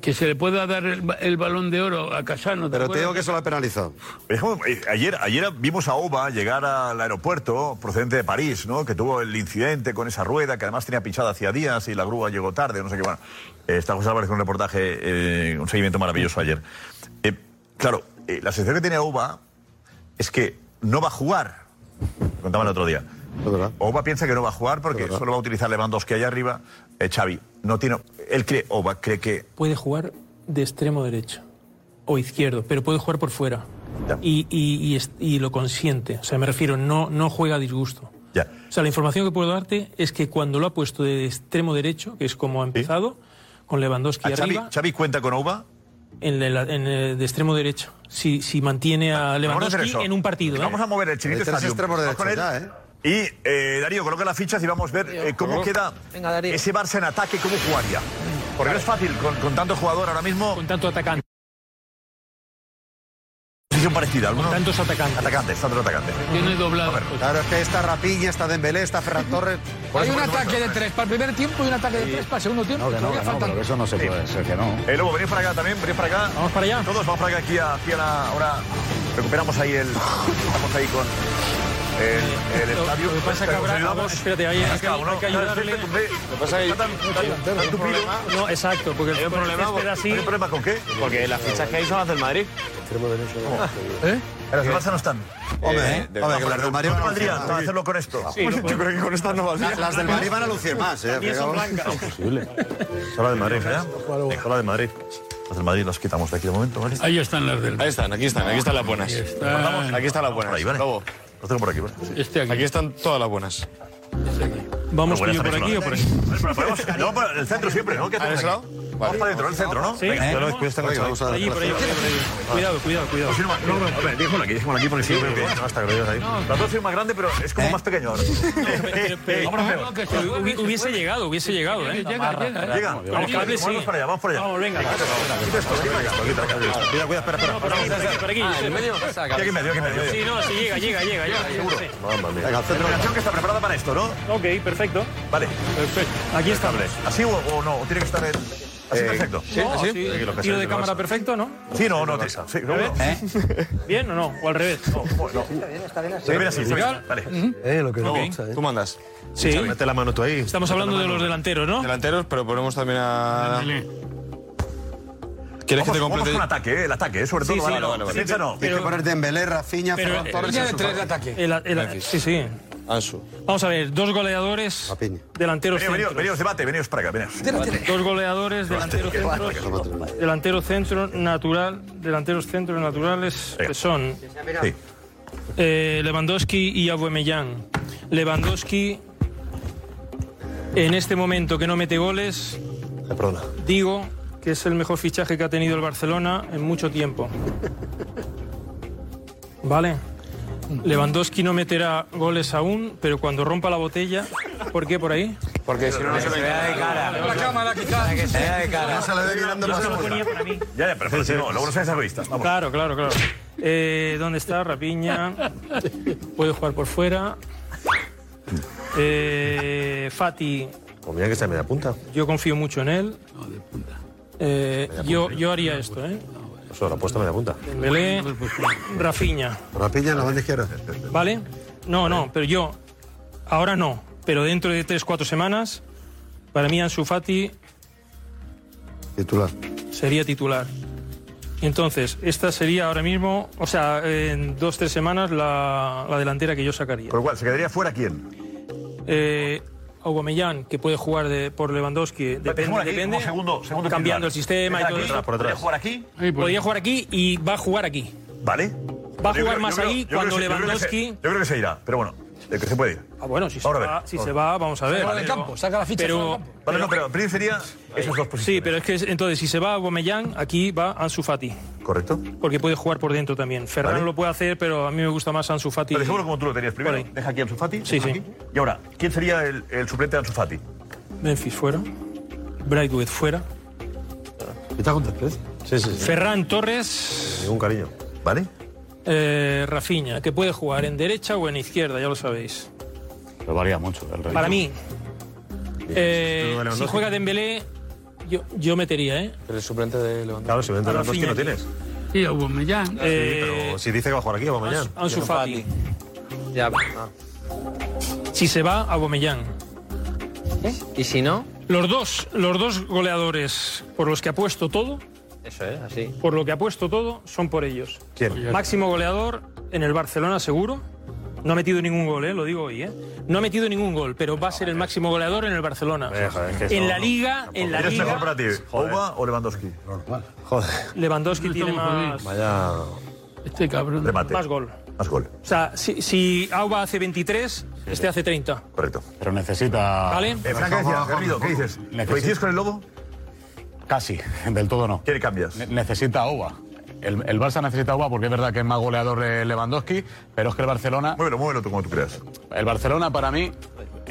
que se le pueda dar el, ba- el balón de oro a Casano. Pero te digo acuerdas? que eso lo ha penalizado. Dejamos- eh, Ayer, ayer vimos a Oba llegar al aeropuerto procedente de París, ¿no? Que tuvo el incidente con esa rueda, que además tenía pinchada hacía días y la grúa llegó tarde, no sé qué. Bueno, Eh, está José Álvarez con un reportaje, eh, un seguimiento maravilloso ayer. Eh, claro, eh, la sensación que tiene Oba es que no va a jugar. Lo Contaba el otro día. Oba piensa que no va a jugar porque solo va a utilizar Lewandowski allá arriba. Eh, Xavi, no tiene. Él cree, Oba cree que Puede jugar de extremo derecho o izquierdo, pero puede jugar por fuera. Y, y- y es- y lo consiente. O sea, me refiero, no, no juega a disgusto. Ya. O sea, la información que puedo darte es que cuando lo ha puesto de extremo derecho, que es como ha empezado, con Lewandowski ¿A Ah, Xavi, arriba, Xavi cuenta con Oba. en el, en el- de extremo derecho. Si, si mantiene a Vamos a hacer Lewandowski eso. en un partido. ¿eh? Vamos a mover el chiringuito Tres Stadium. extremos Vamos con derechos él. Y eh, Darío, coloca las fichas y vamos a ver eh, cómo Coloca. queda ese Barça en ataque, cómo jugaría. Porque no es fácil con, con tanto jugador ahora mismo. Con tanto atacante. posición parecida. Algunos... Tantos atacantes. Atacantes, tantos atacantes. Tiene doblado. Claro, es que está Rapiña, está Dembélé, está Ferran Torres. Por Hay eso un por ataque nuestro. de tres para el primer tiempo y un ataque de tres para el segundo tiempo. No, que no, Todavía que no, faltan- pero que eso no se puede ser, que no. Eh, Lobo, venís para acá también, venís para acá. Vamos para allá. Todos vamos para acá aquí a, aquí a la. Ahora recuperamos ahí el. Estamos ahí con. El, el estadio. Lo que pasa es que habrá- espérate, hay- hay que- hay que ayudarle. Lo que pasa es que. No, exacto, porque el problema. ¿Hay un problema con qué? Porque las fichas que hay son las del Madrid. Ah. ¿Eh? Pero los Barça no están. Hombre, eh, Hombre, que las del Madrid van a lucir más. hacerlo con esto. Sí, lo yo creo que con estas no va a La- las del Madrid van a lucir más, ¿eh? También son blancas. Son las del Madrid, ¿verdad? Son las del Madrid. Las del Madrid las quitamos de aquí de momento, ¿vale? Ahí están las del. Ahí están, aquí están, aquí están las buenas. están. Aquí están las buenas. Ahí, ¿vale? Lobo. Los tengo por aquí, ¿vale? Este aquí. están todas las buenas. Vamos tú y yo por aquí o por aquí. No, pero el centro siempre, ¿no? ¿Qué ¿A hacemos ese aquí? lado? Vamos para dentro, el centro, ¿no? Sí. Venga, Eh, yo lo- yo esta noche vamos a- Allí, por allí, por allí, por allí. Cuidado, cuidado, cuidado. Pues sí, no, no, no, a ver, déjalo aquí, déjalo aquí porque sí, creo que no hasta que lo digas ahí. La dos es más grande, pero es como más pequeño ahora. Pero- Vámonos, pero- Leo. pero hubi- hubiese llegado, hubiese llegado, ¿eh? Llega. Con el cable sí. Vamos para allá, vamos para allá. Vamos, venga. Quita esto, quita esto, quita esto, quita esto. Cuidado, cuidado, espera, espera. Por aquí, por aquí, por aquí. Ah, ¿en medio? Sí, Aquí en medio, aquí en medio. Sí, no, sí, llega, llega, llega. llega, Seguro. sí. Mamma mía. Venga, centro. La canción que está preparada para esto, ¿no? Ok, perfecto. Vale. Perfecto. Aquí está. ¿Así o, o no? ¿O tiene que estar en... así perfecto? No, ¿Eh? sí. Tranquilo, Tiro que sí, de lo cámara vas- perfecto, ¿no? Sí, no, no, te- sí, no, no. ¿Bien o no? ¿O al revés? Se ve así, se ve así. Vale. Eh, lo que no Lobo, gusta, eh. tú mandas. Sí. Xavi. Mete la mano tú ahí. Estamos hablando de los delanteros, ¿no? Delanteros, pero ponemos también a... ¿Quieres Vamos- que te Vamos complete? con ataque, eh, el ataque, eh, sobre Sí, todo. sí, vale, vale, vale. Defensa no. Hay que poner Dembélé, Rafinha, pero- Ferran Torres. Línea de y tres de Ansu Fati. El- el- sí, sí. Ansu. Vamos a ver, dos goleadores, delanteros Venidos, venidos, centros. venidos, debate, venidos para acá, venidos. Dos goleadores, delanteros centros, delantero centro natural, delanteros centros naturales que son Sí. eh, Lewandowski y Abuemellán. Lewandowski en este momento que no mete goles, Eh, Perdona. digo que es el mejor fichaje que ha tenido el Barcelona en mucho tiempo. Vale. Lewandowski no meterá goles aún, pero cuando rompa la botella, ¿por qué por ahí? Porque si no, no se le queda de cara. La cámara, quizás. No se le ve mirando más. Ya, ya, pero sí, no, luego no seas egoísta. Vamos. Claro, claro, claro. Eh, ¿Dónde está Rapiña? Puede jugar por fuera. Eh, Fati, Pues mira que está en media punta. yo confío mucho en él. Eh, yo, yo haría esto, ¿eh? Eso, lo ha puesto en media punta. Dembélé, Rafiña, Rapiña en la banda izquierda. ¿vale? No, no, pero yo, ahora no, pero dentro de 3-4 semanas, para mí Ansu Fati Titular. sería titular. Entonces, esta sería ahora mismo, o sea, en 2-3 semanas la, la delantera que yo sacaría. Con lo cual, ¿se quedaría fuera quién? Eh, Aubameyang, que puede jugar de- por Lewandowski, depende, jugar aquí depende, como segundo- segundo cambiando titular. el sistema y Dejar todo aquí, eso. por detrás. ¿Puede jugar aquí? Ahí por Podría ahí. jugar aquí y va a jugar aquí. Vale. Va a Yo jugar creo- más yo creo- ahí cuando yo creo que se- yo creo que se- Lewandowski... Yo creo que se irá, pero bueno, de que se puede ir. Ah, bueno, si, se Ahora va, ven, si ahora se ven. va, vamos a ver. Fuera del campo, saca la ficha, fuera Pero, del campo. Vale, no, pero primero sería esas dos posiciones. sí, pero es que es- entonces si se va Aubameyang, aquí va Ansu Fati, Correcto. porque puede jugar por dentro también. Ferran Vale. lo puede hacer, pero a mí me gusta más Ansu Fati. Pero dejémoslo como tú lo tenías primero. Por ahí. Deja aquí a Ansu Fati. Sí, deja sí. aquí. Y ahora, ¿quién sería el, el suplente de Ansu Fati? Memphis fuera, Brightwood fuera, ¿Está con desprecio? Sí, sí, sí. Ferran Torres... Ningún cariño. ¿Vale? Eh, Rafinha, que puede jugar en derecha o en izquierda, ya lo sabéis. Pero varía mucho. el rey. Para mí, eh, Tú, Lewandowski. si juega Dembélé, yo, yo metería, ¿eh? El suplente de Lewandowski. Claro, si vende Ahora los dos, ¿quién lo Rafinha tienes? Sí, Aubameyang. Eh, Pero si dice que va a jugar aquí, vamos mañana. Ansu Fati. Si se va, Aubameyang. ¿Eh? Y si no, Los dos, los dos goleadores por los que ha puesto todo, eso es, así. por lo que ha puesto todo, son por ellos. ¿Quién? Máximo goleador en el Barcelona, seguro. No ha metido ningún gol, ¿eh? lo digo hoy. ¿eh? No ha metido ningún gol, pero va a ser el máximo goleador en el Barcelona. Eh, joder, es que eso- en la liga, en la ¿Quién es mejor para liga, ti? ¿Oba o Lewandowski? Joder, Lewandowski tiene estamos más, vaya. Este cabrón. Remate. más gol. Más gol. O sea, si, si Auba hace 23, este hace 30. Correcto. Pero necesita... ¿Vale? Eh, Fran, ¿qué decías, Garrido? ¿Qué dices? Necesito- ¿Coincides con el Lobo? Casi, del todo no. ¿Quién le cambias? Ne- Necesita uva. El, el Barça necesita uva porque es verdad que es más goleador de Lewandowski, pero es que el Barcelona, Muévelo, muévelo tú como tú creas. el Barcelona para mí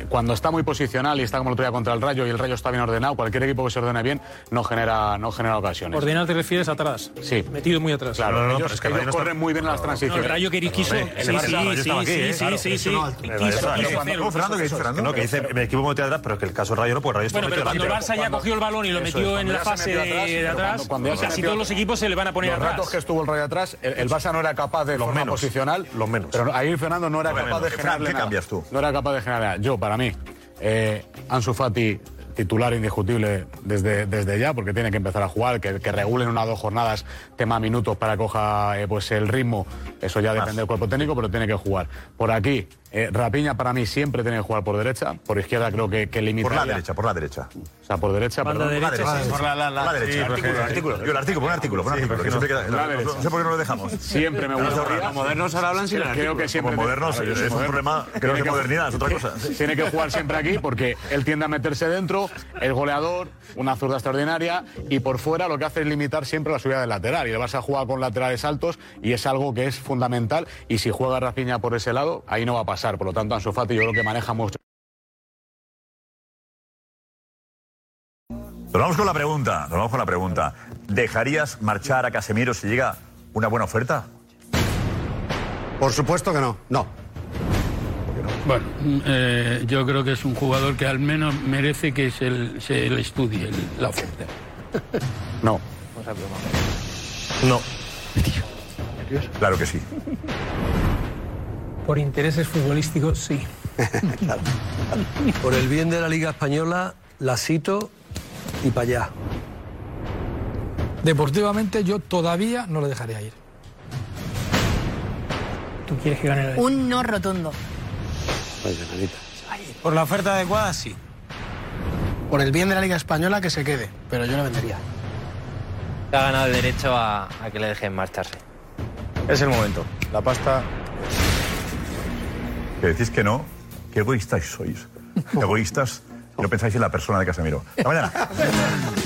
cuando está muy posicional y está como el otro día contra el Rayo y el Rayo está bien ordenado, cualquier equipo que se ordene bien no genera, no genera ocasiones. Ordenado te refieres atrás. Sí. Metido muy atrás. Claro, ellos, ellos corren muy bien las No, transiciones. el Rayo que quiso. Hombre, el Sí, Barça, el Rayo sí, sí, estaba aquí, sí, ¿eh? sí, Claro, sí, sí. eso no, Quiso, Me parece quiso raro. hacer No, un Fernando, que dice, proceso. no, que dice, me equivoco metido atrás, pero es que el caso Rayo no, pues Rayo está Bueno, pero cuando metido el adelante. Barça ya cogió el balón y lo Eso metió es. en la Cuando ya fase se metió atrás, de pero atrás, cuando- cuando ya se casi metió- todos los equipos se le van a poner los ratos atrás. que estuvo el Rayo atrás, el, el Barça no era capaz de forma posicional. Los menos. Pero ahí Fernando no era Los capaz menos. de Fran, generarle ¿qué nada. cambias tú? No era capaz de generar nada. Yo, para mí, eh, Ansu Fati titular indiscutible desde, desde ya, porque tiene que empezar a jugar, que, que regulen una o dos jornadas, tema minutos para que coja eh, pues el ritmo, eso ya depende del cuerpo técnico, pero tiene que jugar. Por aquí, eh, Rapiña para mí siempre tiene que jugar por derecha, por izquierda creo que, que limita. Por la derecha, por la derecha. O sea, por derecha, Banda perdón. derecha, sí. Por la- la- la- Por sí, artículo, porque- artículo. Yo, el artículo, pon artículo, pon Sí, artículo, que porque siempre no- queda- la no sé por qué no lo dejamos. Siempre me Nos gusta. ahorramos. Los modernos ahora hablan sin el Creo artículo. que siempre. Como modernos, Claro, es yo un soy moderno. problema, creo Tiene que que- modernidad es otra cosa. Tiene que jugar siempre aquí porque él tiende a meterse dentro, es goleador, una zurda extraordinaria y por fuera lo que hace es limitar siempre la subida del lateral. Y el Barça juega con laterales altos y es algo que es fundamental. Y si juega Rafinha por ese lado, ahí no va a pasar. Por lo tanto, Ansu Fati yo creo que maneja mucho. Nos vamos con la pregunta, nos vamos con la pregunta. ¿Dejarías marchar a Casemiro si llega una buena oferta? Por supuesto que no. No. Bueno, mm, eh, yo creo que es un jugador que al menos merece que se, le- se le estudie el- la oferta. No. No. Claro que sí. Por intereses futbolísticos, sí. Por el bien de la Liga Española, la cito y para allá. Deportivamente yo todavía no le dejaría ir. Tú quieres que gane la Un no rotundo. Por la oferta adecuada, sí. Por el bien de la Liga Española, que se quede. Pero yo la vendería. Ha ganado el derecho a, a que le dejen marcharse. Es el momento. La pasta. Que decís que no, qué egoístas sois. Egoístas, no pensáis en la persona de Casemiro. Hasta mañana.